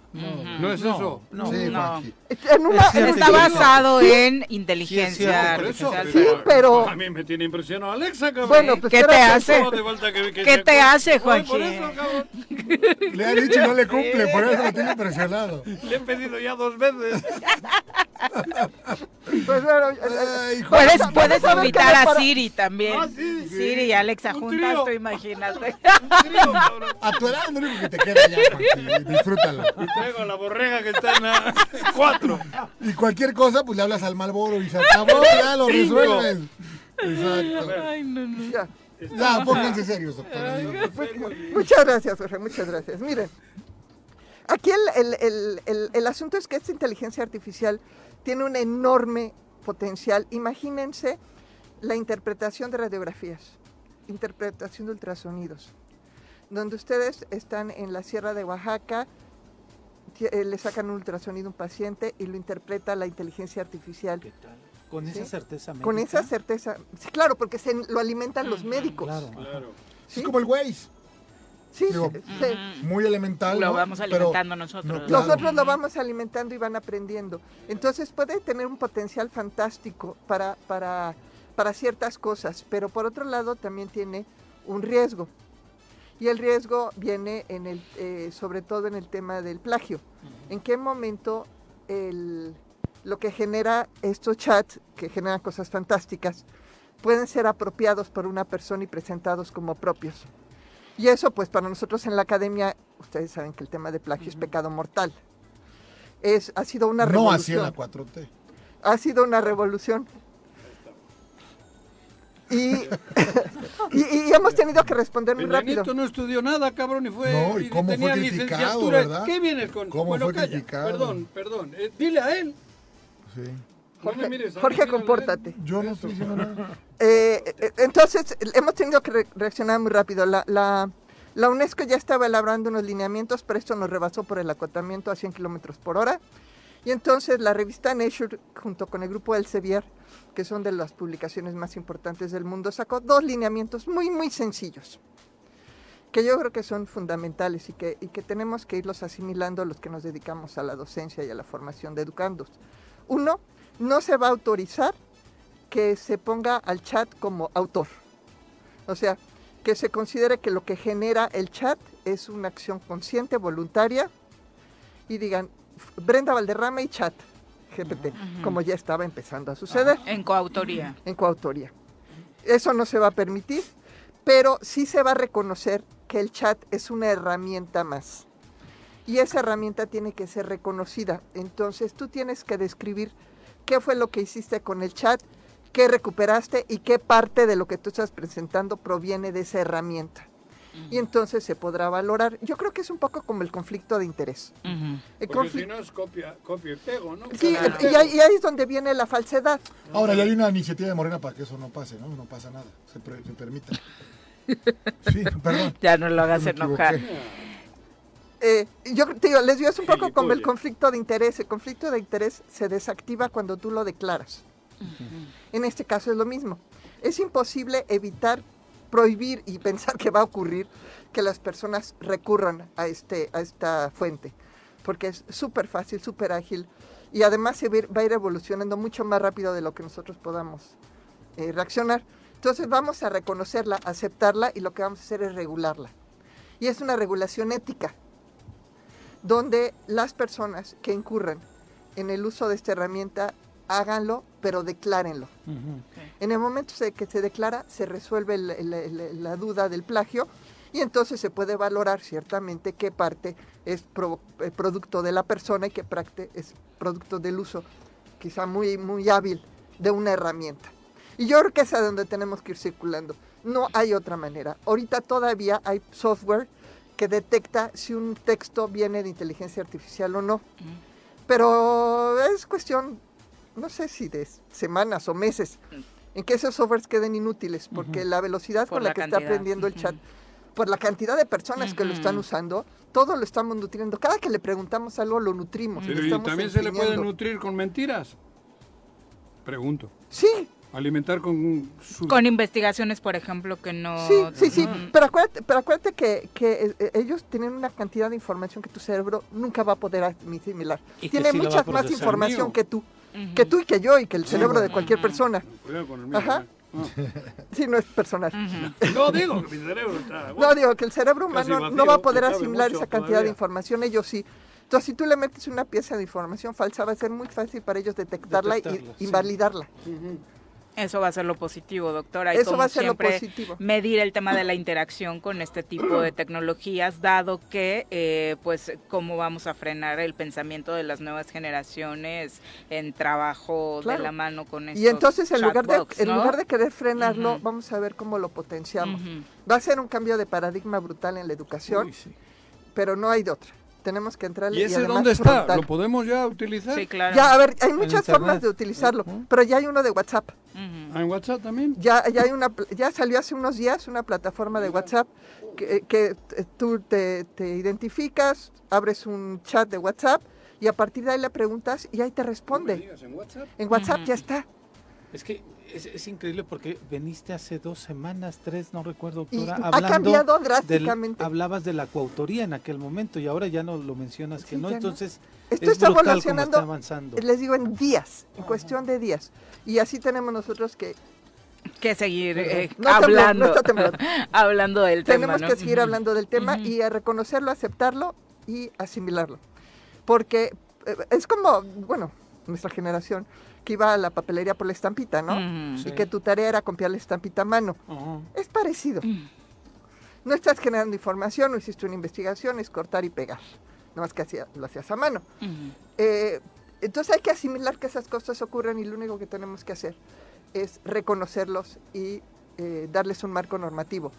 ¿No es eso?
No,
Sí,
No.
Juanji.
En una-
Es
Está basado en
Sí, es
inteligencia
cierto,
Por eso,
artificial.
Sí, pero-
A mí me tiene impresionado Alexa, cabrón.
Bueno, pues
¿Qué te
espérate,
hace?
Solo hace falta que- que
¿Qué
se
te
acuerde.
hace,
Ay,
Juanji?
Por eso, cabrón,
Le ha dicho y no le cumple, por eso lo tiene impresionado.
le he pedido ya dos veces.
[LAUGHS] pues, bueno, eh,
Ay, Juanjo.
Puedes,
Vamos a-
puedes
vamos a ver
invitar
qué me
a
para-
Siri también.
Ah, sí.
Siri y Alexa
Un
juntas,
trío.
[LAUGHS]
tú imagínate.
Trío, cabrón.
A tu edad es lo único que te queda ya, Juanji. Disfrútalo.
Y traigo a la borrega que está en la cuatro.
Y cualquier cosa, pues le hablas al Malboro y se acabó, ya lo
Cinco.
resuelves. Exacto.
Ay, no, no.
Ya. Pues
Ya, pónganse serios, doctora.
Muchas gracias, Jorge, muchas gracias. Miren, aquí el, el- el- el- el asunto es que esta inteligencia artificial tiene un enorme potencial. Imagínense la interpretación de radiografías, interpretación de ultrasonidos, donde ustedes están en la Sierra de Oaxaca, ti- eh, le sacan un ultrasonido a un paciente y lo interpreta la inteligencia artificial.
¿Qué tal? Con esa
Sí.
certeza médica. Mm,
Con esa certeza, sí, claro, porque se lo alimentan los médicos.
Claro.
Claro.
¿sí?
Es como el Waze,
Sí,
digo,
se- se-
muy elemental.
Lo
¿no?
vamos
Pero-
alimentando nosotros.
no, claro.
Nosotros lo vamos alimentando y van aprendiendo. Entonces puede tener un potencial fantástico para, para, para ciertas cosas, pero por otro lado también tiene un riesgo. Y el riesgo viene en el, eh, sobre todo en el tema del plagio. ¿En qué momento el- lo que genera estos chats, que generan cosas fantásticas, pueden ser apropiados por una persona y presentados como propios? Y eso, pues para nosotros en la academia, ustedes saben que el tema de plagio es pecado mortal. Es, ha sido una
No
revolución.
así en la 4T.
Ha sido una revolución. Y, [LAUGHS] y- y hemos tenido que responder muy rápido.
Benito no estudió nada, cabrón, y fue.
No, y cómo fue
tenía
criticado,
licenciatura.
¿verdad?
¿Qué vienes con?
Cómo
bueno,
fue
calla,
criticado.
Perdón, perdón. Eh, dile a él.
Sí.
No me
Jorge,
mires a mí,
Jorge,
dile a él.
compórtate.
Yo no estoy diciendo nada.
Eh, eh, entonces, hemos tenido que re- reaccionar muy rápido. La, la- la UNESCO ya estaba elaborando unos lineamientos, pero esto nos rebasó por el acotamiento a 100 kilómetros por hora. Y entonces la revista Nature, junto con el grupo Elsevier, que son de las publicaciones más importantes del mundo, sacó dos lineamientos muy, muy sencillos, que yo creo que son fundamentales y que, y que tenemos que irlos asimilando los que nos dedicamos a la docencia y a la formación de educandos. Uno, no se va a autorizar que se ponga al chat como autor. O sea, que se considere que lo que genera el chat es una acción consciente, voluntaria, y digan, Brenda Valderrama y chat, GPT, como ya estaba empezando a suceder
En coautoría.
en coautoría. Eso no se va a permitir, pero sí se va a reconocer que el chat es una herramienta más. Y esa herramienta tiene que ser reconocida. Entonces tú tienes que describir qué fue lo que hiciste con el chat, qué recuperaste y qué parte de lo que tú estás presentando proviene de esa herramienta. Y entonces se podrá valorar. Yo creo que es un poco como el conflicto de interés.
Ujú.
El
Porque si
conflicto,
no es copia, copia y pego, ¿no?
Eh, sí,
Copia
y
pego.
ahí- y ahí es donde viene la falsedad.
Ahora, ya hay una iniciativa de Morena para que eso no pase, ¿no? No pasa nada. Se, pre- se permita. Sí, perdón.
Ya no lo hagas
me
enojar.
equivoqué.
Eh, yo te digo, les digo, es un poco como el
Gilipollas.
conflicto de interés. El conflicto de interés se desactiva cuando tú lo declaras. En este caso es lo mismo. Es imposible evitar, prohibir y [LAUGHS] pensar que va a ocurrir que las personas recurran a, este, a esta fuente, porque es súper fácil, súper ágil y además se va a ir- va a ir evolucionando mucho más rápido de lo que nosotros podamos eh, reaccionar. Entonces vamos a reconocerla, aceptarla y lo que vamos a hacer es regularla. Y es una regulación ética, donde las personas que incurran en el uso de esta herramienta, háganlo, pero declárenlo.
Ujú.
En el momento se- que se declara, se resuelve el- el- el- la duda del plagio y entonces se puede valorar ciertamente qué parte es pro- eh, producto de la persona y qué parte es producto del uso, quizá muy, muy hábil, de una herramienta. Y yo creo que es a donde tenemos que ir circulando. No hay otra manera. Ahorita todavía hay software que detecta si un texto viene de inteligencia artificial o no. Pero es cuestión, no sé si de semanas o meses, en que esos softwares queden inútiles, porque la velocidad
Por
con la,
la
que está
cantidad.
aprendiendo el
Ujú.
chat, por la cantidad de personas que lo están
Ujú.
usando, todo lo estamos nutriendo. Cada que le preguntamos algo, lo nutrimos.
Pero
le
y
estamos
también se le puede
enseñando.
nutrir con mentiras. Pregunto.
Sí,
Alimentar con su.
Con investigaciones, por ejemplo, que no.
Sí, sí, sí.
Ujú.
Pero acuérdate, pero acuérdate que, que, eh, ellos tienen una cantidad de información que tu cerebro nunca va a poder asimilar.
Y que
Tiene
sí la va a
mucha más
procesar.
información
Mío.
que tú.
Ujú.
Que tú y que yo y que el cerebro de cualquier persona.
Cuidado con el mío,
Ajá.
¿eh? No.
Sí, no es personal.
No digo que mi cerebro está.
No, digo que el cerebro
Casi
humano
vacío,
no va a poder
no cabe
asimilar
mucho
esa cantidad de
todavía.
información, ellos sí. Entonces, si tú le metes una pieza de información falsa, va a ser muy fácil para ellos detectarla,
Detectarla,
y
sí.
invalidarla.
Eso va a ser lo positivo, doctora. Y
Eso
como
va a ser lo
siempre,
positivo.
Medir el tema de la interacción con este tipo de tecnologías, dado que, eh, pues, cómo vamos a frenar el pensamiento de las nuevas generaciones en trabajo
Claro.
de la mano con estos
Y entonces en lugar, de,
chatbots,
en
¿no?
lugar de querer frenarlo,
Ujú.
vamos a ver cómo lo potenciamos.
Ujú.
Va a ser un cambio de paradigma brutal en la educación, pero no hay de otra. Tenemos que entrarle
¿Y ese
además
dónde está?
frontal.
¿Lo podemos ya utilizar?
Sí, claro.
Ya, a ver, hay
En
muchas
internet.
formas de utilizarlo, pero ya hay uno de WhatsApp.
Ujú.
Ah, ¿En WhatsApp también?
Ya, ya, hay una, pl- ya salió hace unos días una plataforma de WhatsApp que, eh, que t- tú te, te identificas, abres un chat de WhatsApp y a partir de ahí le preguntas y ahí te responde.
¿En WhatsApp?
En WhatsApp ya está.
Es que es, es increíble porque veniste hace dos semanas, tres, no recuerdo,
Y
doctora,
ha
hablando
cambiado
del-
drásticamente.
hablabas de la coautoría en aquel momento y ahora ya no lo mencionas que
Sí,
no,
ya no.
entonces
Esto
es
está
brutal cómo
evolucionando,
está avanzando.
Les digo en días, en cuestión de días. Y así tenemos nosotros que
Que seguir eh,
No tembló, no
hablando,
está temblando.
[LAUGHS] hablando del tema.
tenemos
¿no?
que seguir
Ujú.
hablando del tema y a reconocerlo, aceptarlo y asimilarlo. Porque eh, es como, bueno, nuestra generación que iba a la papelería por la estampita, ¿no?
Ujú.
Y que tu tarea era copiar la estampita a mano.
Ajá.
Es parecido. No estás generando información, no hiciste una investigación, es cortar y pegar. Nada más que hacía- lo hacías a mano.
Ujú.
Eh, entonces hay que asimilar que esas cosas ocurren y lo único que tenemos que hacer es reconocerlos y eh, darles un marco normativo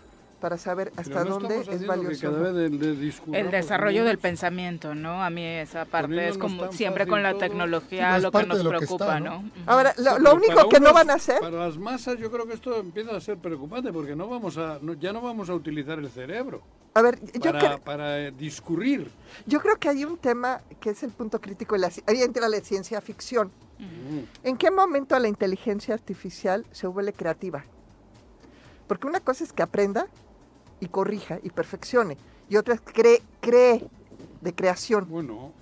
para saber hasta dónde es valioso.
Cada
¿no?
vez de- pues, de discurramos
El desarrollo del
menos.
pensamiento, ¿no? A mí esa
Ponerlo
parte es
no
como
es tan
siempre
fácil
con la
todo.
tecnología
Sí, pero es
lo que
parte
nos
de lo que
preocupa,
está,
¿no?
¿no?
Ujú.
Ahora,
Sí,
lo,
pero
lo
para
único que no
unos-
van a hacer,
Para las masas yo creo que esto empieza a ser preocupante porque no vamos a, no- ya no vamos a utilizar el cerebro
a ver, yo,
para,
cre-
para, eh, discurrir.
yo creo que hay un tema que es el punto crítico, de la, ci- ahí entra la ciencia ficción. ¿En qué momento la inteligencia artificial se vuelve creativa? Porque una cosa es que aprenda y corrija y perfeccione, y otra es cree, cree de creación.
Bueno,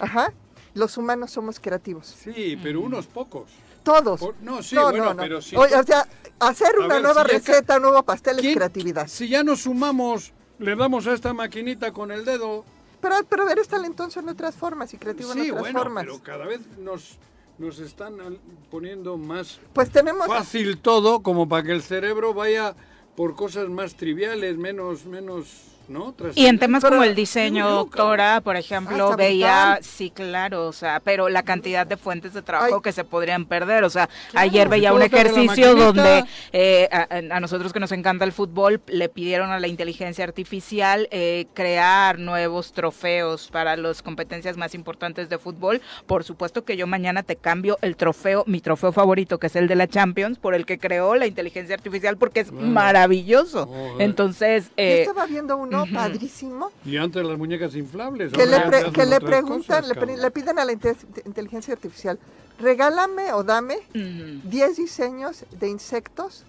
Ajá. Los humanos somos creativos.
sí, pero
Mm.
unos pocos.
Todos.
Por- no, sí, bueno, pero si-
Oye, o sea, hacer
A
una
ver,
nueva
si ya ca-
receta, un nuevo pastel es
¿Quién-
creatividad.
Si ya nos sumamos, le damos a esta maquinita con el dedo.
Pero, pero eres talentoso en otras formas y creativo
sí,
en otras
bueno,
formas.
pero cada vez nos, nos están al- poniendo más
Pues tenemos.
fácil todo como para que el cerebro vaya por cosas más triviales, menos, menos, ¿no?
Y en temas como
Pero-
el diseño,
Digo yo,
doctora, por
Ah,
ejemplo,
está
veía,
brutal.
sí, claro, o sea, pero la cantidad de fuentes de trabajo
Ay.
que se podrían perder, o sea, ayer veía
todo
un
está en la
ejercicio
maquinita.
donde eh, a, a nosotros que nos encanta el fútbol le pidieron a la inteligencia artificial eh, crear nuevos trofeos para las competencias más importantes de fútbol. Por supuesto que yo mañana te cambio el trofeo, mi trofeo favorito, que es el de la Champions, por el que creó la inteligencia artificial, porque es maravilloso.
Joder.
Entonces,
Yo
eh,
estaba viendo uno padrísimo
Y antes las muñecas inflables.
que le,
ahora ya
pre-
hacen
que le
otras
preguntan,
cosas,
le, pre-
cabrón.
le piden a la inte- inteligencia artificial: regálame o dame
ujú,
10 diseños de insectos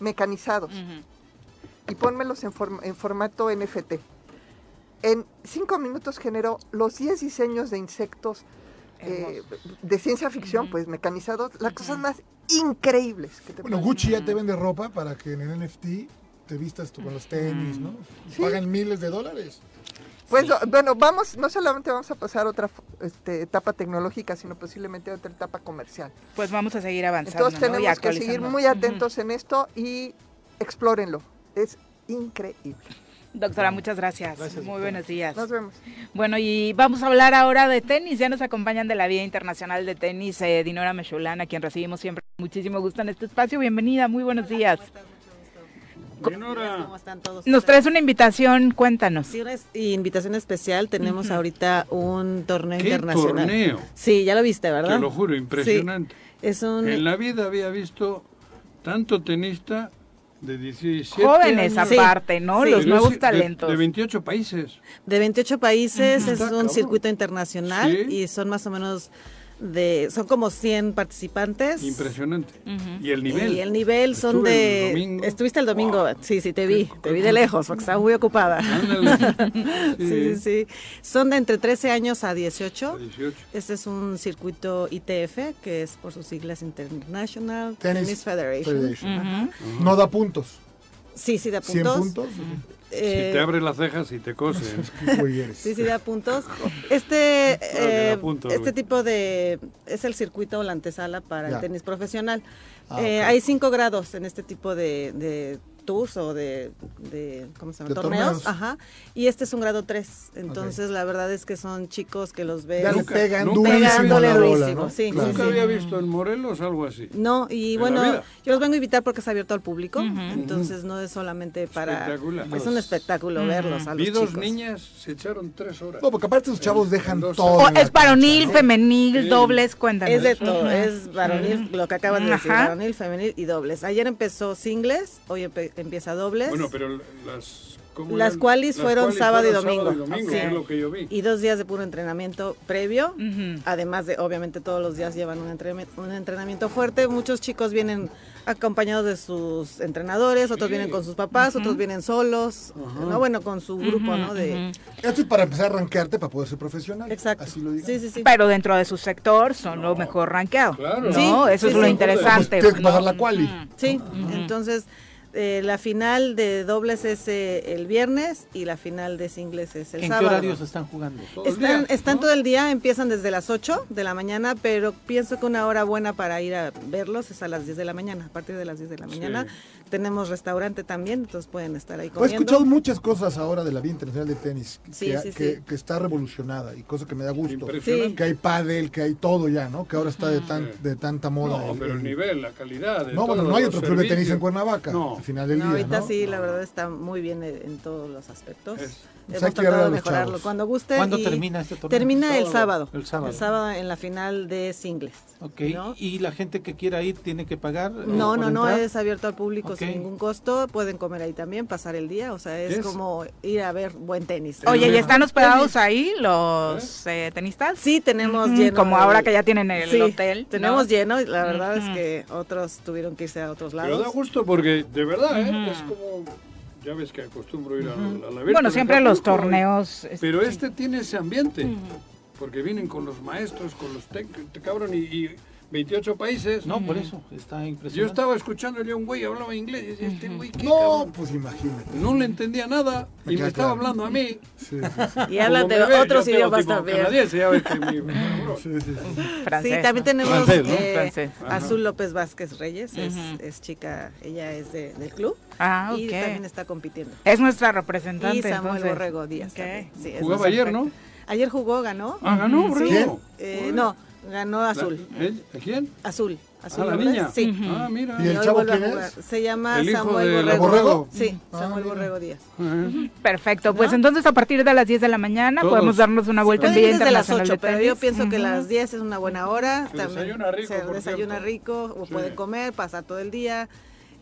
mecanizados.
ujú.
y pónmelos en, form- en formato NFT. En cinco minutos generó los 10 diseños de insectos eh, de ciencia ficción, pues mecanizados, las cosas más increíbles que te
Bueno,
puedes-
Gucci ya te vende ropa para que en el NFT te vistas tú con los
Mm.
tenis, ¿no?
Sí.
Pagan miles de dólares.
Pues lo- bueno, vamos, no solamente vamos a pasar a otra este, etapa tecnológica, sino posiblemente a otra etapa comercial.
Pues vamos a seguir avanzando.
Entonces
¿no? Y
tenemos que seguir
actualizando.
muy atentos en esto y explórenlo. Es increíble.
Doctora, muchas gracias. muy buenos días.
Nos vemos.
Bueno, y vamos a hablar ahora de tenis. Ya nos acompañan de la Vía Internacional de Tenis eh, Dinora Mechulán, a quien recibimos siempre con muchísimo gusto en este espacio. Bienvenida, muy buenos días.
Dinora,
¿Cómo están todos?
Nos traes una invitación, cuéntanos.
Sí, una es- invitación especial. Tenemos ahorita un torneo
qué
internacional.
torneo.
Sí, ya lo viste, ¿verdad?
Te lo juro, impresionante.
Es un
En la vida había visto tanto tenista de 17
Jóvenes
años,
Sí,
aparte, ¿no?
sí.
pero
Los
es
nuevos
de-
talentos.
De 28 países.
de 28 países, es
Está
un
cabrón.
circuito internacional
Sí.
y son más o menos de son como 100 participantes.
Impresionante. Y el nivel.
Y el nivel son
Estuve
de
el domingo.
Estuviste el domingo.
Wow.
Sí, sí, te vi. Te vi de lejos porque estaba muy ocupada. [LAUGHS]
Ándale.
Sí, sí, sí. Son de entre 13 años a 18.
18.
Este es un circuito ITF, que es por sus siglas International Tennis,
Tennis
Federation.
Federation. No da puntos.
Sí, sí, da
100
puntos.
puntos.
eh,
si te abres las cejas y te
[LAUGHS]
cosen.
Sí, sí,
[LAUGHS]
da puntos. Este,
Órale,
eh,
da puntos,
este
güey.
tipo de... es el circuito o la antesala para
Ya.
el tenis profesional.
Ah,
Eh,
ok.
Hay cinco grados en este tipo de, de tours o de, de- ¿cómo se llama?
De
torneos.
torneos.
Ajá. Y este es un grado tres. Entonces, la verdad es que son chicos que los ven
Ya le pegan durísimo
pegándole
a la bola,
durísimo,
¿no?
sí,
Claro.
sí,
Nunca
sí.
había visto en Morelos algo así.
No, y
En
bueno,
la vida.
yo los vengo a invitar porque es abierto al público, entonces no es solamente para...
Espectacular.
Es un espectáculo
Ujú.
verlos a los
Vi dos
chicos.
niñas, se echaron tres horas. Eh,
No, porque aparte los chavos dejan todo.
O
en la
Oh, es varonil, femenil,
Sí.
dobles, cuéntanos.
Es de todo,
Ujú.
es varonil,
Ujú.
lo que acabas de decir,
Ajá.
varonil, femenil y dobles. Ayer empezó singles, hoy empe- empieza dobles.
Bueno, pero las... ¿cómo
las
eran?
cuales
Las
fueron
qualis
sábado,
fueron
y domingo.
sábado y domingo,
Sí.
que es lo que yo vi.
Y dos días de puro entrenamiento previo, además de, obviamente, todos los días llevan un, entrenami- un entrenamiento fuerte. Muchos chicos vienen acompañados de sus entrenadores, otros
Sí.
vienen con sus papás, otros vienen solos, ¿no? bueno, con su grupo,
Ujú,
¿no? De,
Esto es para empezar a ranquearte para poder ser profesional.
Exacto.
Así lo digo.
Sí, sí, sí.
Pero dentro de su sector son los mejor rankeados.
Claro.
¿no?
Sí,
Eso
sí,
es lo
sí.
interesante.
Tienes Pues que pasar la quali.
Sí, entonces eh, la final de dobles es eh, el viernes y la final de singles es el
¿En qué
sábado.
horarios están jugando? Todo el
Están,
día,
están
¿no?
todo el día, empiezan desde las 8 de la mañana, pero pienso que una hora buena para ir a verlos es a las 10 de la mañana, a partir de las 10 de la mañana. Tenemos restaurante también, entonces pueden estar ahí
Pues he
comiendo.
escuchado muchas cosas ahora de la vida internacional de tenis que,
Sí, sí,
que-
sí.
que está revolucionada y cosa que me da gusto.
Impresionante. Sí.
Que hay pádel, que hay todo ya, ¿no? Que ahora está de, tan,
Sí.
de tanta moda.
No,
el-
pero el
el-
nivel, la calidad. de
No, bueno,
todo,
no hay
los
otro club de tenis
servicios.
en Cuernavaca
No.
al final del
No,
día.
ahorita
¿no?
sí, la verdad está muy bien eh, en todos los aspectos.
Pues hay
Hemos
que darle
tratado
a
de
los
mejorarlo.
chavos.
Cuando gusten.
¿Cuándo
y-
termina este torneo?
Termina el
Sábado.
sábado.
El sábado.
en la final de singles.
Ok,
¿no?
¿Y la gente que quiera ir tiene que pagar? eh,
No,
por
no, no,
entrar?
es abierto al público
Ok.
sin ningún costo. Pueden comer ahí también, pasar el día. O sea, es,
Es-
como ir a ver buen tenis.
Oye, ¿y están hospedados
Tenis.
ahí los eh, tenistas?
Sí, tenemos
Ujú,
lleno.
Como
el-
ahora que ya tienen el
Sí,
hotel. ¿no?
Tenemos lleno. y La verdad es que otros tuvieron que irse a otros
Pero da
lados.
gusto porque, de verdad, ¿eh?
Ujú.
es como... Ya ves que acostumbro ir a, a la
Bueno, siempre los
torneos
torneos.
Pero este tiene ese ambiente, porque vienen con los maestros, con los tec, te- cabrón, y, y 28 países.
No, por eso, está impresionante.
Yo estaba escuchando a un güey, hablaba inglés, y decía, este güey, ¿qué
No, pues imagínate.
cabrón? No le entendía nada,
Me
y
queda
me estaba
claro.
hablando a mí.
Sí,
[LAUGHS] Y hablan de otros idiomas también.
Canadiense,
[LAUGHS]
ya ves que
[LAUGHS]
mi- mi cabrón.
sí, también tenemos
Francés, ¿no?
eh,
Francés.
ah.
Azul López Vázquez Reyes, es,
Ujú.
es chica, ella es de- del club
Ah,
y
ok.
también está compitiendo.
Es nuestra representante.
Y Samuel
entonces.
Borrego Díaz
Ok.
también, sí, es
Jugaba
nuestra
ayer, ¿no?
Ayer jugó, ganó.
Ah, ganó
Ujú, sí.
Borrego.
Eh,
Joder.
no, ganó Azul.
La- ¿eh? ¿A quién?
Azul. Azul
la
López,
niña.
Sí.
Ujú. Ah, mira. ¿Y el
hoy
chavo
vuelve a
quién
jugar.
es?
Se llama
¿El hijo
Samuel
de
Borrego.
Borrego? Ah,
Sí, Samuel Borrego Díaz.
Perfecto, pues entonces a partir de las 10 de la mañana
Todos.
podemos darnos una vuelta en
Pueden
Villa
ir desde las 8,
Internacional de
pero yo
Tenis.
pienso que
Ujú.
las 10 es una buena hora.
Se
también
desayuna rico,
Se
por
desayuna
cierto.
rico, o
Sí.
pueden comer, pasar todo el día.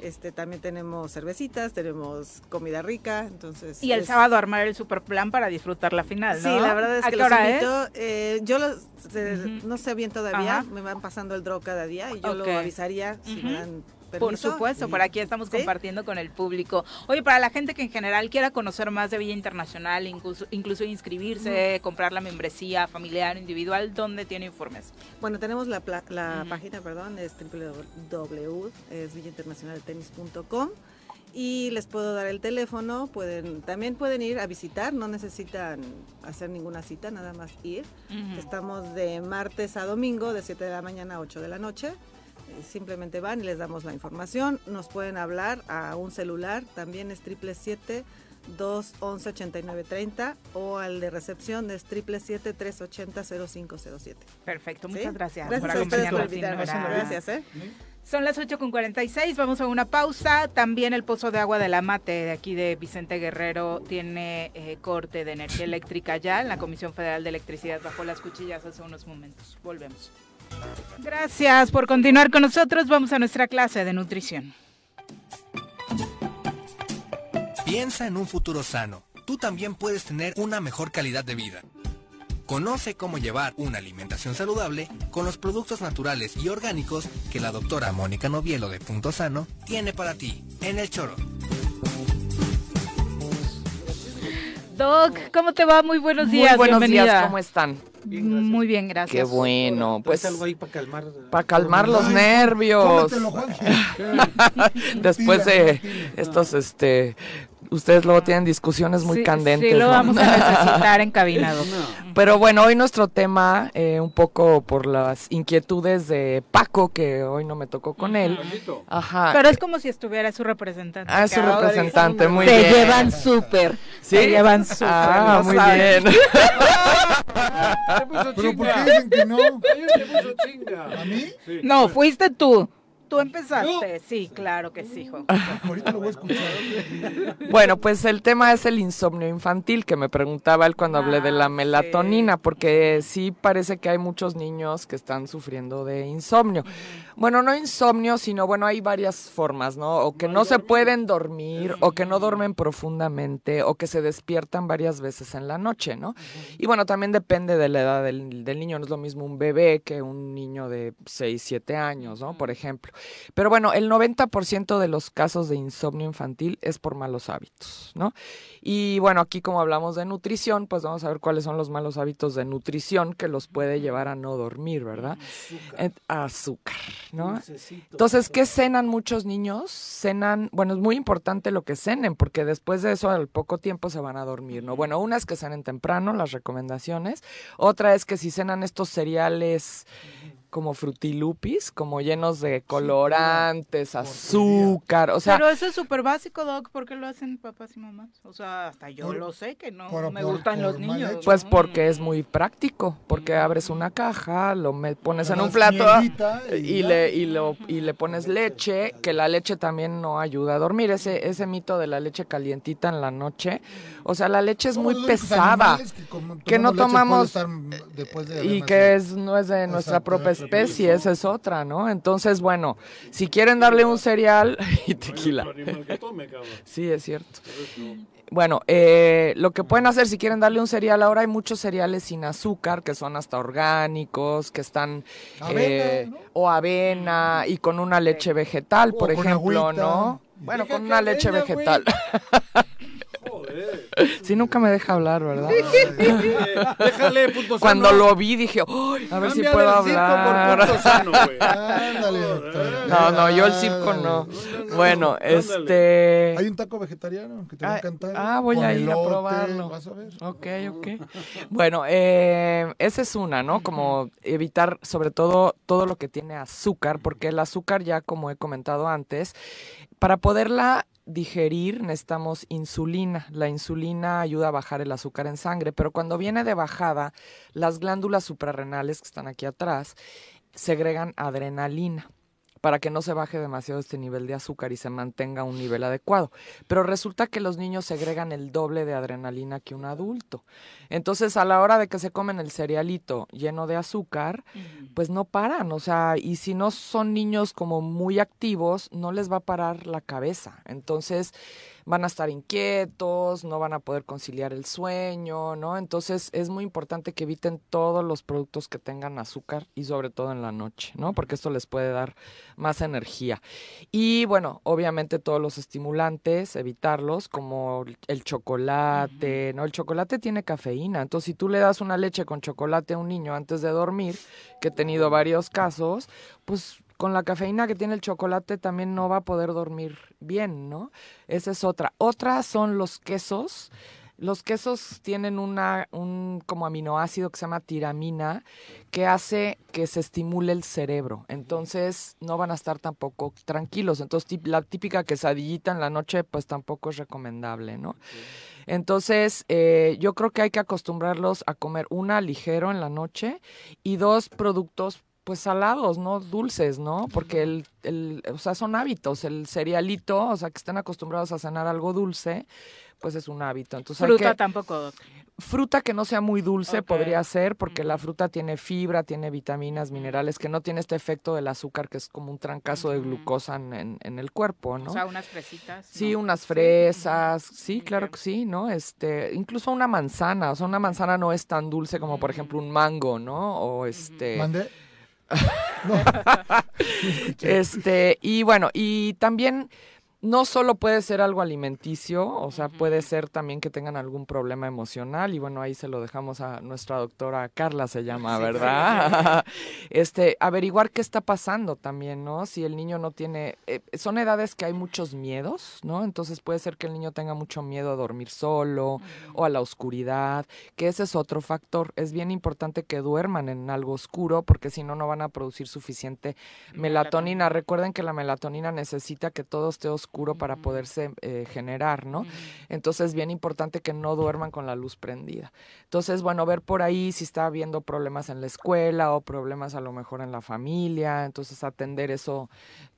Este, también tenemos cervecitas, tenemos comida rica, entonces...
Y el
es-
sábado armar el super plan para disfrutar la final,
Sí,
¿no?
la verdad es
¿A
que
qué
los
hora
invito,
es?
eh, yo los, se- no sé bien todavía,
Ajá.
me van pasando el draw cada día y yo
Ok.
lo avisaría si me
Ujú.
dan permiso.
Por supuesto,
y-
por aquí estamos compartiendo con el público. Oye, para la gente que en general quiera conocer más de Villa Internacional, incluso, incluso inscribirse, comprar la membresía familiar, individual, ¿dónde tiene informes?
Bueno, tenemos la, pla- la página, perdón, es www, es villainternacionaldetenis.com y les puedo dar el teléfono, pueden también pueden ir a visitar, no necesitan hacer ninguna cita, nada más ir.
Ujú.
Estamos de martes a domingo de 7 de la mañana a 8 de la noche. Eh, Simplemente van y les damos la información. Nos pueden hablar a un celular, también es 777 211 8930 o al de recepción es 777 380 0507.
Perfecto,
Sí.
muchas gracias,
Gracias
por
a ustedes por
acompañarnos.
invitarme.
Dinora.
Gracias, ¿eh?
Son las 8 con 46, vamos a una pausa. También el pozo de agua de la Mate de aquí de Vicente Guerrero tiene eh, corte de energía eléctrica ya. La Comisión Federal de Electricidad bajó las cuchillas hace unos momentos. Volvemos. Gracias por continuar con nosotros. Vamos a nuestra clase de nutrición.
Piensa en un futuro sano. Tú también puedes tener una mejor calidad de vida. Conoce cómo llevar una alimentación saludable con los productos naturales y orgánicos que la doctora Mónica Novielo de Punto Sano tiene para ti en el choro.
Doc, ¿cómo te va? Muy buenos
Muy
días.
buenos
bienvenida.
días, ¿cómo están?
Muy bien, gracias.
Qué bueno, pues
algo ahí para calmar.
para calmar los
Ay,
nervios.
cómetelo,
[LAUGHS] Después de estos este ustedes luego tienen discusiones muy
Sí,
candentes.
sí, lo
¿no?
vamos a necesitar en cabina, Doc.
Pero bueno, hoy nuestro tema, eh, un poco por las inquietudes de Paco, que hoy no me tocó con él. Ajá.
Pero es como si estuviera su representante.
Ah, es su
acá.
representante, muy bien.
súper.
¿Sí?
Se llevan súper.
Ah,
lo
muy
saben.
bien.
¿Pero por qué dicen que no?
¿A mí?
[LAUGHS] No, fuiste tú. Tú empezaste. Sí, claro que sí, Juan.
Ah, Ahorita lo voy a escuchar.
[LAUGHS] Bueno, pues el tema es el insomnio infantil, que me preguntaba él cuando hablé de la melatonina, porque sí parece que hay muchos niños que están sufriendo de insomnio. Bueno, no insomnio, sino bueno, hay varias formas, ¿no? O que no se pueden dormir, o que no duermen profundamente, o que se despiertan varias veces en la noche, ¿no? Y bueno, también depende de la edad del, del niño, no es lo mismo un bebé que un niño de 6, 7 años, ¿no? Por ejemplo. Pero bueno, el 90% de los casos de insomnio infantil es por malos hábitos, ¿no? Y bueno, aquí como hablamos de nutrición, pues vamos a ver cuáles son los malos hábitos de nutrición que los puede llevar a no dormir, ¿verdad? Eh, Azúcar, ¿no?
Dulcecito.
Entonces, ¿qué cenan muchos niños? Cenan, bueno, es muy importante lo que cenen, porque después de eso al poco tiempo se van a dormir, ¿no? Bueno, una es que cenen temprano, las recomendaciones. Otra es que si cenan estos cereales como frutilupis, como llenos de colorantes, azúcar, o sea...
Pero eso es súper básico, Doc. ¿Por qué lo hacen papás y mamás? O sea, hasta yo
Por-
lo sé que no
por-
me
por-
gustan los niños. Mm.
Pues porque es muy práctico, porque abres una caja, lo me- pones en
Le
un
das
plato ah,
mielita y
y
ya.
le, y, lo, y le pones leche, que la leche también no ayuda a dormir, ese, ese mito de la leche calientita en la noche, o sea, la leche es muy
Somos los únicos
pesada,
animales que com-
que no
tomamos
tomamos
leche después de estar mm, después de haber
y
nacido.
que es, no es de nuestra
Exacto,
propia
de nuestra propia
especie, esa es otra, ¿no? Entonces, bueno, si quieren darle un cereal [LAUGHS] y tequila. Sí, es cierto. Bueno, eh, lo que pueden hacer si quieren darle un cereal, ahora hay muchos cereales sin azúcar, que son hasta orgánicos, que están... eh, O avena y con una leche vegetal, por
con
ejemplo,
agüita.
¿no? Bueno,
Deja
con
que
una leche
venga,
[LAUGHS]
güey.
vegetal. Sí, nunca me deja hablar,
[LAUGHS]
¿verdad?
Déjale, punto sano.
Cuando
Pues,
lo vi dije, "Ay, a ver si
Cámbiale
puedo
el circo por
hablar.
punto sano,
[LAUGHS]
güey.
No, no, yo el circo no. Bueno, este...
Hay un taco vegetariano que te va a encantar.
Ah, voy
con
a ir a
elote,
probarlo.
Vas a ver.
Ok, ok. Bueno, eh, esa es una, ¿no? Como evitar sobre todo todo lo que tiene azúcar, porque el azúcar ya, como he comentado antes, para poderla digerir necesitamos insulina. La insulina ayuda a bajar el azúcar en sangre, pero cuando viene de bajada, las glándulas suprarrenales que están aquí atrás segregan adrenalina para que no se baje demasiado este nivel de azúcar y se mantenga a un nivel adecuado. Pero resulta que los niños segregan el doble de adrenalina que un adulto. Entonces, a la hora de que se comen el cerealito lleno de azúcar, pues no paran, o sea, y si no son niños como muy activos, no les va a parar la cabeza. Entonces, van a estar inquietos, no van a poder conciliar el sueño, ¿no? Entonces, es muy importante que eviten todos los productos que tengan azúcar y sobre todo en la noche, ¿no? Porque esto les puede dar más energía. Y bueno, obviamente todos los estimulantes, evitarlos, como el- el chocolate, ¿no? El chocolate tiene cafeína, entonces si tú le das una leche con chocolate a un niño antes de dormir, que he tenido varios casos, pues con la cafeína que tiene el chocolate también no va a poder dormir bien, ¿no? Esa es otra. Otra son los quesos. Los quesos tienen una, un como aminoácido que se llama tiramina que hace que se estimule el cerebro. Entonces no van a estar tampoco tranquilos. Entonces tip- la típica quesadillita en la noche pues tampoco es recomendable, ¿no? Entonces, eh, yo creo que hay que acostumbrarlos a comer una ligero en la noche y dos productos pues salados, no dulces, ¿no? Porque el, el, o sea, son hábitos, el cerealito, o sea, que estén acostumbrados a cenar algo dulce, pues es un hábito. Entonces, hay
Fruta
que-
tampoco, Doc.
fruta que no sea muy dulce
Ok.
podría ser, porque la fruta tiene fibra, tiene vitaminas, minerales, que no tiene este efecto del azúcar, que es como un trancazo de glucosa en, en- en el cuerpo, ¿no?
O sea, unas fresitas.
Sí, unas fresas, sí, claro que sí, ¿no? Este, incluso una manzana, o sea, una manzana no es tan dulce como por ejemplo un mango, ¿no? O este [LAUGHS]
¿Mandé?
este, y bueno, y también no solo puede ser algo alimenticio, o sea, puede ser también que tengan algún problema emocional y bueno, ahí se lo dejamos a nuestra doctora Carla se llama,
Sí,
¿verdad? [LAUGHS] Este, averiguar qué está pasando también, ¿no? Si el niño no tiene eh, son edades que hay muchos miedos, ¿no? Entonces puede ser que el niño tenga mucho miedo a dormir solo o a la oscuridad, que ese es otro factor. Es bien importante que duerman en algo oscuro porque si no no van a producir suficiente melatonina. Recuerden que la melatonina necesita que todo esté oscuro para poderse eh, generar, ¿no? Entonces es bien importante que no duerman con la luz prendida. Entonces, bueno, ver por ahí si está habiendo problemas en la escuela o problemas a lo mejor en la familia, entonces atender eso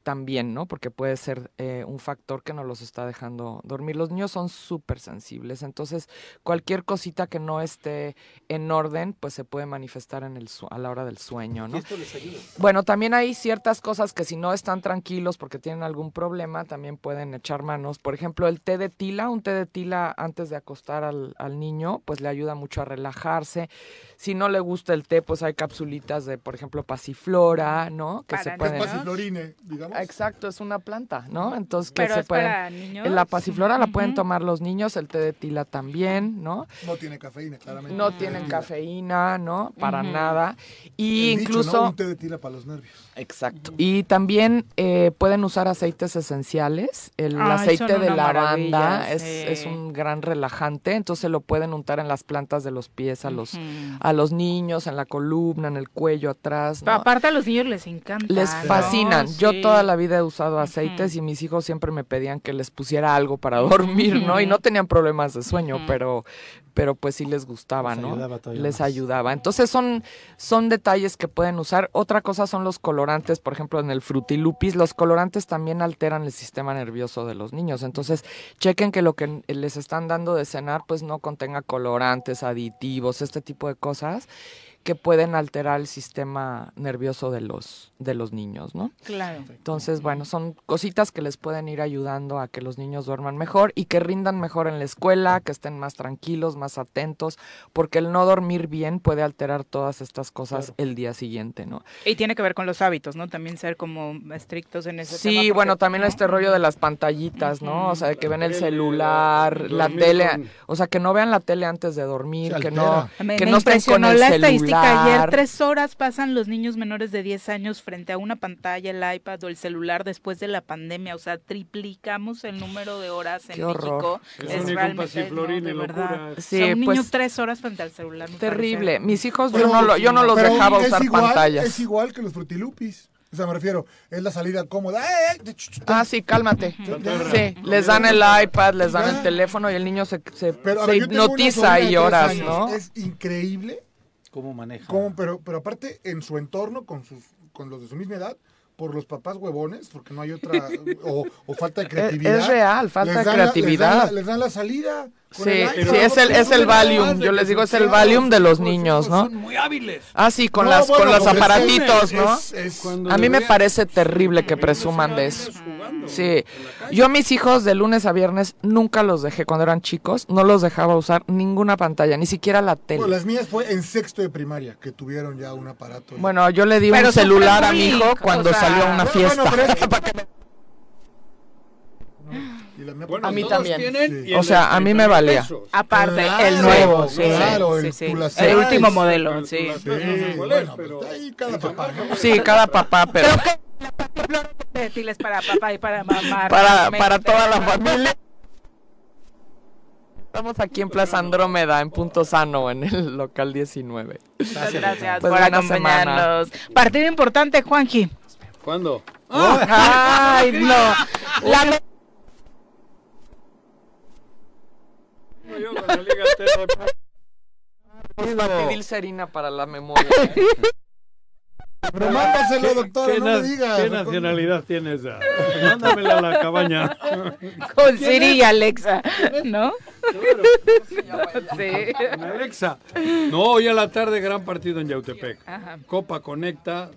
también, ¿no? Porque puede ser eh, un factor que no los está dejando dormir. Los niños son súper sensibles, entonces cualquier cosita que no esté en orden, pues se puede manifestar en el su- a la hora del sueño, ¿no?
esto les ayuda.
Bueno, también hay ciertas cosas que si no están tranquilos porque tienen algún problema, también pueden echar manos. Por ejemplo, el té de tila, un té de tila antes de acostar al, al niño, pues le ayuda mucho a relajarse. Si no le gusta el té, pues hay capsulitas de, por ejemplo, pasiflora, ¿no? Que se pueden...
Pasiflorine, digamos.
Exacto, es una planta, ¿no? Entonces, que
Pero
se
es
pueden...
para niños.
La pasiflora la pueden
Ujú.
tomar los niños, el té de tila también, ¿no?
No tiene cafeína, claramente.
No tienen cafeína, ¿no? Para
Ujú.
nada. Y
El dicho,
incluso...
¿no? Un té de tila para los nervios.
Exacto. Y también eh, pueden usar aceites esenciales. El
Ay,
aceite
son
de
Ah, una
lavanda
maravilla,
es,
sí.
es un gran relajante, entonces lo pueden untar en las plantas de los pies a los,
Ujú.
a los niños, en la columna, en el cuello, atrás. ¿no?
Pero aparte a los niños les encanta.
Les
¿no?
fascinan. Yo
Sí.
toda la vida he usado aceites y mis hijos siempre me pedían que les pusiera algo para [LAUGHS] dormir, ¿no? Y no tenían problemas de sueño, pero pero pues sí les gustaba, ¿no?
ayudaba todavía
les
más.
ayudaba. Entonces son son detalles que pueden usar. Otra cosa son los colorantes, por ejemplo, en el frutilupis, los colorantes también alteran el sistema nervioso de los niños. Entonces, chequen que lo que les están dando de cenar pues no contenga colorantes, aditivos, este tipo de cosas que pueden alterar el sistema nervioso de los de los niños, ¿no?
Claro.
Entonces, bueno, son cositas que les pueden ir ayudando a que los niños duerman mejor y que rindan mejor en la escuela, que estén más tranquilos, más atentos, porque el no dormir bien puede alterar todas estas cosas el día siguiente, ¿no?
Y tiene que ver con los hábitos, ¿no? También ser como estrictos en ese tema.
Sí,
porque-
bueno, también este rollo de las pantallitas, ¿no? O sea, de que ven el
tele,
celular, la
dormir
tele,
con-
o sea, que no vean la tele antes de dormir, que no,
altera. Me,
que
me
no estén con
impresionó
el
la
celular.
estadística. Ayer tres horas pasan los niños menores de 10 años frente a una pantalla, el iPad o el celular después de la pandemia. O sea, triplicamos el número de horas en
Qué horror.
México.
Eso ni con
pasiflorina,
de
locura.
verdad.
Sí,
o sea, un niño
pues,
tres horas frente al celular. me
Terrible.
parece.
Mis hijos yo
Pero-
no, lo- yo no los
pero
dejaba
es
usar
igual-
pantallas.
Es igual que los frutilupis. O sea, me refiero, es la salida cómoda. ¡Eh, eh! De- ch- ch-
Ah, sí, cálmate. Sí, les dan el iPad, les dan el teléfono y el niño se, se,
Ah. Pero, a
se
ver, yo tengo una sobrina
hipnotiza
de
y
tres
horas,
años.
¿no?
Es increíble
¿Cómo maneja?
cómo, pero, pero aparte en su entorno, con sus, con los de su misma edad, por los papás huevones, porque no hay
[LAUGHS]
otra, o, o falta de creatividad.
es real, falta
les
de
dan la- les dan
creatividad.
la- Les dan la, salida. con
Sí,
el iPad,
sí, es
no
el, es
tienen
el
nada más
Valium,
de
yo
que
les digo, es el
funciona.
Valium de los niños, ¿no?
Muy hábiles.
Ah, sí, con,
No,
las,
bueno,
con los
pues es-
aparatitos, ¿no?
es- es- Cuando
a mí me
deberían-
parece terrible que presuman de eso. Sí, yo a mis hijos de lunes a viernes nunca los dejé cuando eran chicos, no los dejaba usar ninguna pantalla, ni siquiera la tele.
Bueno, las mías fue en sexto de primaria, que tuvieron ya un aparato.
Bueno, yo le di un celular a mi hijo cuando salió a una fiesta. [LAUGHS]
Bueno,
a mí
todos
también.
tienen y
O
el
sea,
de
a mí me
30,000
valía.
pesos.
Aparte,
Claro,
el nuevo, sí,
claro,
sí,
el
sí.
tú las
El
sabes.
último modelo,
Tú
sí.
las sabes,
Ujú.
¿cuál es? Pero-
pues.
Sí, cada papá, pero
De ti es para papá y para mamá.
para,
realmente.
para toda la familia. Estamos aquí en Plaza Andrómeda, en Punto Sano, en el local 19.
Muchas gracias
Pues
por
buena semana.
acompañarnos. Partido importante, Juanji.
¿Cuándo?
Ah,
Ay, no. La me-
[LAUGHS]
pues, a pedir serina para la memoria.
[LAUGHS] Pero mándaselo, doctora,
¿Qué
no me
na-
digas.
¿Qué nacionalidad tiene esa? Mándamela a la cabaña.
Con Siri y Alexa, ¿no? Sí.
Alexa. No, hoy a la tarde gran partido en Yautepec.
Ajá.
Copa Conecta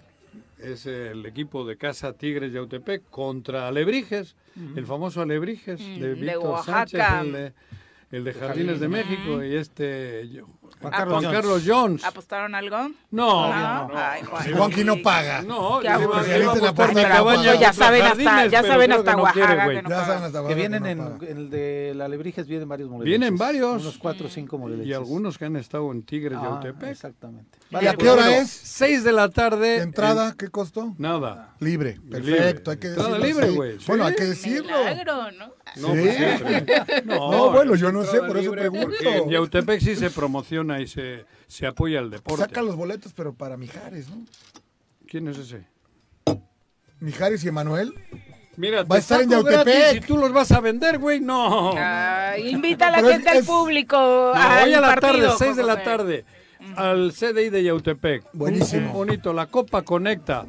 es el equipo de Casa Tigres Yautepec contra Alebrijes, el famoso Alebrijes
Mm,
de
de
Víctor
Oaxaca.
Sánchez, el de, el de Jardines de México y este yo- Juan
Apos-
Carlos Juan Carlos Jones.
¿Apostaron algo?
No.
no. Ay, Juan.
Juanqui no paga. No,
Qué
yo
aburrido.
iba- yo iba a apostar
Ay,
mi
pero
cabaña
bueno, ya
en
saben
Los
hasta,
Jardines,
ya
pero
saben
creo que
hasta
no quiere,
Oaxaca
güey.
que no
Ya
pagan.
saben hasta
Que
Oaxaca
vienen
que
en,
no
en el de la Lebrijes, vienen varios morelenses.
Vienen varios.
Unos cuatro o cinco morelenses.
Y algunos que han estado en Tigres de
Ah,
Autepec.
Exactamente.
¿Y a qué hora es?
6 de la tarde.
¿De entrada qué costó?
Nada.
Libre.
Libre.
Perfecto. Hay que
Entrada
decirlo
libre,
así.
güey.
Bueno,
Sí.
hay que decirlo.
Milagro, ¿no?
No,
Sí.
pues siempre.
[LAUGHS] No, bueno, yo no sé,
entrada
por eso
libre,
pregunto.
porque En Yautepec sí se promociona y se, se apoya al deporte.
Saca los boletos, pero para Mijares, ¿no?
¿Quién es ese?
Mijares y Emanuel.
Mira,
Va a estar en Yautepec.
Si tú los vas a vender, güey, no.
Ay, invita a la
Pero es-
gente, al
es-
público.
No, hoy
al
a la
partido,
tarde, 6 de la
José.
tarde, al CDI de Yautepec. Buenísimo. Bonito, la Copa Conecta.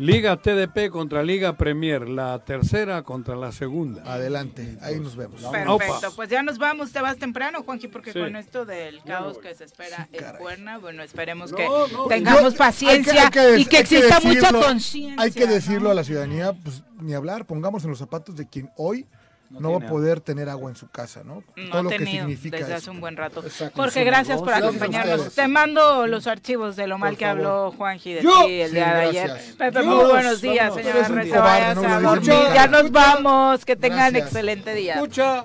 Liga TDP contra Liga Premier, la tercera contra la segunda.
Adelante, ahí nos vemos.
Perfecto, pues ya nos vamos, te vas temprano, Juanji, porque
Sí.
con esto del caos que se espera en Cuerna, bueno, esperemos que
No, no,
tengamos
Yo-
paciencia
hay que- hay que
y que
des- hay
exista mucha
decirlo-
conciencia.
Hay que decirlo a la ciudadanía, pues ni hablar, pongamos en los zapatos de quien hoy no, va
tiene
a poder tener agua en su casa, ¿no?
No
Todo lo que
tenido
significa
desde
eso.
hace un buen rato.
Exacto.
Jorge,
Sí,
gracias
no,
por
sí, gracias a
acompañarnos.
ustedes.
Te mando los archivos de lo mal que habló Juanji de ti el
Sí,
día de ayer.
gracias.
Pepe,
Yo.
muy buenos días,
Vámonos.
señora
Eres un
Reza.
cobarde,
Vayas
no
a
lo dices
dormir.
nunca.
Ya nos vamos, que tengan
Gracias.
excelente día.
Escucha.